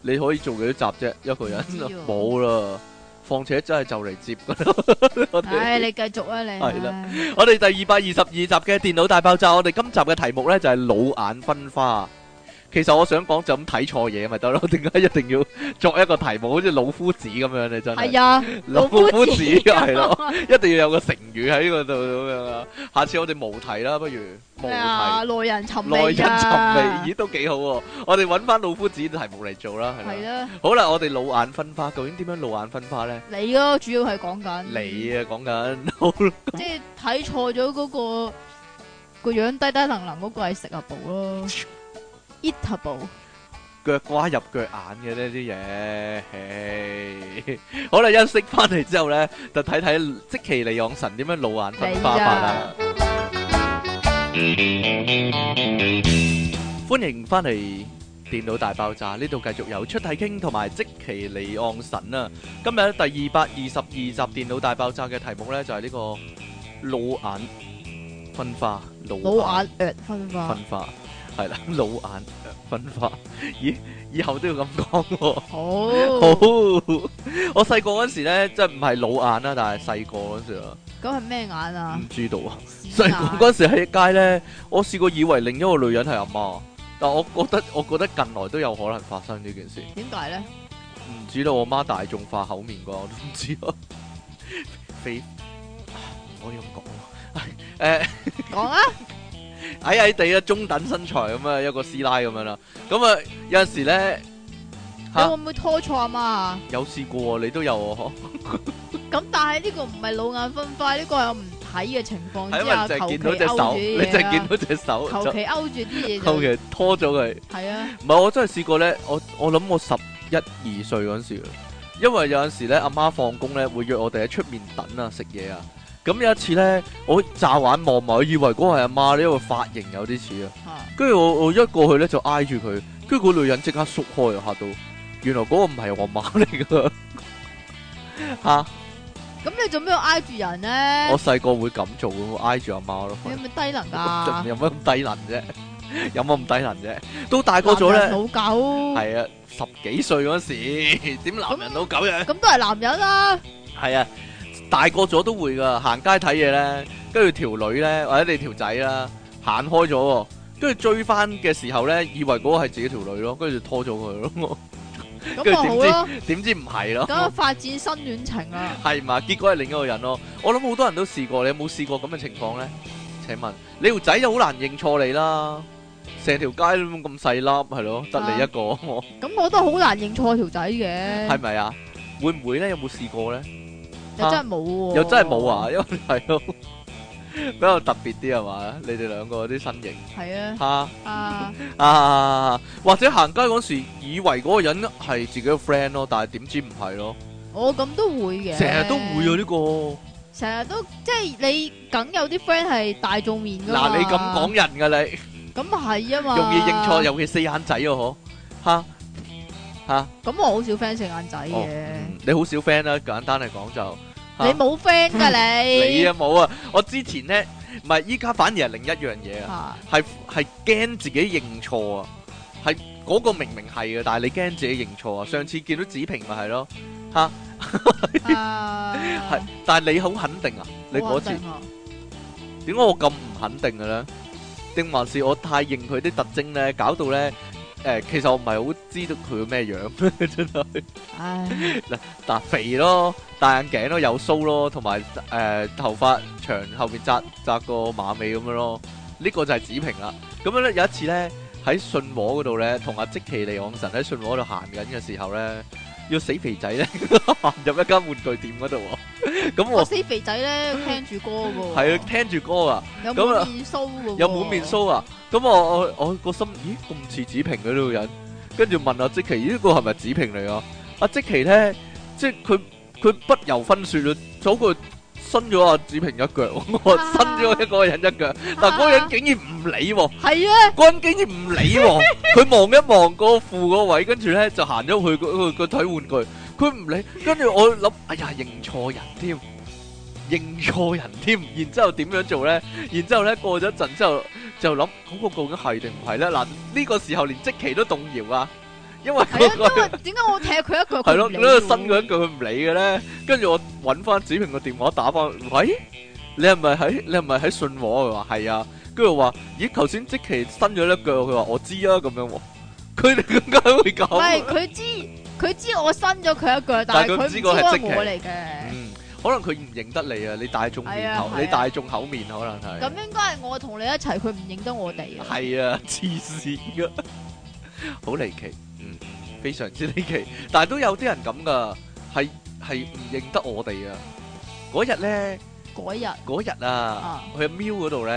[SPEAKER 1] 你可以做幾多集啫？一個人
[SPEAKER 2] 唔知喎
[SPEAKER 1] 冇啦。況且真係就嚟接㗎啦。我哋
[SPEAKER 2] 唉，你繼續啊你。
[SPEAKER 1] 係啦
[SPEAKER 2] 唉，
[SPEAKER 1] 我哋第二百二十二集嘅電腦大爆炸，我哋今集嘅題目呢就係老眼昏花。其實我想講就咁睇錯嘢咪得咯， 點解一定要作一個題目好似老夫子咁樣咧？真係
[SPEAKER 2] 係啊，
[SPEAKER 1] 老
[SPEAKER 2] 夫
[SPEAKER 1] 夫子係 咯，
[SPEAKER 2] 咯。
[SPEAKER 1] 一定要有個成語喺嗰度咁樣啊！下次我哋無題啦，不如無
[SPEAKER 2] 咩
[SPEAKER 1] 題
[SPEAKER 2] 啊？。耐人尋
[SPEAKER 1] 耐
[SPEAKER 2] 味
[SPEAKER 1] 人尋
[SPEAKER 2] 啊
[SPEAKER 1] 味，咦都幾好喎！我哋揾翻老夫子嘅題目嚟做啦，係
[SPEAKER 2] 係啊
[SPEAKER 1] 啦。
[SPEAKER 2] 啦，
[SPEAKER 1] 好啦，我哋老眼昏花，究竟點樣老眼昏花咧？
[SPEAKER 2] 你咯，主要係講緊
[SPEAKER 1] 你啊講緊， 好啦
[SPEAKER 2] 即係睇錯咗嗰個個樣低低能能嗰個係食啊部咯，eatable
[SPEAKER 1] 腳瓜入腳眼嘅呢啲嘢。嘿好啦，休息翻嚟之後咧，就睇睇即其利昂神點樣老眼昏花
[SPEAKER 2] 啊
[SPEAKER 1] 法啦。歡迎翻嚟。電腦大爆炸呢度繼續有出體傾同埋即其離岸神啊！今日第二百二十二集電腦大爆炸嘅題目呢，就係、呢個老眼昏花，
[SPEAKER 2] 老眼誒分化
[SPEAKER 1] 啊分，化，係啦，老眼呃分化，咦，以後都要咁講喎。
[SPEAKER 2] 好
[SPEAKER 1] 好，
[SPEAKER 2] 哦
[SPEAKER 1] 我細個嗰時咧，即係唔係老眼啦，但係細個嗰時啊，
[SPEAKER 2] 咁係咩眼啊？
[SPEAKER 1] 唔知道啊。細
[SPEAKER 2] 屎眼
[SPEAKER 1] 個嗰時喺街咧，我試過以為另一個女人係阿媽，但我覺得我覺得近來都有可能發生呢件事。
[SPEAKER 2] 點解咧？
[SPEAKER 1] 唔知道我媽大眾化口面啩，我都唔知啊。肥，我要咁講啊， 誒。
[SPEAKER 2] 講啊，
[SPEAKER 1] 矮矮地啊，中等身材咁啊，一個師奶咁樣啦。咁啊，有陣時咧
[SPEAKER 2] 你
[SPEAKER 1] 嚇
[SPEAKER 2] 會唔會拖錯阿媽啊？
[SPEAKER 1] 有試過喎，你都有喎，
[SPEAKER 2] 咁但係呢個唔係老眼昏花，呢個係我唔睇嘅情
[SPEAKER 1] 係
[SPEAKER 2] 況之
[SPEAKER 1] 因為
[SPEAKER 2] 下，
[SPEAKER 1] 你就
[SPEAKER 2] 求
[SPEAKER 1] 係
[SPEAKER 2] 其
[SPEAKER 1] 見到隻
[SPEAKER 2] 勾住
[SPEAKER 1] 手，
[SPEAKER 2] 啲
[SPEAKER 1] 你就係
[SPEAKER 2] 嘢
[SPEAKER 1] 見
[SPEAKER 2] 啊，
[SPEAKER 1] 到隻手
[SPEAKER 2] 求
[SPEAKER 1] 就
[SPEAKER 2] 其勾住啲嘢
[SPEAKER 1] 求
[SPEAKER 2] 就
[SPEAKER 1] 其拖咗佢。
[SPEAKER 2] 係啊，
[SPEAKER 1] 唔係，我真係試過咧，我我諗我十一二歲嗰陣時，因為有陣時咧阿媽放工咧會約我哋喺出面等啊食嘢啊。咁有一次咧，我乍眼望埋，我以為嗰個係阿媽咧，因為髮型有啲似啊。
[SPEAKER 2] 嚇
[SPEAKER 1] 跟住我我一過去咧就挨住佢，跟住個女人即刻縮開啊嚇到，原來嗰個唔係我媽嚟噶 嚇！
[SPEAKER 2] 咁你做咩要挨住人咧
[SPEAKER 1] 我？細個會咁做嘅，我挨住阿媽咯。
[SPEAKER 2] 你係咪低能噶？
[SPEAKER 1] 有乜咁低能啫？有乜咁低能啫？到大個咗
[SPEAKER 2] 男人
[SPEAKER 1] 咧，
[SPEAKER 2] 老狗
[SPEAKER 1] 係啊，十幾歲嗰 時點男人老狗嘅？
[SPEAKER 2] 咁都係男人啦，
[SPEAKER 1] 係啊，大個咗都會噶，行街睇嘢咧，跟住條女咧或者你條仔啦行開咗喎，跟住追翻嘅時候咧，以為嗰個係自己條女咯，跟住就拖咗佢咯。
[SPEAKER 2] 咁
[SPEAKER 1] 跟
[SPEAKER 2] 咪
[SPEAKER 1] 住
[SPEAKER 2] 好咯，
[SPEAKER 1] 點知唔係
[SPEAKER 2] 咁啊
[SPEAKER 1] 咯？
[SPEAKER 2] 發展新戀情啦，
[SPEAKER 1] 係嘛？結果係另一個人咯。我諗好多人都試過，你有冇試過咁嘅情況呢？請問你條仔就好難認錯你啦，成條街都咁細粒，係咯，得你一個，
[SPEAKER 2] 咁我都好難認錯條仔嘅，
[SPEAKER 1] 係咪啊？會唔會呢？有冇試過呢？
[SPEAKER 2] 又真係冇喎，
[SPEAKER 1] 又真係冇啊，因為係咯，比較特別啲係嘛？你哋兩個啲身 形
[SPEAKER 2] 係啊，
[SPEAKER 1] 嚇
[SPEAKER 2] 啊
[SPEAKER 1] 啊，或者行街嗰時以為嗰個人係自己個 friend 咯，但係點知唔係咯，
[SPEAKER 2] 我咁都會嘅，
[SPEAKER 1] 成日都會啊呢個。
[SPEAKER 2] 成日都即係你梗有啲 friend 係大眾面噶嘛，
[SPEAKER 1] 嗱，你咁講人㗎你。
[SPEAKER 2] 咁係啊嘛，
[SPEAKER 1] 容易認錯，，尤其四眼仔哦，嗬嚇嚇，
[SPEAKER 2] 咁我好少 friend 四眼仔
[SPEAKER 1] 哦
[SPEAKER 2] 嘅，
[SPEAKER 1] 嗯你好少 friend 啦，簡單嚟講就嚇
[SPEAKER 2] 你冇 friend 噶你，
[SPEAKER 1] 你啊冇啊，我之前咧唔係依家反而係另一樣嘢啊，
[SPEAKER 2] 啊，
[SPEAKER 1] 係係驚自己認錯啊，係嗰個明明係嘅，但係你驚自己認錯啊，上次見到子平咪係咯，
[SPEAKER 2] 啊
[SPEAKER 1] 係，但係你好肯定啊，你嗰次
[SPEAKER 2] 好肯定啊
[SPEAKER 1] 點解我咁唔肯定嘅咧？定還是我太認佢啲特徵咧，搞到咧誒，其實我唔係好知道佢咩樣 真係。
[SPEAKER 2] 唉，
[SPEAKER 1] 嗱，肥咯，戴眼鏡咯，有須咯，同埋誒頭髮長後面紮紮個馬尾咁樣咯，呢、個就係子平啦。咁樣咧有一次咧喺信和嗰度咧，同阿即其利昂神喺信和嗰度行緊嘅時候咧，要死肥仔咧行入一間玩具店嗰度喎，咁
[SPEAKER 2] 我
[SPEAKER 1] 我
[SPEAKER 2] 死肥仔咧聽住歌噶，
[SPEAKER 1] 係啊聽住歌啊。
[SPEAKER 2] 有
[SPEAKER 1] 咁啊
[SPEAKER 2] 滿面須噶，
[SPEAKER 1] 有滿面。須啊！咁我我我個心，咦咁似子平嘅呢個人，跟住問阿即奇呢個係咪子平嚟啊？阿即奇咧，即係佢佢不由分說咗，左佢伸咗阿子平一腳， 我
[SPEAKER 2] 啊
[SPEAKER 1] 伸咗一個人一腳，但嗰個人竟然唔理喎。
[SPEAKER 2] 系啊，
[SPEAKER 1] 嗰人竟然唔理喎，佢望一望嗰個褲嗰位，跟住咧就行咗去個個個睇玩具，佢唔理，跟住我諗，哎呀認錯人添，認錯人添，然之後點樣做咧？然之後咧過咗一陣之後就諗，嗰、個究竟係定唔係咧？嗱呢、個時候連即期都動搖啊，因為
[SPEAKER 2] 系
[SPEAKER 1] 嗰、
[SPEAKER 2] 啊，因為點解我踢佢一
[SPEAKER 1] 係
[SPEAKER 2] 腳佢
[SPEAKER 1] 咯，咁
[SPEAKER 2] 唔理
[SPEAKER 1] 樣
[SPEAKER 2] 喎？
[SPEAKER 1] 伸佢一句佢唔理嘅咧，跟住我揾翻子平個電話打翻，喂，你係咪喺你係咪喺信和？佢話係啊，跟住我話，咦，頭先即期伸咗一腳，佢話我知啊，咁樣喎，佢哋點解會
[SPEAKER 2] 唔係
[SPEAKER 1] 咁？
[SPEAKER 2] 佢知佢知我伸咗佢一腳，但
[SPEAKER 1] 但係
[SPEAKER 2] 係
[SPEAKER 1] 佢唔
[SPEAKER 2] 佢唔
[SPEAKER 1] 知
[SPEAKER 2] 知
[SPEAKER 1] 個係
[SPEAKER 2] 嗰
[SPEAKER 1] 即
[SPEAKER 2] 個我嚟嘅。
[SPEAKER 1] 嗯，可能佢唔認得你啊，你大眾面
[SPEAKER 2] 係
[SPEAKER 1] 頭
[SPEAKER 2] 啊，係啊
[SPEAKER 1] 你大眾口面可能係。
[SPEAKER 2] 咁應該係我同你一齊，佢唔認得我哋啊。
[SPEAKER 1] 系 啊，黐線噶，好離奇，嗯，非常之離奇。但系都有啲人咁噶，係係唔認得我哋啊。嗰日咧，
[SPEAKER 2] 嗰日
[SPEAKER 1] 嗰日啊，
[SPEAKER 2] 啊
[SPEAKER 1] 去阿喵嗰度咧，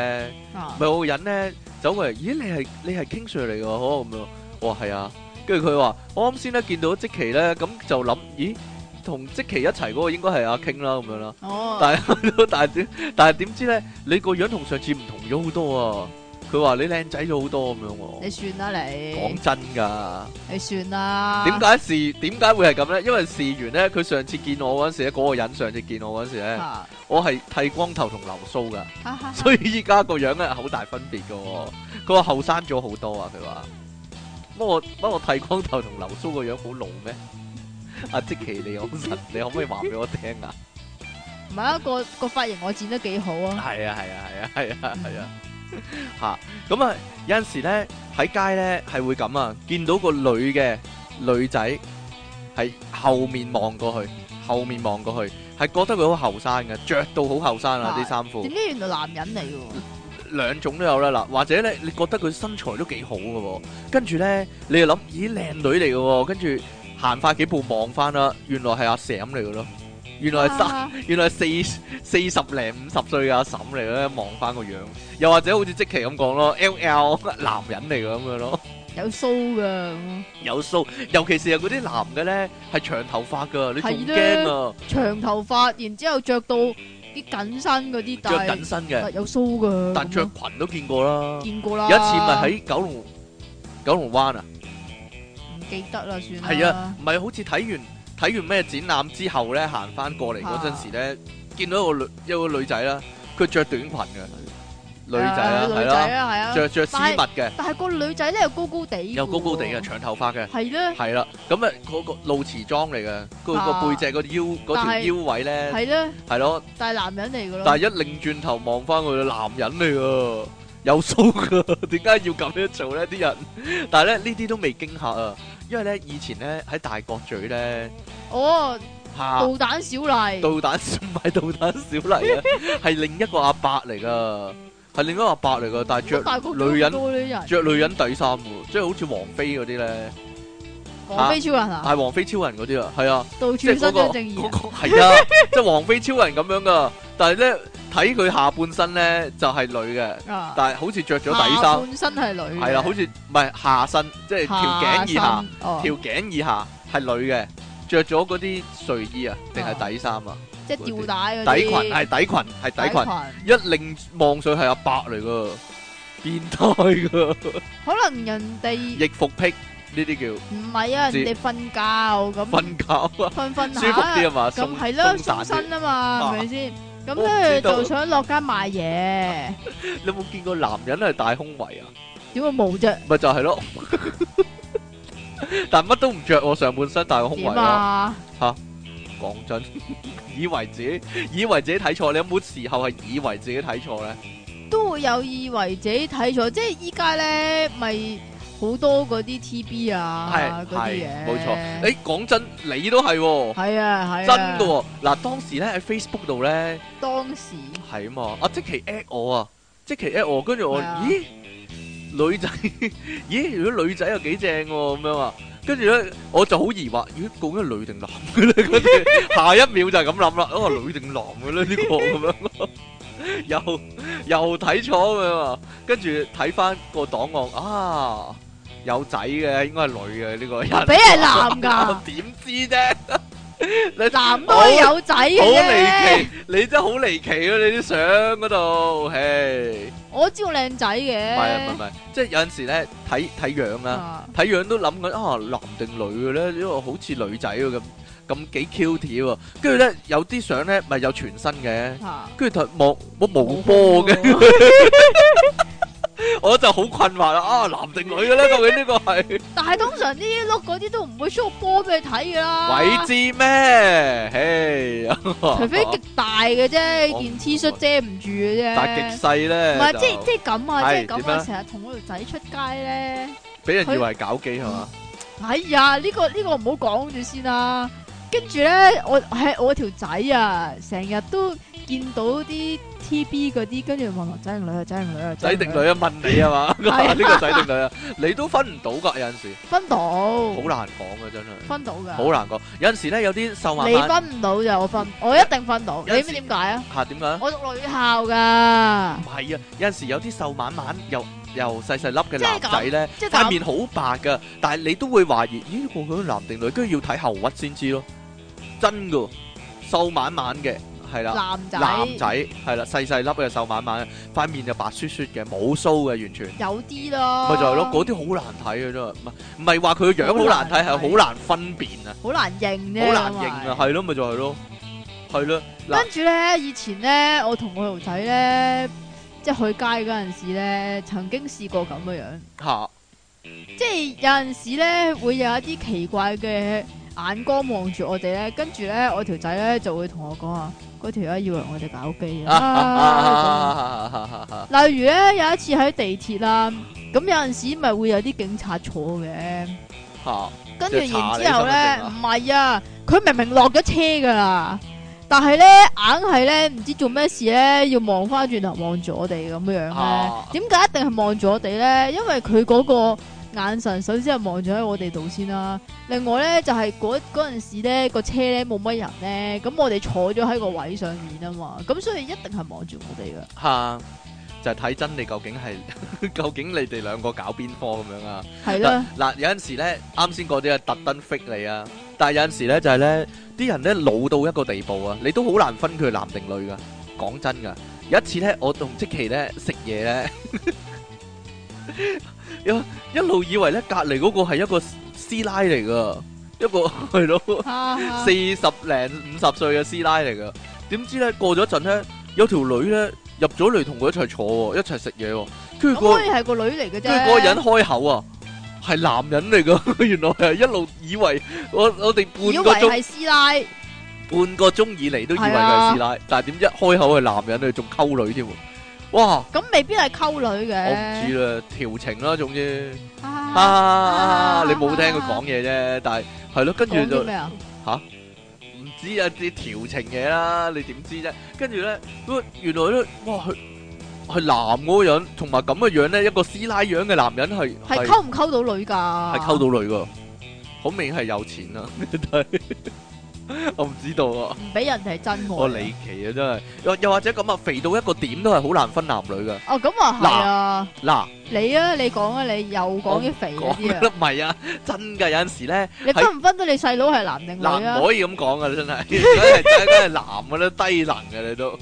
[SPEAKER 2] 啊
[SPEAKER 1] 咪，有個人咧走過嚟，咦你係你係 King Sir 嚟㗎？哦咁樣，我話係啊，跟住佢話我啱先咧見到即奇咧，咁就諗，咦同即奇一齊嗰個應該係阿 King 啦咁 樣啦。
[SPEAKER 2] 哦，
[SPEAKER 1] 但係但係點但係點知咧，你個樣同上次唔同咗好多啊！佢話你靚仔咗好多咁樣
[SPEAKER 2] 你
[SPEAKER 1] 喎。
[SPEAKER 2] 算啦你
[SPEAKER 1] 講，真㗎，
[SPEAKER 2] 你算啦。
[SPEAKER 1] 點解事點解會係咁咧？因為事完咧，佢上次見我嗰陣時咧，嗰、個人上次見我嗰陣時咧，
[SPEAKER 2] 啊？
[SPEAKER 1] 我係剃光頭同留須㗎。
[SPEAKER 2] 哈哈哈
[SPEAKER 1] 所以依家個樣咧好大分別嘅喎，佢話後生咗好多啊，佢話乜我乜我剃光頭同留須個樣好老咩？ 阿即奇你好神， 你可唔可以話俾我聽啊？
[SPEAKER 2] 唔係啊，個個髮型我剪得幾好啊。
[SPEAKER 1] 係啊係啊係啊係啊係啊嚇！咁啊有陣時咧喺街咧係會咁啊，見到個女嘅女仔係後面望過去，後面望過去係覺得佢好後生嘅，着到好後生啊啲衫褲。
[SPEAKER 2] 點知原來男人嚟嘅喎？
[SPEAKER 1] 兩種都有啦，嗱，或者咧，你覺得佢身材都幾好嘅喎，跟住咧，你又諗，咦，靚女嚟嘅喎，跟住行快幾步望翻啦，原來係阿嬸嚟嘅咯，原來係三，
[SPEAKER 2] 啊
[SPEAKER 1] 原來係四四十零五十歲嘅阿嬸嚟嘅，望翻個樣，又或者好似即奇咁講咯，L L 男人嚟嘅咁樣咯，
[SPEAKER 2] 有鬚㗎，
[SPEAKER 1] 有須，尤其是係嗰啲男嘅咧，係長頭髮㗎，你仲
[SPEAKER 2] 係
[SPEAKER 1] 驚啊，
[SPEAKER 2] 長頭髮，然之後着到啲緊身嗰啲，但
[SPEAKER 1] 着
[SPEAKER 2] 係
[SPEAKER 1] 緊身嘅，
[SPEAKER 2] 但有鬚㗎。
[SPEAKER 1] 但
[SPEAKER 2] 咁
[SPEAKER 1] 着
[SPEAKER 2] 咯
[SPEAKER 1] 裙都見過啦，
[SPEAKER 2] 見過啦。
[SPEAKER 1] 有一次咪喺九龍九龍灣啊。
[SPEAKER 2] 唔記得啦，算啦。
[SPEAKER 1] 係啊，唔係好似睇完睇完咩展覽之後咧，行翻過嚟嗰陣時咧，見到一個女有個女仔啦，佢着短裙嘅女仔啦，
[SPEAKER 2] 誒
[SPEAKER 1] 係
[SPEAKER 2] 女
[SPEAKER 1] 啦，
[SPEAKER 2] 仔啦，係啊。
[SPEAKER 1] 着着絲襪嘅，
[SPEAKER 2] 但係個女仔咧又高高地，
[SPEAKER 1] 又高高地嘅，。長頭髮嘅，
[SPEAKER 2] 係咧，
[SPEAKER 1] 係啦，咁啊嗰個露臍裝嚟嘅，個
[SPEAKER 2] 啊
[SPEAKER 1] 個背脊個腰嗰條
[SPEAKER 2] 但係
[SPEAKER 1] 腰位咧，
[SPEAKER 2] 係咧，
[SPEAKER 1] 係咯，
[SPEAKER 2] 但係男人嚟噶咯。
[SPEAKER 1] 但係一擰轉頭望翻佢，男人嚟㗎，有須㗎， 點解要咁樣做咧？啲人，但係咧呢啲都未驚嚇啊，因為咧以前咧喺大角咀咧
[SPEAKER 2] 哦，
[SPEAKER 1] 嚇。
[SPEAKER 2] 導彈小麗，
[SPEAKER 1] 導彈唔係導彈小麗啊，係另一個阿伯嚟噶，係另一個阿伯嚟噶，但係
[SPEAKER 2] 大
[SPEAKER 1] 着
[SPEAKER 2] 角咀
[SPEAKER 1] 女人
[SPEAKER 2] 好多呢啲人，
[SPEAKER 1] 着女人底衫喎，即係好似王菲嗰啲咧，
[SPEAKER 2] 啊黃飛超人啊，
[SPEAKER 1] 係王菲超人嗰啲啊，係啊，
[SPEAKER 2] 到處
[SPEAKER 1] 即係
[SPEAKER 2] 伸
[SPEAKER 1] 嗰個
[SPEAKER 2] 張正義
[SPEAKER 1] 嗰
[SPEAKER 2] 啊，
[SPEAKER 1] 個係 啊，即係王菲超人咁樣噶，但係咧睇佢下半身咧就係女嘅，
[SPEAKER 2] 啊，
[SPEAKER 1] 但係好似着咗底衫，
[SPEAKER 2] 下半身係女嘅，
[SPEAKER 1] 係啦，好似唔係下身，即係條頸以下，
[SPEAKER 2] 哦，
[SPEAKER 1] 條頸以下係女嘅，着咗嗰啲睡衣啊，定係底衫啊，
[SPEAKER 2] 即係吊帶嗰啲
[SPEAKER 1] 底裙係底裙係底裙。
[SPEAKER 2] 裙，
[SPEAKER 1] 一擰望上去係阿伯嚟噶，變態 噶，
[SPEAKER 2] 可能人哋
[SPEAKER 1] 逆服癖呢啲
[SPEAKER 2] 唔係啊，
[SPEAKER 1] 唔知
[SPEAKER 2] 人哋瞓覺
[SPEAKER 1] 叫
[SPEAKER 2] 咁
[SPEAKER 1] 瞓覺啊，
[SPEAKER 2] 瞓瞓
[SPEAKER 1] 舒
[SPEAKER 2] 下
[SPEAKER 1] 服啲啊嘛，鬆
[SPEAKER 2] 咁係咯，鬆
[SPEAKER 1] 鬆散啲。
[SPEAKER 2] 身啊嘛，
[SPEAKER 1] 啊
[SPEAKER 2] 係咪先？咁
[SPEAKER 1] 我唔知
[SPEAKER 2] 咧
[SPEAKER 1] 道
[SPEAKER 2] 就想落街買嘢，
[SPEAKER 1] 你有冇見過男人係大胸圍啊？
[SPEAKER 2] 點會冇啫？
[SPEAKER 1] 咪就係咯， 但乜都唔着喎，上半身大個胸
[SPEAKER 2] 點
[SPEAKER 1] 圍咯。
[SPEAKER 2] 啊？
[SPEAKER 1] 講真， 以為自己以為自己睇錯，你有冇時候係以為自己睇錯咧？
[SPEAKER 2] 都會有以為自己睇咗，即係依家咧咪好多嗰啲 TB 啊
[SPEAKER 1] 係
[SPEAKER 2] 嗰啲嘢，
[SPEAKER 1] 係冇錯。誒，講真，你都係喎，
[SPEAKER 2] 係啊係啊，
[SPEAKER 1] 真嘅喎。嗱，當時咧喺 Facebook 度咧。
[SPEAKER 2] 當時
[SPEAKER 1] 係啊嘛，阿即奇 at 我啊，即奇 at 我，跟住我，
[SPEAKER 2] 係啊
[SPEAKER 1] 咦，女仔， 咦，如果女仔又幾正喎，咁樣啊，跟住咧我就好疑惑，咦，究竟係女定男嘅咧？ 跟住下一秒就係咁諗啦，哦，女定男嘅咧呢個咁樣， 又又睇錯咁樣啊，跟住睇翻個檔案啊。有仔嘅，應該係女嘅呢個人。
[SPEAKER 2] 俾係男
[SPEAKER 1] 我
[SPEAKER 2] 噶，
[SPEAKER 1] 點知啫？ 你
[SPEAKER 2] 男都係有仔嘅
[SPEAKER 1] 好
[SPEAKER 2] 啫
[SPEAKER 1] 離。奇，你真係好離奇啊！你啲相嗰度，嘿，
[SPEAKER 2] 我知道靚仔
[SPEAKER 1] 唔係啊，唔係唔
[SPEAKER 2] 嘅。
[SPEAKER 1] 係，即係有陣時咧睇睇樣啦。
[SPEAKER 2] 啊
[SPEAKER 1] 睇樣都諗緊啊，男定女嘅咧？因為好似女仔喎咁，咁幾 cute 喎。跟住咧有啲相咧，咪有全身嘅，
[SPEAKER 2] 啊
[SPEAKER 1] 跟住睇望我冇波嘅，
[SPEAKER 2] 嘅，
[SPEAKER 1] 我就好困惑啦。啊，男定女嘅咧？究竟呢個 係
[SPEAKER 2] 但係通常呢啲碌嗰啲都唔會 show 波俾你睇噶啦。
[SPEAKER 1] 鬼知咩？嘿，
[SPEAKER 2] 除非極大嘅啫，
[SPEAKER 1] 我
[SPEAKER 2] 件 T 恤遮唔住嘅啫。
[SPEAKER 1] 但係極細
[SPEAKER 2] 唔
[SPEAKER 1] 咧，
[SPEAKER 2] 係，
[SPEAKER 1] 就
[SPEAKER 2] 即係即係咁啊！即
[SPEAKER 1] 係
[SPEAKER 2] 係咁
[SPEAKER 1] 點
[SPEAKER 2] 啊！
[SPEAKER 1] 啊
[SPEAKER 2] 成日同嗰條仔出街咧，
[SPEAKER 1] 俾人以為係搞基係嘛？
[SPEAKER 2] 哎呀，呢個呢個唔好講住先啦。跟住咧，我係我條仔啊，成日都見到啲 TB 嗰啲，跟住問我仔定女啊，仔定女啊，
[SPEAKER 1] 仔定女
[SPEAKER 2] 啊，
[SPEAKER 1] 啊？問你啊 嘛？
[SPEAKER 2] 係
[SPEAKER 1] 呢個仔定女啊？你都分唔到㗎，有陣時
[SPEAKER 2] 分到，
[SPEAKER 1] 好難講嘅真係，
[SPEAKER 2] 分到㗎。
[SPEAKER 1] 好難講。有陣時咧有啲瘦慢
[SPEAKER 2] 你
[SPEAKER 1] 慢
[SPEAKER 2] 分唔到就我分，我一定分到。
[SPEAKER 1] 有
[SPEAKER 2] 你
[SPEAKER 1] 時
[SPEAKER 2] 知唔知點解啊？
[SPEAKER 1] 嚇點樣？
[SPEAKER 2] 我讀女校㗎，
[SPEAKER 1] 唔係啊，有陣時有啲瘦蜢蜢又又細細粒嘅
[SPEAKER 2] 即係
[SPEAKER 1] 男
[SPEAKER 2] 咁
[SPEAKER 1] 仔咧，
[SPEAKER 2] 即係
[SPEAKER 1] 塊
[SPEAKER 2] 咁
[SPEAKER 1] 面好白噶，但係你都會懷疑，咦個佢男定女，跟住要睇後屈先知咯，真噶，瘦蜢蜢嘅係啦，
[SPEAKER 2] 男仔
[SPEAKER 1] 男仔係啦，細細粒嘅瘦蜢蜢，塊面就白雪雪嘅，冇須嘅完全。
[SPEAKER 2] 有啲咯，
[SPEAKER 1] 咪就係咯，嗰啲好難睇嘅真係，唔係唔係話佢個樣好難睇，
[SPEAKER 2] 好難睇
[SPEAKER 1] 係好難分辨啊，
[SPEAKER 2] 好難認啫，
[SPEAKER 1] 好難
[SPEAKER 2] 因
[SPEAKER 1] 認
[SPEAKER 2] 為
[SPEAKER 1] 啊，係咯，咪就係咯，係咯，嗱
[SPEAKER 2] 跟住咧，以前咧，我同我條仔咧，即係去街嗰陣時咧，曾經試過咁嘅樣，
[SPEAKER 1] 嚇
[SPEAKER 2] 即係有陣時咧，會有一啲奇怪嘅眼光望住我哋咧，跟住咧，我條仔咧就會同我講啊，嗰條友以為我哋搞基 啊。
[SPEAKER 1] 啊，
[SPEAKER 2] 咁例如咧，有一次喺地鐵啦，咁有陣時咪會有啲警察坐嘅，
[SPEAKER 1] 嚇
[SPEAKER 2] 跟住
[SPEAKER 1] 即係查
[SPEAKER 2] 然
[SPEAKER 1] 你
[SPEAKER 2] 之後咧，
[SPEAKER 1] 身
[SPEAKER 2] 唔
[SPEAKER 1] 份
[SPEAKER 2] 係啊，佢明明落咗車噶啦，但係咧硬係咧唔知做咩事咧，要望翻轉頭望住我哋咁樣咧。
[SPEAKER 1] 啊
[SPEAKER 2] 點解一定係望住我哋咧？因為佢嗰個眼神首先係望住喺我哋度先啦。另外咧就係嗰嗰陣時咧個車咧冇乜人咧，咁我哋坐咗喺個位上面啊嘛，咁所以一定係望住我哋噶。
[SPEAKER 1] 吓，就係睇真你究竟係究竟你哋兩個搞邊科咁樣啊？
[SPEAKER 2] 係啦
[SPEAKER 1] 嗱，嗱，有陣時咧，啱先嗰啲係特登 fit 你啊，但係有陣時咧就係咧，啲人咧老到一個地步啊，你都好難分佢係男定女噶。講真噶，有一次咧，我同積淇咧食嘢咧，一一路以為咧隔離嗰個係一個師奶嚟 噶，一個係咯。
[SPEAKER 2] 啊啊
[SPEAKER 1] 四十零五十歲嘅師奶 嚟噶，點知咧過咗一陣咧，有條女咧入咗嚟同佢一齊坐喎，一齊食嘢喎，跟
[SPEAKER 2] 咁
[SPEAKER 1] 住個
[SPEAKER 2] 可以係個女嚟嘅啫。
[SPEAKER 1] 跟住嗰個人開口啊，係男人嚟噶， 原來係一路以為我我哋
[SPEAKER 2] 以
[SPEAKER 1] 半
[SPEAKER 2] 為
[SPEAKER 1] 個鐘
[SPEAKER 2] 係師奶。
[SPEAKER 1] 半個鐘以嚟都以為佢
[SPEAKER 2] 係啊
[SPEAKER 1] 係師奶，但係點知一開口係男人，佢仲溝女添喎，哇！
[SPEAKER 2] 咁未必係溝女
[SPEAKER 1] 我唔知
[SPEAKER 2] 嘅。
[SPEAKER 1] 啦，調情啦，總之
[SPEAKER 2] 啊
[SPEAKER 1] 啊
[SPEAKER 2] 啊，
[SPEAKER 1] 你冇聽佢講嘢啫，但係係咯，跟住
[SPEAKER 2] 講
[SPEAKER 1] 就
[SPEAKER 2] 啲。咩啊？
[SPEAKER 1] 唔知啊啲調情嘢啦，你點知啫？跟住咧，哇原來咧，哇佢係男嗰個樣，同埋咁嘅樣咧，一個師奶樣嘅男人係
[SPEAKER 2] 係溝唔溝到女㗎？
[SPEAKER 1] 係
[SPEAKER 2] 係
[SPEAKER 1] 溝到女噶，好明顯係有錢 啦，但係我唔知道啊，
[SPEAKER 2] 唔俾人哋係真愛。
[SPEAKER 1] 我離奇啊真係，又又或者咁啊，肥到一個點都係好難分男女噶。
[SPEAKER 2] 哦，咁啊係啊，
[SPEAKER 1] 嗱，
[SPEAKER 2] 你啊，你講啊，你又講啲肥嗰
[SPEAKER 1] 講
[SPEAKER 2] 啲
[SPEAKER 1] 得
[SPEAKER 2] 啊，
[SPEAKER 1] 唔係啊，真㗎有陣時咧。
[SPEAKER 2] 你分唔分到你細佬係男定女
[SPEAKER 1] 嗱，
[SPEAKER 2] 啊
[SPEAKER 1] 唔？可以咁講噶，真 係，真係真係真係男嘅咧，低能嘅你都。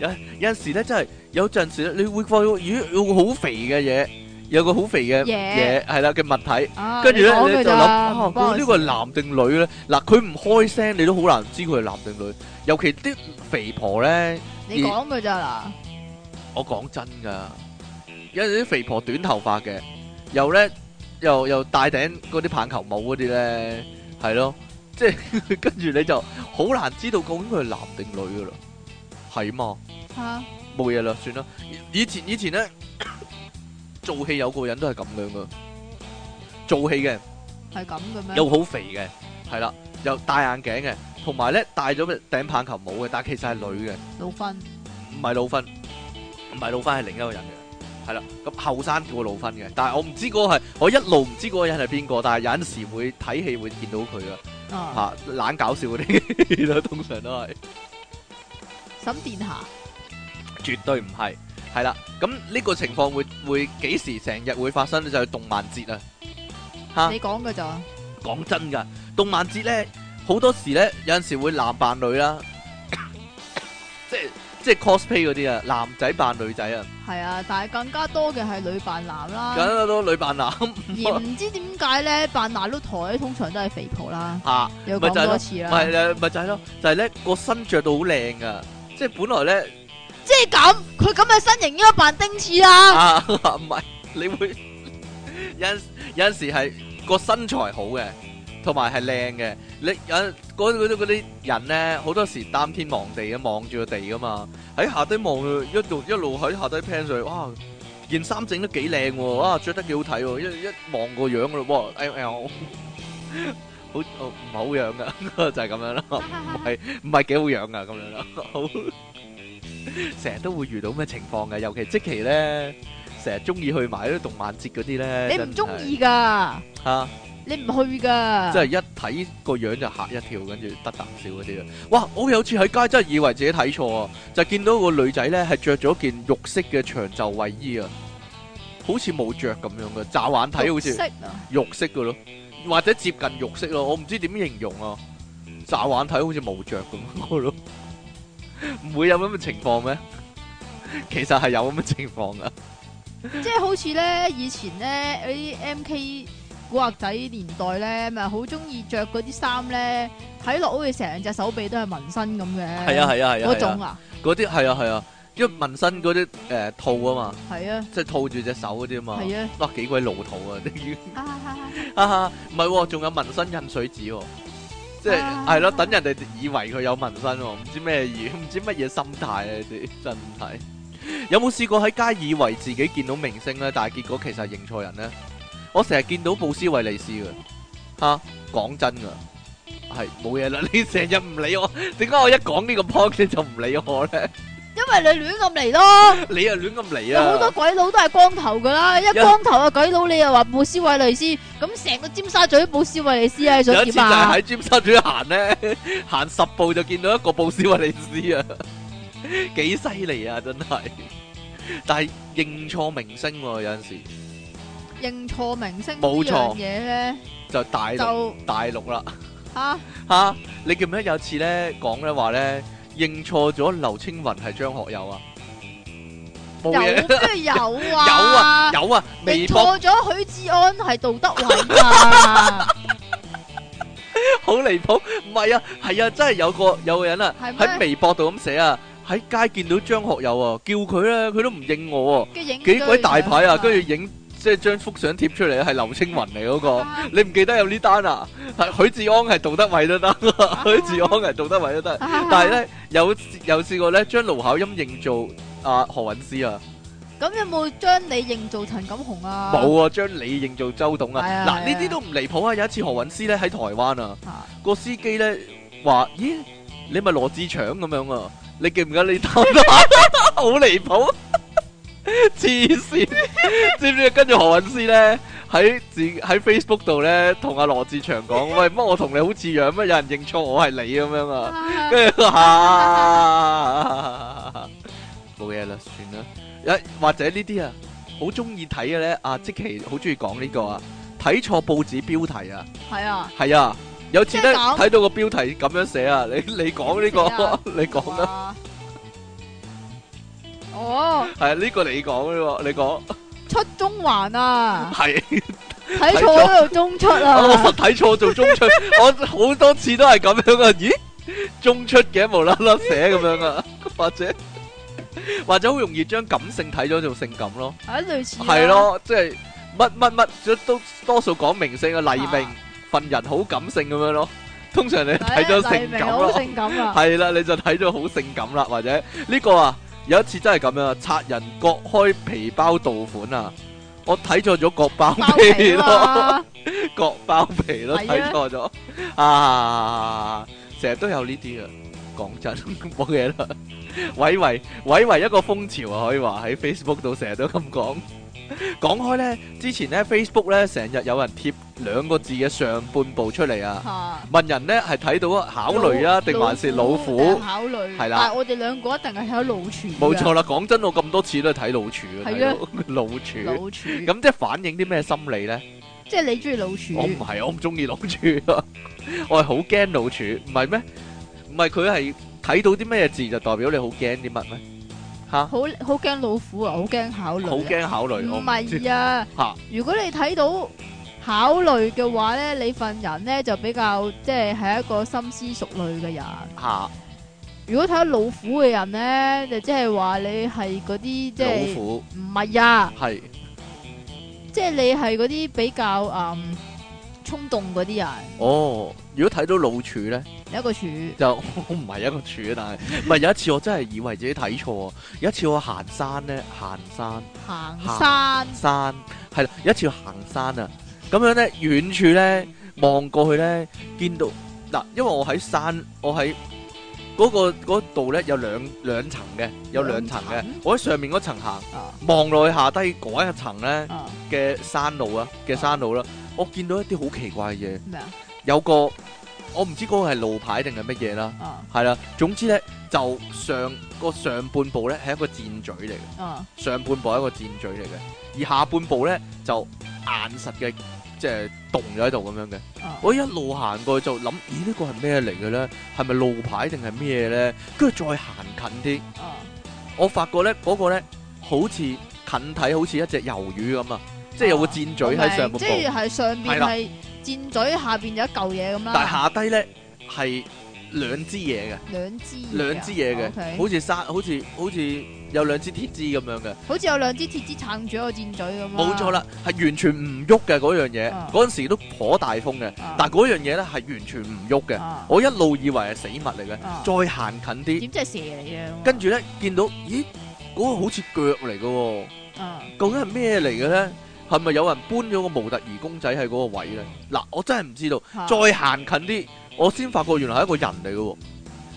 [SPEAKER 1] 有有陣時咧，真係有陣時咧，你會發覺咦有個好肥嘅嘢，有個好肥嘅
[SPEAKER 2] 嘢
[SPEAKER 1] 嘢係啦嘅物體，
[SPEAKER 2] 啊
[SPEAKER 1] 跟住咧
[SPEAKER 2] 講
[SPEAKER 1] 你
[SPEAKER 2] 佢
[SPEAKER 1] 就
[SPEAKER 2] 咋
[SPEAKER 1] 諗啊，
[SPEAKER 2] 唔關我
[SPEAKER 1] 佢呢個係
[SPEAKER 2] 事
[SPEAKER 1] 男定女咧？嗱，佢唔開聲，你都好難知佢係男定女。尤其啲肥婆咧，
[SPEAKER 2] 你講佢咋
[SPEAKER 1] 我講真噶，有陣時啲肥婆短頭髮嘅，又咧又又戴頂嗰啲棒球帽嗰啲咧，係咯，即係 跟住你就好難知道究竟佢係男定女噶啦，係嘛，
[SPEAKER 2] 嗱嚇
[SPEAKER 1] 冇嘢啦，算啦。以以前以前咧 做戲有個人都係咁樣噶，做戲嘅
[SPEAKER 2] 係咁嘅咩？
[SPEAKER 1] 又好肥嘅，係啦，又戴眼鏡嘅，同埋咧戴咗頂棒球帽嘅，但係其實係女嘅。
[SPEAKER 2] 老芬
[SPEAKER 1] 唔係老芬，唔係老芬係另一個人嘅，係啦。咁後生叫我老芬嘅，但係我唔知嗰個係，我一路唔知嗰個人係邊個，但係有陣時會睇戲會見到佢噶，嚇、
[SPEAKER 2] 啊，
[SPEAKER 1] 懶搞笑嗰啲 咯，通常都係，
[SPEAKER 2] 沈殿霞
[SPEAKER 1] 絕對唔係，係啦。咁呢個情況會會幾時成日會發生呢就係動漫節啊，嚇
[SPEAKER 2] 你講嘅咋？
[SPEAKER 1] 講真噶，動漫節咧好多時咧有陣時會男扮女啦， 即係即係 cosplay 嗰啲啊，男仔扮女仔啊，
[SPEAKER 2] 係啊，但係更加多嘅係女扮男啦，
[SPEAKER 1] 梗係都女扮男啊
[SPEAKER 2] 而唔知點解咧扮娜碌台通常都係肥婆啦，
[SPEAKER 1] 嚇，
[SPEAKER 2] 又
[SPEAKER 1] 咪就係
[SPEAKER 2] 講
[SPEAKER 1] 咯
[SPEAKER 2] 多次
[SPEAKER 1] 咪
[SPEAKER 2] 啦，
[SPEAKER 1] 誒咪就係咯，就係咧個身着到好靚噶，即係本來咧。
[SPEAKER 2] 即係咁，佢咁嘅身形應該扮丁次 啦，
[SPEAKER 1] 啊，唔係，你會 有陣有陣時係個身材好嘅，同埋係靚嘅。你有嗰嗰啲嗰啲人咧，好多時擔天望地嘅，望住個地噶嘛。喺下低望佢，一路一路喺下低 pan 上去，哇！件衫整得幾靚喎，啊，着得幾好睇喎，一一望個樣噶咯，哇！哎哎呀，我好哦唔好樣噶， 就係咁樣啦。係唔係幾好樣啊？咁樣啦，
[SPEAKER 2] 嗯
[SPEAKER 1] 好，成日都會遇到咩情況嘅，尤其即期咧，成日中意去買啲動漫節嗰啲咧，
[SPEAKER 2] 你
[SPEAKER 1] 真係
[SPEAKER 2] 唔中意啊㗎，
[SPEAKER 1] 嚇，
[SPEAKER 2] 你唔去㗎，
[SPEAKER 1] 即係一睇個樣就嚇一跳，跟住得啖笑嗰啲啊！哇！我有次喺街真係以為自己睇錯啊，就見到個女仔咧係着咗件肉色嘅長袖衞衣啊，好似冇着咁樣嘅，乍眼睇好似
[SPEAKER 2] 綠。色啊
[SPEAKER 1] 肉色嘅咯，或者接近肉色咯，我唔知點形容啊。乍眼睇好似冇着咁嘅咯，唔會有咁嘅情況咩？其實係有咁嘅情況噶，
[SPEAKER 2] 即係好似咧以前咧嗰啲 MK 古惑仔年代咧，咪好中意着嗰啲衫咧，睇落好似成隻手臂都係紋身咁嘅，
[SPEAKER 1] 係啊係啊係啊
[SPEAKER 2] 嗰
[SPEAKER 1] 係
[SPEAKER 2] 種
[SPEAKER 1] 啊，
[SPEAKER 2] 啊，
[SPEAKER 1] 嗰啲係啊係啊，因為紋身嗰啲誒套啊嘛，
[SPEAKER 2] 係啊
[SPEAKER 1] 即係套住隻手嗰啲啊嘛，
[SPEAKER 2] 係啊
[SPEAKER 1] 哇幾鬼老土啊！啲
[SPEAKER 2] 啊啊啊
[SPEAKER 1] 哈
[SPEAKER 2] 啊
[SPEAKER 1] 哈，唔係喎，仲有紋身印水紙喎、即係
[SPEAKER 2] 啊
[SPEAKER 1] 係咯，等人哋以為佢有紋身喎、唔知咩意，唔知乜嘢心態啊！你哋真係有冇試過喺街以為自己見到明星咧，但係結果其實係認錯人咧？我成日見到布斯維利斯嘅，嚇、講真噶，係冇嘢啦！ 你成日唔理我，點解我一講呢個 point 你就唔理我咧？
[SPEAKER 2] 因為你亂咁嚟咯，
[SPEAKER 1] 你又亂咁嚟
[SPEAKER 2] 有好多
[SPEAKER 1] 啊！
[SPEAKER 2] 鬼佬都係光頭噶啦，一光頭嘅鬼佬你又話布斯維利斯，咁成個尖沙咀布斯維利斯啊，你
[SPEAKER 1] 有一
[SPEAKER 2] 想
[SPEAKER 1] 次
[SPEAKER 2] 點
[SPEAKER 1] 就
[SPEAKER 2] 啊
[SPEAKER 1] 係？喺尖沙咀行咧，行十步就見到一個布斯維利斯啊，幾犀利啊！真係，但係認錯明星喎、有陣時
[SPEAKER 2] 認錯明星呢
[SPEAKER 1] 冇
[SPEAKER 2] 樣
[SPEAKER 1] 錯
[SPEAKER 2] 嘢咧，
[SPEAKER 1] 就大陸
[SPEAKER 2] 就
[SPEAKER 1] 大陸啦
[SPEAKER 2] 吓
[SPEAKER 1] 嚇、你記唔記得有次咧講咧話咧認錯咗劉青雲係張學友啊？冇
[SPEAKER 2] 有
[SPEAKER 1] 嘢，
[SPEAKER 2] 邊有 啊？
[SPEAKER 1] 有啊有啊，微
[SPEAKER 2] 你
[SPEAKER 1] 博
[SPEAKER 2] 錯咗許志安係杜德偉啊，
[SPEAKER 1] 好離譜，唔係啊，係啊，真係有個有個人啊，
[SPEAKER 2] 係咩
[SPEAKER 1] 喺微博度咁寫啊，喺街見到張學友啊，叫佢咧，佢都唔應我
[SPEAKER 2] 嘅影
[SPEAKER 1] 喎，幾鬼大牌啊，跟
[SPEAKER 2] 住
[SPEAKER 1] 住影即係張幅相貼出嚟，係劉青雲嚟嗰
[SPEAKER 2] 啊
[SPEAKER 1] 個，你唔記得有呢單啊？係許志安係杜德偉都得，許志安係杜德偉都得，
[SPEAKER 2] 但
[SPEAKER 1] 但係咧有有試過咧將盧巧音認做啊何韻詩啊，
[SPEAKER 2] 咁有冇將你認做陳錦鴻啊？
[SPEAKER 1] 冇啊，將你認做周董啊，
[SPEAKER 2] 係啊
[SPEAKER 1] 嗱
[SPEAKER 2] 係
[SPEAKER 1] 呢
[SPEAKER 2] 啊
[SPEAKER 1] 啲都唔離譜啊，有一次何韻詩咧喺台灣啊。
[SPEAKER 2] 啊，
[SPEAKER 1] 個司機咧話：咦，你咪羅志祥咁樣啊？你記唔記得你單單 好離譜，黐線！知唔知？跟住何韻詩咧喺自喺 Facebook 度咧同阿羅志祥 講：喂，乜我同你好似樣咩？有人認錯我係你咁樣啊？
[SPEAKER 2] 啊
[SPEAKER 1] 跟住嚇冇嘢啦，算啦。一或者呢啲啊，好中意睇嘅咧，阿即奇好中意講呢個啊，睇錯報紙標題啊。
[SPEAKER 2] 係啊，
[SPEAKER 1] 係啊，有次咧
[SPEAKER 2] 即係咁
[SPEAKER 1] 睇到個標題咁樣寫啊，你你講呢
[SPEAKER 2] 點寫啊
[SPEAKER 1] 個，你講啦，
[SPEAKER 2] 啦。哦，
[SPEAKER 1] 係啊呢個你講呢個，你講啊
[SPEAKER 2] 出中環啊，
[SPEAKER 1] 係，
[SPEAKER 2] 睇錯喺度中出
[SPEAKER 1] 我
[SPEAKER 2] 啊
[SPEAKER 1] 實，睇錯做中 出，我好多次都係咁樣啊，咦，中出嘅無啦啦寫咁樣啊，或者或者好容易將感性睇咗做性感咯。
[SPEAKER 2] 係類似啊
[SPEAKER 1] 哦係，咯，即係乜乜乜，都都多數講明星啊，黎明
[SPEAKER 2] 啊
[SPEAKER 1] 份人好感性咁樣咯。通常你睇
[SPEAKER 2] 係啊
[SPEAKER 1] 咗
[SPEAKER 2] 黎
[SPEAKER 1] 性
[SPEAKER 2] 明
[SPEAKER 1] 感
[SPEAKER 2] 好
[SPEAKER 1] 咯，
[SPEAKER 2] 性感啊，
[SPEAKER 1] 係啦，你就睇咗好性感啦，或者呢個啊，有一次真係咁樣啊，賊人割開皮包盜款啊，我睇錯咗割包
[SPEAKER 2] 包
[SPEAKER 1] 皮
[SPEAKER 2] 皮啊
[SPEAKER 1] 咯，
[SPEAKER 2] 啦，
[SPEAKER 1] 割包皮咯，
[SPEAKER 2] 係
[SPEAKER 1] 睇
[SPEAKER 2] 啊
[SPEAKER 1] 錯咗 À, 啊，成日都有呢啲啊，講真 冇嘢啦，偉為偉為一個風潮啊，可以話喺 Facebook 度成日都咁講。講開呢，之前呢 Facebook 呢成日有人貼兩個字嘅上半部出嚟啊，
[SPEAKER 2] 嚇
[SPEAKER 1] 問人呢係睇到考慮啊，定還是老虎
[SPEAKER 2] 定？考慮
[SPEAKER 1] 係啦
[SPEAKER 2] 但係我哋兩個一定係睇老啊處㗎，
[SPEAKER 1] 冇錯啦，講真，我咁多次都係睇老處嘅，
[SPEAKER 2] 係啊
[SPEAKER 1] 睇到老處。
[SPEAKER 2] 老處。
[SPEAKER 1] 咁即係反映啲咩心理咧？
[SPEAKER 2] 即係你中意老鼠，
[SPEAKER 1] 我唔係，我唔中意老鼠啊！ 我係好驚老鼠，唔係咩？唔係佢係睇到啲咩字就代表你好驚啲乜咩？吓，好
[SPEAKER 2] 好好驚老虎啊，好驚考慮啊，
[SPEAKER 1] 驚考慮，我
[SPEAKER 2] 唔
[SPEAKER 1] 唔知
[SPEAKER 2] 係啊
[SPEAKER 1] 嚇，
[SPEAKER 2] 如果你睇到考慮嘅話咧，你份人咧就比較即係係一個深思熟慮嘅人。
[SPEAKER 1] 嚇
[SPEAKER 2] 如果睇到老虎嘅人咧，就即係話你係嗰啲即
[SPEAKER 1] 老
[SPEAKER 2] 係
[SPEAKER 1] 虎
[SPEAKER 2] 唔係啊，
[SPEAKER 1] 係
[SPEAKER 2] 即係你係嗰啲比較嗯衝動嗰啲人，
[SPEAKER 1] 哦。如果睇到老鼠咧，
[SPEAKER 2] 你一個處係
[SPEAKER 1] 就 我唔係一個柱啊，但係唔係有一次我真係以為自己睇錯啊！有一次我行山咧，行山
[SPEAKER 2] 行山
[SPEAKER 1] 山係啦，有一次行山啊，咁樣咧遠處咧望過去咧，見到嗱，因為我喺山，我喺嗰、個嗰度咧有兩兩層嘅，有兩層嘅
[SPEAKER 2] 兩層，
[SPEAKER 1] 我喺上面嗰層行，
[SPEAKER 2] 啊
[SPEAKER 1] 望落去下低嗰一層咧
[SPEAKER 2] 啊
[SPEAKER 1] 嘅山路啊嘅山路啦，我見到一啲好奇怪嘅嘢，
[SPEAKER 2] 咩啊
[SPEAKER 1] 有個我唔知嗰個係路牌定係乜嘢啦。
[SPEAKER 2] 啊
[SPEAKER 1] 系啦，總之咧就上個上半部咧係一個箭嘴嚟嘅，
[SPEAKER 2] 啊
[SPEAKER 1] 上半部係一個箭嘴嚟嘅，而下半部咧就硬實嘅，即係凍咗喺度咁樣嘅。
[SPEAKER 2] 啊
[SPEAKER 1] 我一路行過去就諗，咦呢個係咩嚟嘅咧？係咪路牌定係咩咧？跟住再行近啲，
[SPEAKER 2] 啊
[SPEAKER 1] 我發覺咧嗰個咧好似近睇好似一隻魷魚咁啊，即係有個箭嘴喺上半
[SPEAKER 2] 我明
[SPEAKER 1] 部
[SPEAKER 2] 哦即，係係上邊
[SPEAKER 1] 係啦
[SPEAKER 2] 係箭嘴，下邊有一嚿嘢咁啦。
[SPEAKER 1] 但係下低咧係兩支嘢嘅。
[SPEAKER 2] 兩支嘢啊
[SPEAKER 1] 兩支嘢嘅
[SPEAKER 2] OK
[SPEAKER 1] 好似山，好似好似有兩支鐵枝咁樣嘅，
[SPEAKER 2] 好似有兩支鐵枝撐住一個箭嘴咁啊啦。
[SPEAKER 1] 冇錯啦，係完全唔喐嘅嗰樣嘢
[SPEAKER 2] 啊，
[SPEAKER 1] 嗰陣時都頗大風嘅，
[SPEAKER 2] 啊。
[SPEAKER 1] 但係嗰樣嘢咧係完全唔喐嘅，
[SPEAKER 2] 啊
[SPEAKER 1] 我一路以為係死物嚟嘅，
[SPEAKER 2] 啊
[SPEAKER 1] 再行近啲，
[SPEAKER 2] 點即係蛇嚟嘅咁啊。
[SPEAKER 1] 跟住咧見到，咦，嗰個好似腳嚟嘅喎，
[SPEAKER 2] 啊
[SPEAKER 1] 究竟係咩嚟嘅咧？係咪有人搬咗個模特兒公仔喺嗰個位咧？嗱，我真係唔知道，
[SPEAKER 2] 嚇
[SPEAKER 1] 再行近啲，我先發覺原來係一個人嚟嘅喎，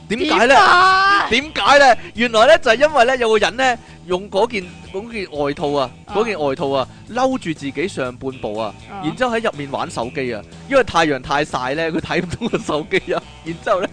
[SPEAKER 1] 點
[SPEAKER 2] 點
[SPEAKER 1] 解咧？
[SPEAKER 2] 啊
[SPEAKER 1] 點解咧？原來咧就係因為咧有個人咧用嗰件嗰件外套啊，
[SPEAKER 2] 啊
[SPEAKER 1] 嗰件外套啊，嬲住自己上半部啊，
[SPEAKER 2] 啊
[SPEAKER 1] 然之後喺入面玩手機啊，因為太陽太曬咧，佢睇唔到個手機啊， 然之後咧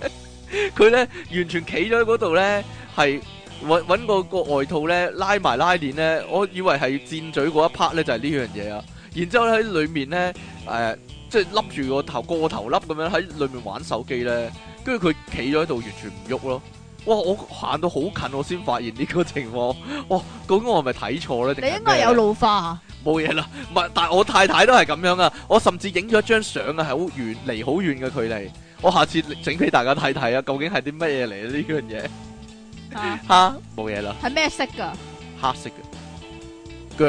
[SPEAKER 1] 佢咧完全企咗喺嗰度咧係。揾揾個個外套咧拉埋拉鏈咧，我以為係箭嘴嗰一 part 咧就係呢樣嘢啊，然之後咧喺裏面咧誒、即係笠住個頭個頭笠咁樣喺裏面玩手機咧，跟住佢企咗喺度完全唔喐咯。哇！我行到好近，我先發現呢個情況。哇！究竟我係咪睇錯咧？定
[SPEAKER 2] 你
[SPEAKER 1] 係
[SPEAKER 2] 應該
[SPEAKER 1] 咩
[SPEAKER 2] 係
[SPEAKER 1] 呢
[SPEAKER 2] 有老化啊
[SPEAKER 1] 冇嘢啦，唔係，但係我太太都係咁樣啊！我甚至影咗一張相啊，係好遠，離好遠嘅距離。我下次整俾大家睇睇啊，究竟係啲乜嘢嚟呢樣嘢？
[SPEAKER 2] 啊？
[SPEAKER 1] 吓，冇嘢啦，
[SPEAKER 2] 係咩色㗎？
[SPEAKER 1] 黑色嘅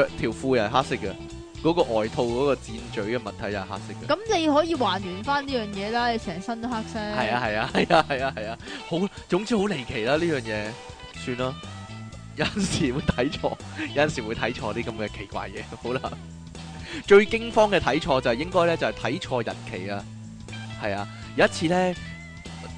[SPEAKER 1] 腳條褲又係黑色嘅，嗰、個外套嗰個箭嘴嘅物體又係黑色嘅。
[SPEAKER 2] 咁你可以還原翻呢樣嘢啦，你成身都黑色。
[SPEAKER 1] 係啊 係啊係啊係啊係啊，好總之好離奇啦呢樣嘢，算啦。 有陣時會睇錯， 有陣時會睇錯啲咁嘅奇怪嘢。 好啦，最驚慌嘅睇錯就係應該咧就係睇錯日期啊。係啊，有一次咧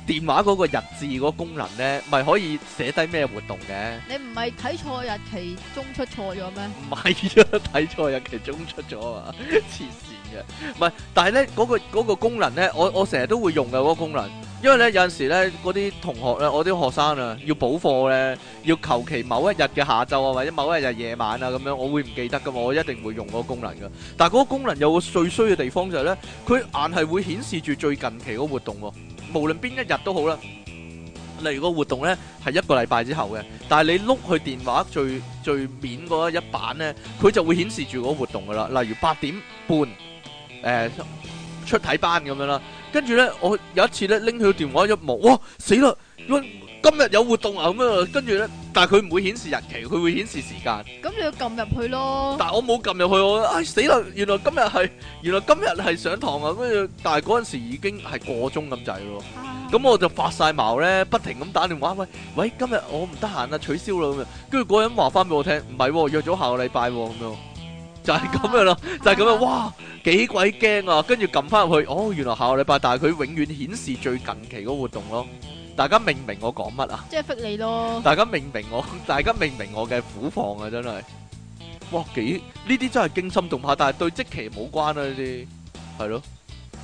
[SPEAKER 1] 電話嗰個日誌嗰個功能咧，咪可以寫低咩活動嘅。
[SPEAKER 2] 你唔係睇錯日期中出錯咗咩？
[SPEAKER 1] 唔係啊， 睇錯日期中出咗啊，黐線嘅。唔係，但係咧嗰個嗰個功能咧，我我成日都會用嘅嗰、個功能，因為咧有陣時咧嗰啲同學咧，我啲學生啊要補課咧，要求其某一日嘅下晝啊，或者某一日夜晚啊咁樣，我會唔記得噶嘛，我一定會用嗰個功能噶。但係嗰個功能有個最衰嘅地方就係咧，佢硬係會顯示住最近期嗰個活動喎、無論邊一日都好啦。例如個活動咧係一個禮拜之後嘅，但係你碌去電話最最面嗰一版咧，佢就會顯示住嗰個活動噶啦。例如八點半，誒、出體班咁樣啦。跟住咧，我有一次咧拎佢電話一望，哇死啦！喂今日有活動啊咁樣，跟住咧，但係佢唔會顯示日期，佢會顯示時間。
[SPEAKER 2] 咁你要撳入去咯。
[SPEAKER 1] 但我冇撳入去，我唉死啦！原來今日係原來今日係上堂啊，跟住但係嗰陣時已經係過鐘咁滯咯。
[SPEAKER 2] 啊
[SPEAKER 1] 咁我就發晒矛咧，不停咁打電話，喂喂，今日我唔得閒啦，取消啦咁樣。跟住嗰個人話翻俾我聽，唔係喎，約咗下個禮拜喎咁樣，就係咁樣啦，就係咁樣。哇，幾鬼驚啊！跟住撳翻入去，哦，原來下個禮拜，但係佢永遠顯示最近期嗰活動咯。大家明唔明我講乜啊？
[SPEAKER 2] 即係逼你咯。
[SPEAKER 1] 大家明唔明我？ 大家明唔明我嘅苦況啊？真係，哇幾呢啲真係驚心動魄，但係對即期冇關啊呢啲，係咯，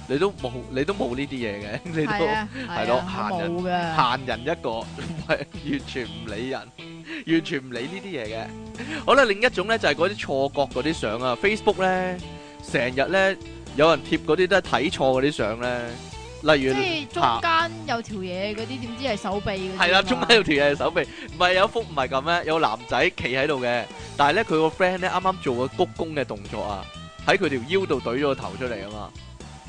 [SPEAKER 1] 你都冇你都冇呢啲嘢嘅， 你都
[SPEAKER 2] 係。啊，
[SPEAKER 1] 係
[SPEAKER 2] 係
[SPEAKER 1] 咯
[SPEAKER 2] 咯，
[SPEAKER 1] 閒人
[SPEAKER 2] 冇嘅。
[SPEAKER 1] 閒人一個， 唔係完全唔理人，完全唔理呢啲嘢嘅。好啦，另一種咧就係嗰啲錯覺嗰啲相啊，Facebook 咧成日咧有人貼嗰啲都係睇錯嗰啲相咧，例
[SPEAKER 2] 即
[SPEAKER 1] 如
[SPEAKER 2] 係中間有條嘢嗰啲，點知係手臂嗰啲啊
[SPEAKER 1] 係啦，
[SPEAKER 2] 嘛
[SPEAKER 1] 中間有條嘢係手臂，唔係有一幅唔係咁咩？有男仔企喺度嘅，但係咧佢個 friend 咧啱啱做個鞠躬嘅動作啊，喺佢條腰度懟咗個頭出嚟啊嘛，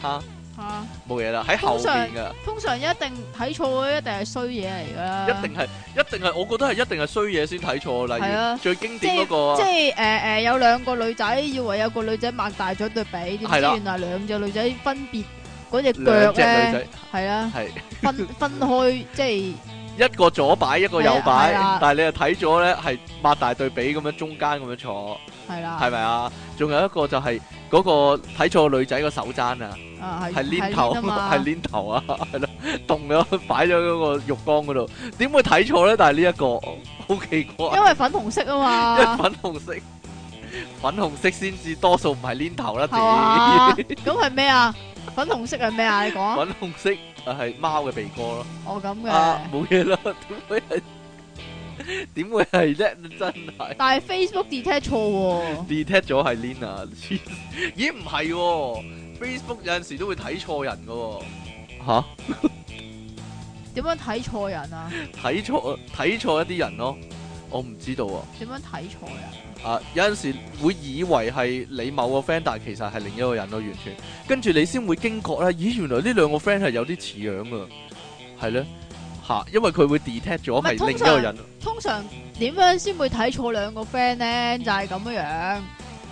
[SPEAKER 1] 吓
[SPEAKER 2] 嚇
[SPEAKER 1] 冇嘢啦，喺後面噶。
[SPEAKER 2] 通常一定睇錯嘅，一定係衰嘢嚟㗎啦。
[SPEAKER 1] 一定係一定係，我覺得係一定係衰嘢先睇錯。例
[SPEAKER 2] 係啊
[SPEAKER 1] 如最經典嗰
[SPEAKER 2] 即
[SPEAKER 1] 個
[SPEAKER 2] 係誒誒，有兩個女仔，以為有個女仔擘大咗對比，點知
[SPEAKER 1] 係啦
[SPEAKER 2] 原來兩隻女仔分別嗰只腳
[SPEAKER 1] 兩隻女
[SPEAKER 2] 咧，
[SPEAKER 1] 仔
[SPEAKER 2] 係啊，
[SPEAKER 1] 係
[SPEAKER 2] 分分開即
[SPEAKER 1] 一個左擺一個右
[SPEAKER 2] 係
[SPEAKER 1] 擺
[SPEAKER 2] 啊係啊，
[SPEAKER 1] 但係你又睇咗咧係擘大對比咁樣中間咁樣坐，
[SPEAKER 2] 係係啦，
[SPEAKER 1] 係咪啊？仲有一個就係嗰個睇錯個女仔個手踭啊，
[SPEAKER 2] 啊
[SPEAKER 1] 係
[SPEAKER 2] 係係
[SPEAKER 1] 攣頭，
[SPEAKER 2] 攣啊嘛
[SPEAKER 1] 係攣頭啊，係咯，凍咗擺咗嗰個浴缸嗰度，點會睇錯咧？但係呢一個好奇怪。
[SPEAKER 2] 因為粉紅色
[SPEAKER 1] 因
[SPEAKER 2] 啊
[SPEAKER 1] 為
[SPEAKER 2] 嘛，
[SPEAKER 1] 粉紅色，粉紅色先至多數唔係攣頭啦，
[SPEAKER 2] 係嘛？
[SPEAKER 1] 屌！
[SPEAKER 2] 咁係咩啊？粉紅色係咩啊？你講啊
[SPEAKER 1] 粉紅色係貓嘅鼻哥咯，
[SPEAKER 2] 我咁
[SPEAKER 1] 啊
[SPEAKER 2] 嘅，
[SPEAKER 1] 冇嘢啦，點會係點會係咧？真係
[SPEAKER 2] 但係 Facebook detect 錯喎，
[SPEAKER 1] detect 咗係 Lina，黐咦唔係喎，Facebook 有陣時都會睇錯人嘅喎，嚇
[SPEAKER 2] 點樣睇錯人啊？
[SPEAKER 1] 睇錯睇錯一啲人咯，我唔知道啊，
[SPEAKER 2] 點樣睇錯人？
[SPEAKER 1] 啊有陣時會以為係你某個 friend，但係其實係另一個人咯，完全跟住你先會驚覺啦，咦原來呢兩個 friend 係有啲似樣啊，係咧嚇，因為佢會 detect 咗
[SPEAKER 2] 係
[SPEAKER 1] 係
[SPEAKER 2] 通
[SPEAKER 1] 另一個
[SPEAKER 2] 常
[SPEAKER 1] 人。
[SPEAKER 2] 通常點樣先會睇錯兩個 friend 咧？就係咁樣樣，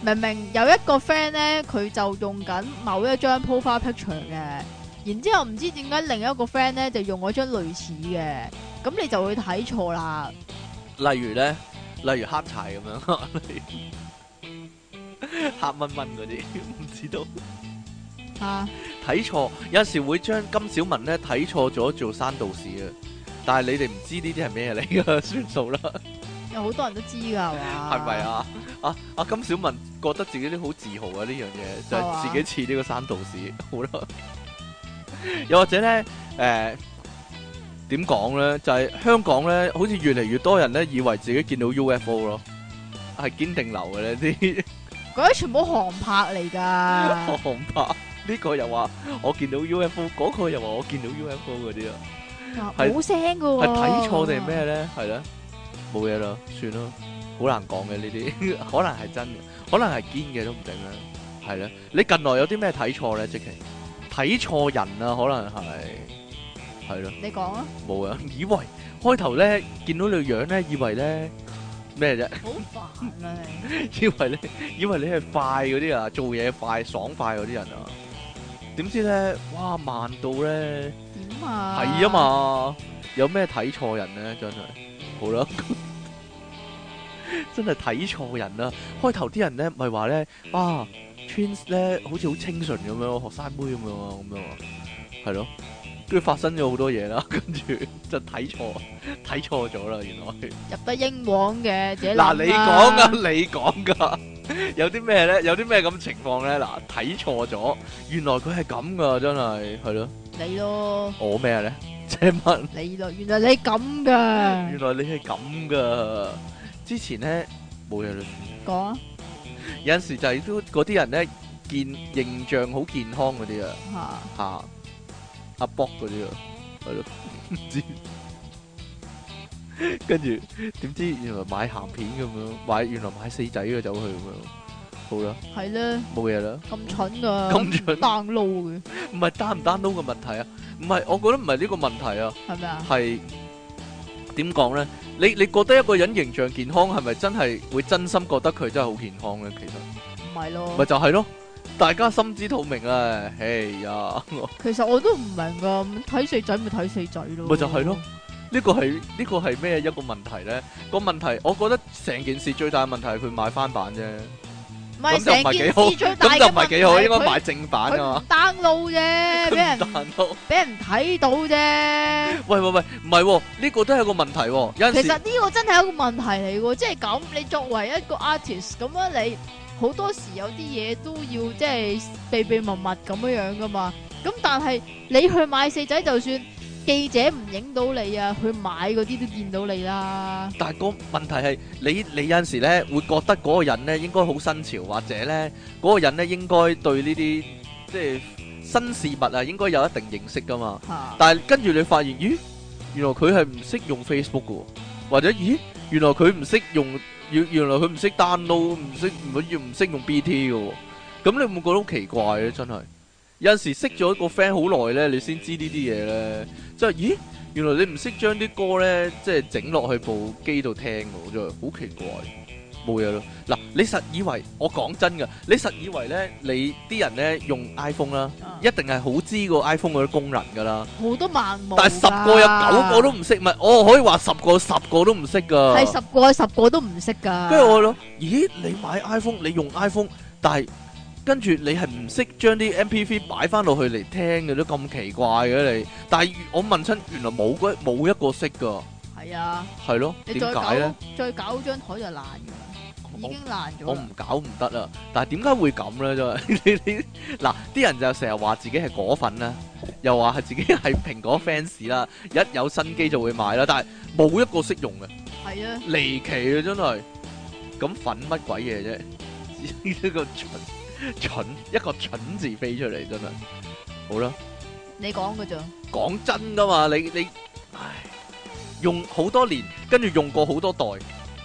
[SPEAKER 2] 明明有一個 friend 咧，佢就用緊某一張 profile picture 嘅，然之後唔知點解另一個 friend 咧就用嗰張類似嘅，咁你就會睇錯啦。
[SPEAKER 1] 例如咧，例如黑柴咁樣， 例如黑蚊蚊嗰啲，唔知道
[SPEAKER 2] 吓、
[SPEAKER 1] 睇錯，有陣時會將金小文咧睇錯咗做山道士啊！但係你哋唔知呢啲係咩嚟噶， 算數啦，
[SPEAKER 2] 有好多人都知㗎係嘛？
[SPEAKER 1] 係咪？啊？啊啊！金小文覺得自己都好自豪啊！呢樣嘢就
[SPEAKER 2] 係嘛
[SPEAKER 1] 係自己似呢個山道士， 好啦。又或者咧，誒點講咧？就係、香港咧，好似越嚟越多人咧，以為自己見到 UFO 咯，係堅定流嘅呢啲。
[SPEAKER 2] 嗰啲全部航拍嚟 㗎，
[SPEAKER 1] 航拍呢個又話我見到 UFO，嗰個又話我見到 UFO 嗰啲啊，係
[SPEAKER 2] 冇聲㗎喎。
[SPEAKER 1] 係睇錯定係咩咧？係咧，冇嘢啦，算啦，好難講嘅呢啲， 可能係真嘅，可能係堅嘅都唔定啦，係咧。你近來有啲咩睇錯咧？即其睇錯人啊，可能係係咯，
[SPEAKER 2] 你講啊，
[SPEAKER 1] 冇啊， 以為開頭咧見到你個樣咧，以為咧咩啫？
[SPEAKER 2] 好煩啊你！
[SPEAKER 1] 以為你以為你係快嗰啲啊，做嘢快、爽快嗰啲人啊，點知咧，哇慢到咧
[SPEAKER 2] 點啊？
[SPEAKER 1] 係啊！嘛，有咩睇錯人咧？真係好啦， 真係睇錯人啦！開頭啲人咧，咪話咧啊，Twins 咧好似好清純咁樣，學生妹咁樣啊，咁樣啊，係咯，跟住發生咗好多嘢啦，跟 住就睇錯 睇錯咗啦，原來。
[SPEAKER 2] 入得英皇嘅自己諗啦
[SPEAKER 1] 嗱，你講啊噶，你講噶， 有啲咩咧？有啲咩咁情況咧？嗱，睇錯咗，原來佢係咁噶，真係係咯。
[SPEAKER 2] 你咯。
[SPEAKER 1] 我咩咧？ 即係乜？
[SPEAKER 2] 你咯，原來你 咁噶
[SPEAKER 1] 原，來你係咁噶。之前咧冇嘢啦。
[SPEAKER 2] 講啊
[SPEAKER 1] 有陣時就係都嗰啲人咧，健形象好健康嗰啲啊，
[SPEAKER 2] 嚇，
[SPEAKER 1] 嚇阿卜嗰啲啊，係咯，唔知。跟住點知原來買鹹片咁樣，買原來買四仔嘅走去咁樣，好啦，
[SPEAKER 2] 係咧，
[SPEAKER 1] 冇嘢啦。
[SPEAKER 2] 咁蠢啊噶，
[SPEAKER 1] 咁蠢
[SPEAKER 2] download 嘅，
[SPEAKER 1] 唔係 down 唔 download 嘅問題啊，唔係，我覺得唔係呢個問題啊，
[SPEAKER 2] 係咪啊？
[SPEAKER 1] 係點講咧？你你覺得一個人形象健康係咪真係會真心覺得佢真係好健康咧？其實
[SPEAKER 2] 唔係
[SPEAKER 1] 咪
[SPEAKER 2] 咯，
[SPEAKER 1] 就係咯，大家心知肚明啊！哎呀， 我
[SPEAKER 2] 其實我都唔明噶，咁睇四仔咪睇四仔咯，
[SPEAKER 1] 咪就係咯，呢個係呢個係咩一個問題咧？個問題，我覺得成件事最大嘅問題係佢買翻版啫，
[SPEAKER 2] 唔係
[SPEAKER 1] 咁就唔
[SPEAKER 2] 成
[SPEAKER 1] 係
[SPEAKER 2] 件
[SPEAKER 1] 幾好
[SPEAKER 2] 事最大
[SPEAKER 1] 咁
[SPEAKER 2] 嘅
[SPEAKER 1] 就唔係幾好，
[SPEAKER 2] 問題
[SPEAKER 1] 應該
[SPEAKER 2] 佢
[SPEAKER 1] 買正版
[SPEAKER 2] 佢
[SPEAKER 1] 啊
[SPEAKER 2] 唔
[SPEAKER 1] 嘛。
[SPEAKER 2] download 啫，俾人
[SPEAKER 1] download
[SPEAKER 2] 俾人睇到啫。
[SPEAKER 1] 喂喂喂，唔係喎，呢個都係一個問題喎，有陣
[SPEAKER 2] 其
[SPEAKER 1] 時
[SPEAKER 2] 實。呢個真係一個問題嚟喎，即係咁，你作為一個 artist 咁樣，你好多時有啲嘢都要即係秘秘密密咁樣樣噶嘛。咁但係你去買四仔，就算記者唔影到你啊，去買嗰啲都見到你啦。
[SPEAKER 1] 但係個問題係，你你有陣時咧會覺得嗰個人咧應該好新潮，或者咧嗰、個人咧應該對呢啲即係新事物啊應該有一定認識噶嘛。
[SPEAKER 2] 嚇
[SPEAKER 1] 但係跟住你發現，咦，原來佢係唔識用 Facebook 嘅喎，或者咦，原來佢唔識用，原原來佢唔識 download，唔識唔唔識用 BT 嘅喎。咁你會唔會覺得好奇怪咧？真係有陣時識咗一個 friend 好耐咧，你先知呢啲嘢咧，即係咦，原來你唔識將啲歌咧，即係整落去部機度聽嘅喎，真係好奇怪。冇嘢咯，嗱，你實以為我講真嘅，你實以為咧，你啲人咧用 iPhone 啦，
[SPEAKER 2] 啊
[SPEAKER 1] 一定係好知個 iPhone 嗰啲功能㗎啦。
[SPEAKER 2] 好多盲目㗎，
[SPEAKER 1] 但係十個有九個都唔識，咪我可以話十個十個都唔識噶。
[SPEAKER 2] 係十個有十個都唔識㗎。
[SPEAKER 1] 跟住我諗，咦？你買 iPhone，你用 iPhone，但係跟住你係唔識將啲 MP3 擺翻落去嚟聽嘅，都咁奇怪嘅你。但係我問親，原來冇嗰冇一個識噶，
[SPEAKER 2] 係啊，
[SPEAKER 1] 係咯？
[SPEAKER 2] 你再
[SPEAKER 1] 點
[SPEAKER 2] 搞
[SPEAKER 1] 解咧？
[SPEAKER 2] 再搞張台就爛㗎啦，已經爛
[SPEAKER 1] 我
[SPEAKER 2] 咗啦
[SPEAKER 1] 唔。搞唔得啦。但係點解會咁咧？真係 你你嗱，啲人就成日話自己係果粉啦，又話係自己係蘋果 fans 啦，一有新機就會買啦，但係冇一個識用嘅。
[SPEAKER 2] 係啊，
[SPEAKER 1] 離奇啊，真係！咁粉乜鬼嘢啫？ 一個蠢蠢一個蠢字飛出嚟，真係好啦。
[SPEAKER 2] 你講嘅咋？
[SPEAKER 1] 講真噶嘛，你你唉用好多年，跟住用過好多代，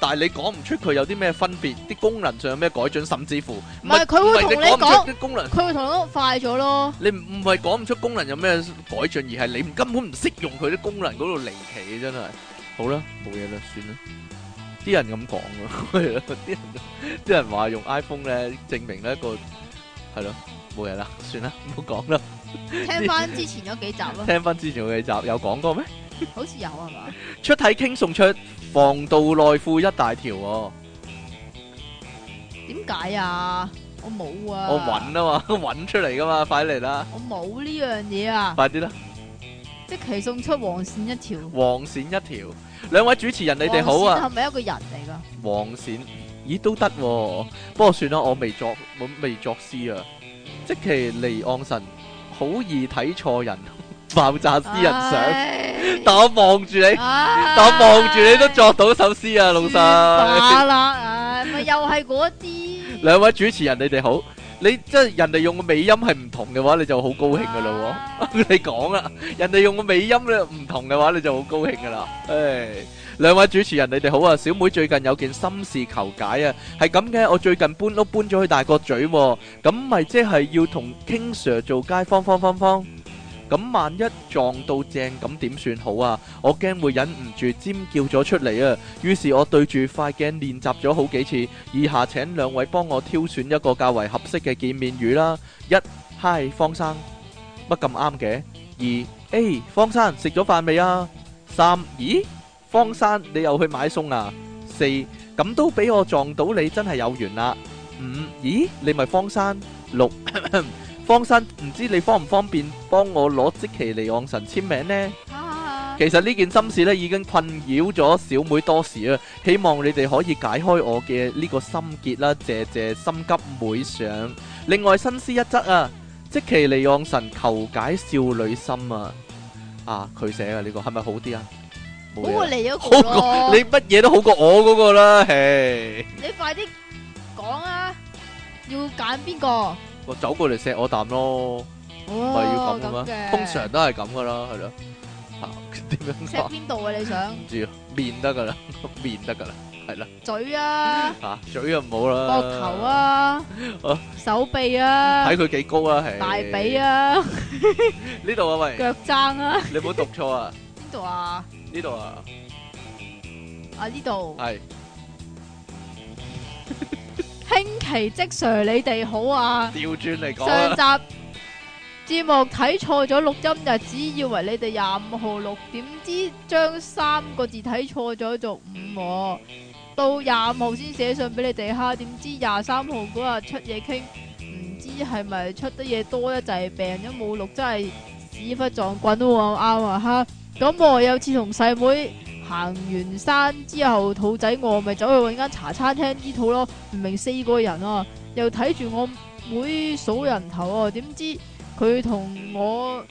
[SPEAKER 1] 但係你講唔出佢有啲咩分別，啲功能上有咩改進，甚至乎唔
[SPEAKER 2] 係佢會同你
[SPEAKER 1] 唔係講唔出啲功能，
[SPEAKER 2] 佢會同我講快咗咯。
[SPEAKER 1] 你唔唔係講唔出功能有咩改進，而係你根本唔識用佢啲功能嗰度離奇啊，真係。好啦，冇嘢啦，算啦。啲人咁講咯，係咯，啲人啲人話用 iPhone 咧，證明呢一個係咯，冇嘢啦，算啦，唔好講啦。
[SPEAKER 2] 聽翻之前嗰幾集咯，
[SPEAKER 1] 聽翻之前嘅集有講過咩？
[SPEAKER 2] 好似有係嘛？
[SPEAKER 1] 出體傾送出防盜內褲一大條喎，我
[SPEAKER 2] 點解啊？我冇啊！
[SPEAKER 1] 揾啊嘛， 揾出嚟噶嘛，快嚟啦，
[SPEAKER 2] 我冇呢樣嘢啊！
[SPEAKER 1] 快啲啦，
[SPEAKER 2] 即期送出黃線一條。
[SPEAKER 1] 黃線一條。兩位主持人，你哋好啊！
[SPEAKER 2] 係咪一個人嚟噶？
[SPEAKER 1] 黃線，咦都得喎、不過算啦，我未作我未作詩啊。即其離岸神好易睇錯人， 爆炸詩人相。
[SPEAKER 2] 人
[SPEAKER 1] 但我望住你，
[SPEAKER 2] 但
[SPEAKER 1] 但我望住你都作到首詩啊，老
[SPEAKER 2] 化
[SPEAKER 1] 細。
[SPEAKER 2] 啦，唉，咪又係嗰啲。
[SPEAKER 1] 兩位主持人，你哋好。你即係人哋用個尾音係唔同嘅話，你就好高興噶咯喎。 你講啦，人哋用個尾音咧唔同嘅話，你就好高興噶啦。唉，兩位主持人，你哋好啊！小妹最近有件心事求解啊，係咁嘅，我最近搬屋搬咗去大角咀喎，咁咪即係要同 King Sir 做街坊方方方。咁萬一撞到正咁點算好啊？我驚會忍唔住尖叫咗出嚟啊！於是我對住塊鏡練習咗好幾次。以下請兩位幫我挑選一個較為合適嘅見面語啦。一，Hi 方生，乜咁啱嘅？二 A 方生食咗飯未啊？三咦，方生你又去買餸啊？四咁都俾我撞到你，真係有緣啦。五咦，你咪方生。六 方生唔知你方唔方便幫我攞即其尼昂神簽名呢？
[SPEAKER 2] 啊
[SPEAKER 1] 其實呢件心事咧已經困擾咗小妹多時啊，希望你哋可以解開我嘅呢個心結啦，謝謝心急妹上。另外新詩一則啊，即其離岸神求解少女心啊，啊佢寫嘅呢個係咪好啲啊？
[SPEAKER 2] 好
[SPEAKER 1] 冇嘢
[SPEAKER 2] 過
[SPEAKER 1] 啦
[SPEAKER 2] 你嗰
[SPEAKER 1] 好
[SPEAKER 2] 個
[SPEAKER 1] 過
[SPEAKER 2] 咯。
[SPEAKER 1] 你乜嘢都好過我嗰個啦，唉，
[SPEAKER 2] 你快啲講啊！要揀邊個？
[SPEAKER 1] 我走過嚟錫我啖咯，咪要
[SPEAKER 2] 哦
[SPEAKER 1] 咁嘅咩？
[SPEAKER 2] 嘅。
[SPEAKER 1] 通常都係咁噶啦，係咯，啊點樣
[SPEAKER 2] 錫
[SPEAKER 1] 啊？
[SPEAKER 2] 邊度啊？你想
[SPEAKER 1] 唔知啊，面得噶啦， 面得噶啦，係啦。
[SPEAKER 2] 嘴啊？
[SPEAKER 1] 啊，嘴又唔好啦，
[SPEAKER 2] 膊頭， 啊
[SPEAKER 1] 啊？
[SPEAKER 2] 手臂啊
[SPEAKER 1] 睇？佢幾高啊，係
[SPEAKER 2] 大髀，啊？
[SPEAKER 1] 呢度啊喂，
[SPEAKER 2] 腳踭啊？
[SPEAKER 1] 你唔好讀錯啊，
[SPEAKER 2] 邊度啊？
[SPEAKER 1] 呢度啊，
[SPEAKER 2] 啊呢度。
[SPEAKER 1] 係
[SPEAKER 2] 輕奇即 Sir，你哋好啊！
[SPEAKER 1] 調轉嚟講
[SPEAKER 2] 上
[SPEAKER 1] 啊，
[SPEAKER 2] 集節目睇錯咗錄音日子，以為你哋廿五號錄，點知將三個字睇錯咗做五喎。到廿五號先寫信俾你哋哈，點知廿三號嗰日出嘢傾，唔知係咪出得嘢多一滯，病咗冇錄，真係屎忽撞棍都啱啊哈！咁我有次同細妹行完山之後，肚仔餓，咪走去揾間茶餐廳醫肚咯。明明四個人啊，又睇住我妹數人頭啊，點知佢同我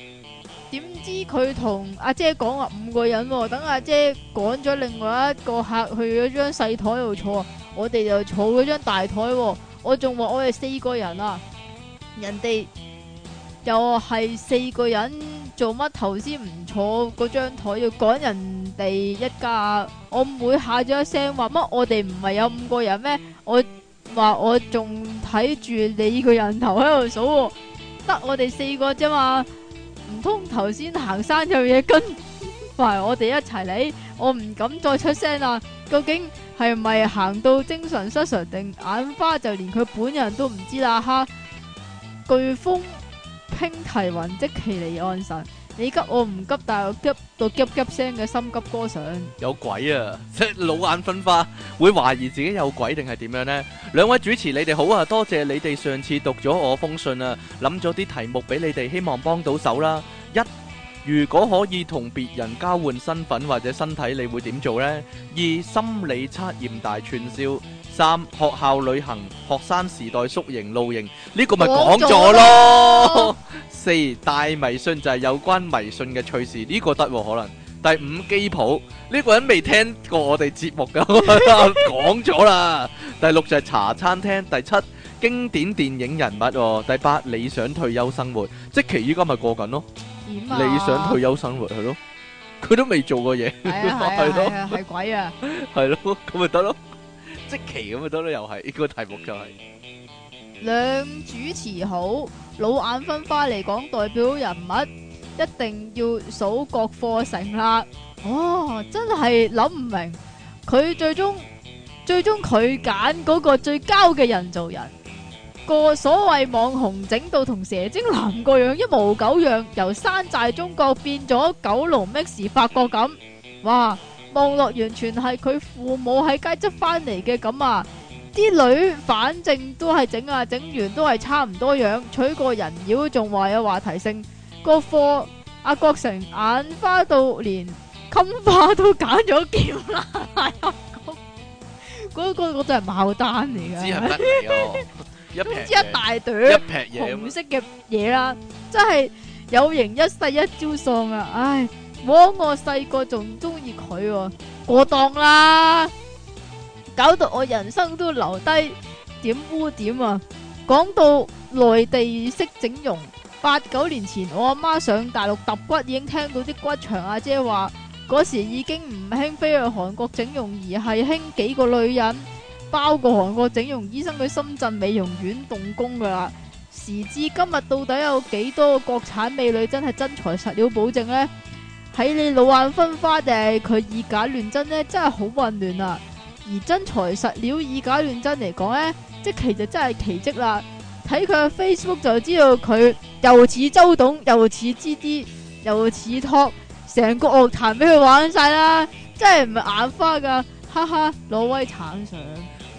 [SPEAKER 2] 點知佢同阿姐講話五個人喎，等阿姐趕咗另外一個客去嗰張細台度坐，我哋就坐嗰張大台喎。我仲話我哋四個人啊，人哋又係四個人，做乜頭先唔坐嗰張台，要趕人哋一架？我妹下咗一聲話乜？我哋唔係有五個人咩？我話我仲睇住你個人頭喺度數喎，得我哋四個啫嘛。唔通頭先行山有嘢跟埋我哋一齊嚟，我唔敢再出聲啦。究竟係咪行到精神失常定眼花，就連佢本人都唔知啦哈！飓風拼提雲即其離岸神，你急我唔急，但又急到急急聲嘅心急歌上。
[SPEAKER 1] 有鬼啊！ 即係老眼昏花，會懷疑自己有鬼定係點樣呢？兩位主持，你哋好啊！多謝你哋上次讀咗我封信啊，諗咗啲題目俾你哋，希望幫到手啦。一，如果可以同別人交換身份或者身體，你會點做呢？二，心理測驗大串燒。三，學校旅行、學生時代宿營露營，呢個咪講咗咯。 四大迷信就係有關迷信嘅趣事，呢、個得喎可能。第五機譜呢、個人未聽過我哋節目噶， 講咗啦。第六就係茶餐廳，第七經典電影人物、喎，第八理想退休生活，即其依家咪過緊咯，
[SPEAKER 2] 點啊？
[SPEAKER 1] 理想退休生活係咯，佢都未做過嘢，
[SPEAKER 2] 係啊係
[SPEAKER 1] 係
[SPEAKER 2] 啊
[SPEAKER 1] 咯
[SPEAKER 2] 係啊係鬼啊！
[SPEAKER 1] 係咯，咁咪得咯，即其咁咪得咯，又係呢個題目就係、
[SPEAKER 2] 兩主持好，老眼昏花嚟講代表人物，一定要數郭課城啦。哦，真係諗唔明，佢最終最終佢揀嗰個最膠嘅人做人， 個所謂網紅整到同蛇精男個樣一模九樣，由山寨中國變咗九龍 mix 法國咁，哇！望落完全係佢父母喺街執翻嚟嘅咁啊！啲女反正都係整啊，整完都係差唔多樣，娶個人妖仲話有話題性。個貨阿郭成眼花到連襟花都揀咗劍啦，嗰、個嗰真係牡丹嚟
[SPEAKER 1] 知
[SPEAKER 2] 噶，
[SPEAKER 1] 係乜嚟 啊？一
[SPEAKER 2] 總之
[SPEAKER 1] 劈
[SPEAKER 2] 一
[SPEAKER 1] 嘢
[SPEAKER 2] 大朵。
[SPEAKER 1] 一劈嘢咁
[SPEAKER 2] 紅
[SPEAKER 1] 樣
[SPEAKER 2] 色嘅嘢啦，真係有型一世一招喪啊！唉，枉我細個仲中意佢喎，過檔啦，搞到我人生都留低點污點啊！講到內地式整容，八九年前我阿媽上大陸揼骨已經聽到啲骨場阿姐話，嗰時已經唔興飛去韓國整容，而係興幾個女人包個韓國整容醫生去深圳美容院動工噶啦。時至今日，到底有幾多個國產美女真係真材實料保證呢？喺你老眼昏花定係佢以假亂真呢？真係好混亂啊！而真材實料以假亂真嚟講呢，即其就真係奇蹟啦！睇佢嘅 Facebook 就知道佢又似周董，又似 GD，又似 Top，成個樂壇俾佢玩晒啦！真係唔係眼花噶，哈哈！挪威橙上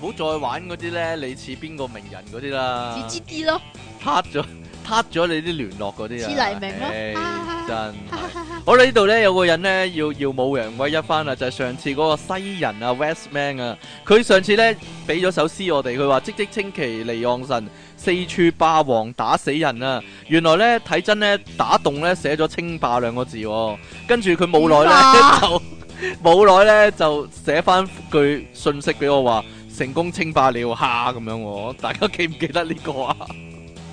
[SPEAKER 1] 唔好再玩嗰啲咧，你似邊個名人嗰啲啦，
[SPEAKER 2] 似 GD 咯，
[SPEAKER 1] 挞咗挞咗你啲聯絡嗰啲
[SPEAKER 2] 似
[SPEAKER 1] 啊，
[SPEAKER 2] 黎明咯
[SPEAKER 1] 唉
[SPEAKER 2] 哈哈
[SPEAKER 1] 真係。好啦，呢度咧有個人咧要耀武揚威一番啦，啊就係、上次嗰個西人啊 Westman 啊，佢上次咧俾咗首詩我哋，佢話即即稱其離岸神，四處霸王打死人啊！原來咧睇真咧打動咧寫咗稱霸兩個字、喎，跟住佢冇耐咧
[SPEAKER 2] 點
[SPEAKER 1] 就冇耐咧就寫翻句信息俾我話成功稱霸了哈咁樣、喎，大家記唔記得呢個啊？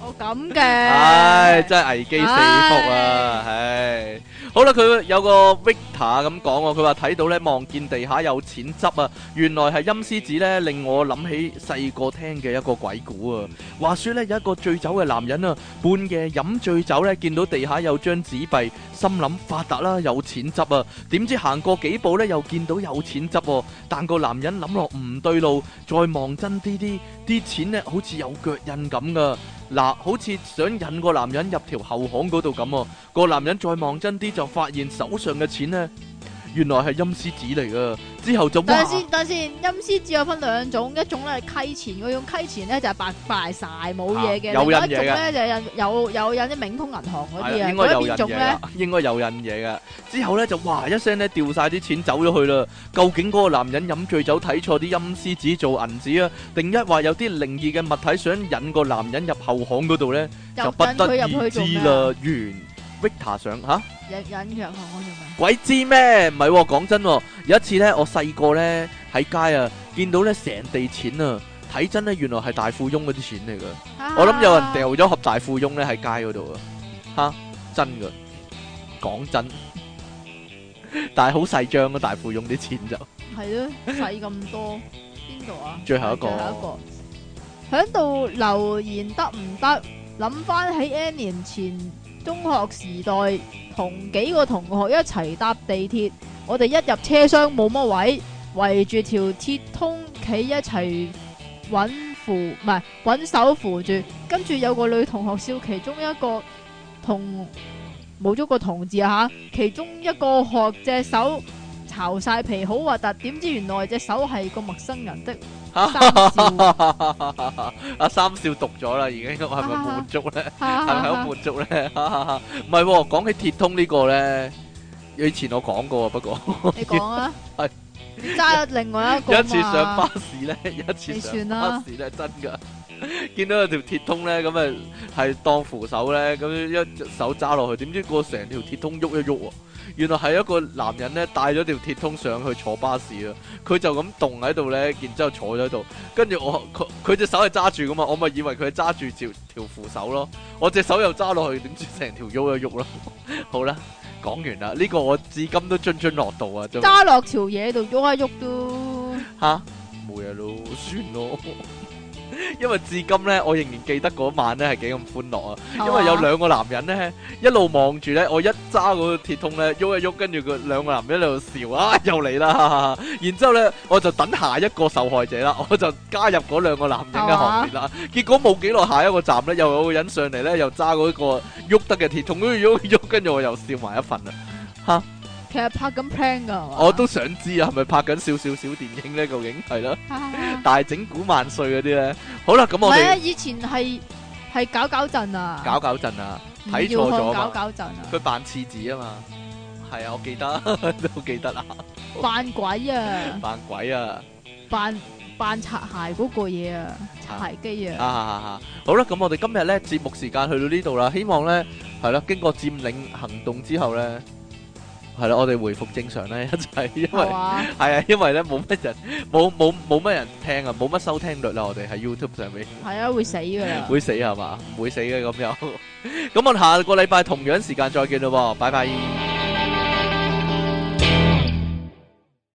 [SPEAKER 2] 我咁嘅，
[SPEAKER 1] 唉，真係危機四伏啊！唉，好啦，佢有個 Victor 啊咁講喎，佢話睇到咧望見地下有錢執啊，原來係陰司紙咧，令我諗起細個聽嘅一個鬼故啊。話說咧有一個醉酒嘅男人啊，半夜飲醉酒咧，見到地下有張紙幣，心諗發達啦，有錢執啊。點知行過幾步咧，又見到有錢執喎，但個男人諗落唔對路，再望真啲啲，啲錢咧好似有腳印咁噶。嗱，好似想引個男人入條後巷嗰度咁喎。個男人再望真啲，就發現手上嘅錢呢，原來係陰司紙嚟噶。之後就
[SPEAKER 2] 等
[SPEAKER 1] 哇
[SPEAKER 2] 陣，先，等陣先，陰司紙有分兩種，一種咧係溪錢嗰種，溪錢咧就係白敗晒冇嘢嘅，
[SPEAKER 1] 啊有
[SPEAKER 2] 另外
[SPEAKER 1] 印嘢
[SPEAKER 2] 一種
[SPEAKER 1] 嘅
[SPEAKER 2] 咧就係印有有印啲冥通銀行嗰
[SPEAKER 1] 係
[SPEAKER 2] 啲
[SPEAKER 1] 啦
[SPEAKER 2] 啊，
[SPEAKER 1] 應該
[SPEAKER 2] 嗰
[SPEAKER 1] 有
[SPEAKER 2] 一邊
[SPEAKER 1] 人
[SPEAKER 2] 種
[SPEAKER 1] 嘢
[SPEAKER 2] 咧
[SPEAKER 1] 啦，應該有人嘢嘅。之後呢，就哇一聲呢，掉晒啲錢走咗去啦。究竟嗰個男人飲醉酒睇錯啲陰司紙做銀紙啊，定一話有啲靈異嘅物體想引個男人入後巷嗰度呢？就
[SPEAKER 2] 就
[SPEAKER 1] 不
[SPEAKER 2] 引
[SPEAKER 1] 得
[SPEAKER 2] 佢入
[SPEAKER 1] 而
[SPEAKER 2] 去做
[SPEAKER 1] 知
[SPEAKER 2] 咩啊？
[SPEAKER 1] 啦。完。 Victor 上吓。
[SPEAKER 2] 引引藥啊！我認為
[SPEAKER 1] 鬼知咩？唔係喎，講真喎，有一次呢，我細個呢喺街啊，見到呢成地錢啊，睇真呢，原來係大富翁嗰啲錢嚟噶。
[SPEAKER 2] 啊
[SPEAKER 1] 我諗有人掉咗盒大富翁呢喺街嗰度啊，吓真噶，講真，但係好細張啊，大富翁啲錢就
[SPEAKER 2] 係咯，細咁多邊度啊？
[SPEAKER 1] 最後一個
[SPEAKER 2] 最後一個，喺度留言得唔得？諗翻起 N 年前中學時代，同幾個同學一齊搭地鐵，我哋一入車廂冇乜位，圍住條鐵通企一齊揾扶，唔係揾手扶住，跟住有個女同學笑其中一個同冇咗個同字啊吓，其中一個學隻手。巢晒皮好核突，點知原來隻手係個陌生人的三兆，
[SPEAKER 1] 阿三少讀咗啦，已經係
[SPEAKER 2] 啊
[SPEAKER 1] 咪滿足呢？係咪好
[SPEAKER 2] 哈
[SPEAKER 1] 滿足咧？唔係喎，講起鐵通呢個呢，以前我講過啊，不過。
[SPEAKER 2] 你講啊
[SPEAKER 1] 係，
[SPEAKER 2] 你揸另外一個
[SPEAKER 1] 有一次
[SPEAKER 2] 嘛
[SPEAKER 1] 上巴士咧，有一次
[SPEAKER 2] 你
[SPEAKER 1] 上
[SPEAKER 2] 算
[SPEAKER 1] 巴
[SPEAKER 2] 啦
[SPEAKER 1] 士咧，真噶， 見到有條鐵通咧，咁啊係當扶手咧，咁一隻手揸落去，點知個成條鐵通喐一喐喎，原來係一個男人咧帶咗條鐵通上去坐巴士啊，佢就咁動喺度咧，然之後坐咗喺度，跟住我佢佢隻手係揸住噶嘛，我咪以為佢係揸住條條扶手咯，我隻手又揸落去，點知成條喐一喐咯，好啦，講完啦，呢、個我至今都津津樂道啊，真係
[SPEAKER 2] 揸落條嘢度喐一喐都
[SPEAKER 1] 吓，冇嘢咯，算 咯。因為至今咧，我仍然記得嗰晚咧係幾咁歡樂啊！ 因
[SPEAKER 2] Ờ.
[SPEAKER 1] 為有兩個男人咧一路望住咧，我一揸嗰個鐵通咧喐一喐，跟住佢兩個男人喺度笑 啊，又嚟啦！然之後咧，我就等下一個受害者啦，我就加入嗰兩個男人嘅行列啦。結果冇幾耐，下一個站咧又有個人上嚟咧，又揸嗰個喐得嘅鐵通，喐喐喐，跟住我又笑埋一份啦。
[SPEAKER 2] 其實拍緊 plan 噶，
[SPEAKER 1] 我都想知啊，係咪拍緊少少小電影咧？究竟係啦？
[SPEAKER 2] 唔
[SPEAKER 1] 大整蠱萬歲嗰啲咧。好啦，咁我
[SPEAKER 2] 係啊！
[SPEAKER 1] 哋
[SPEAKER 2] 以前係係搞搞 震啊，
[SPEAKER 1] 搞搞震啊，
[SPEAKER 2] 唔
[SPEAKER 1] 睇
[SPEAKER 2] 要
[SPEAKER 1] 錯咗
[SPEAKER 2] 看
[SPEAKER 1] 嘛
[SPEAKER 2] 搞搞震啊，
[SPEAKER 1] 佢扮廁紙啊嘛，係啊，我記得都記得啦，
[SPEAKER 2] 扮鬼 啊，
[SPEAKER 1] 扮鬼啊，
[SPEAKER 2] 扮扮擦鞋嗰個嘢啊，擦鞋機
[SPEAKER 1] 啊
[SPEAKER 2] 啊，
[SPEAKER 1] 啊啊好啦，咁我哋今日咧節目時間去到呢度啦，希望咧係啦，經過佔領行動之後咧。係啦，我哋回復正常咧，一 齊，因為
[SPEAKER 2] 係嘛？
[SPEAKER 1] 係啊，因為咧冇乜人，冇冇冇乜人聽啊，冇乜收聽率啦，我哋喺 YouTube 上面。
[SPEAKER 2] 係啊，會死 噶啦，
[SPEAKER 1] 会死系嘛？唔会死嘅咁又，咁我下个礼拜同样时间再见咯喎，拜拜。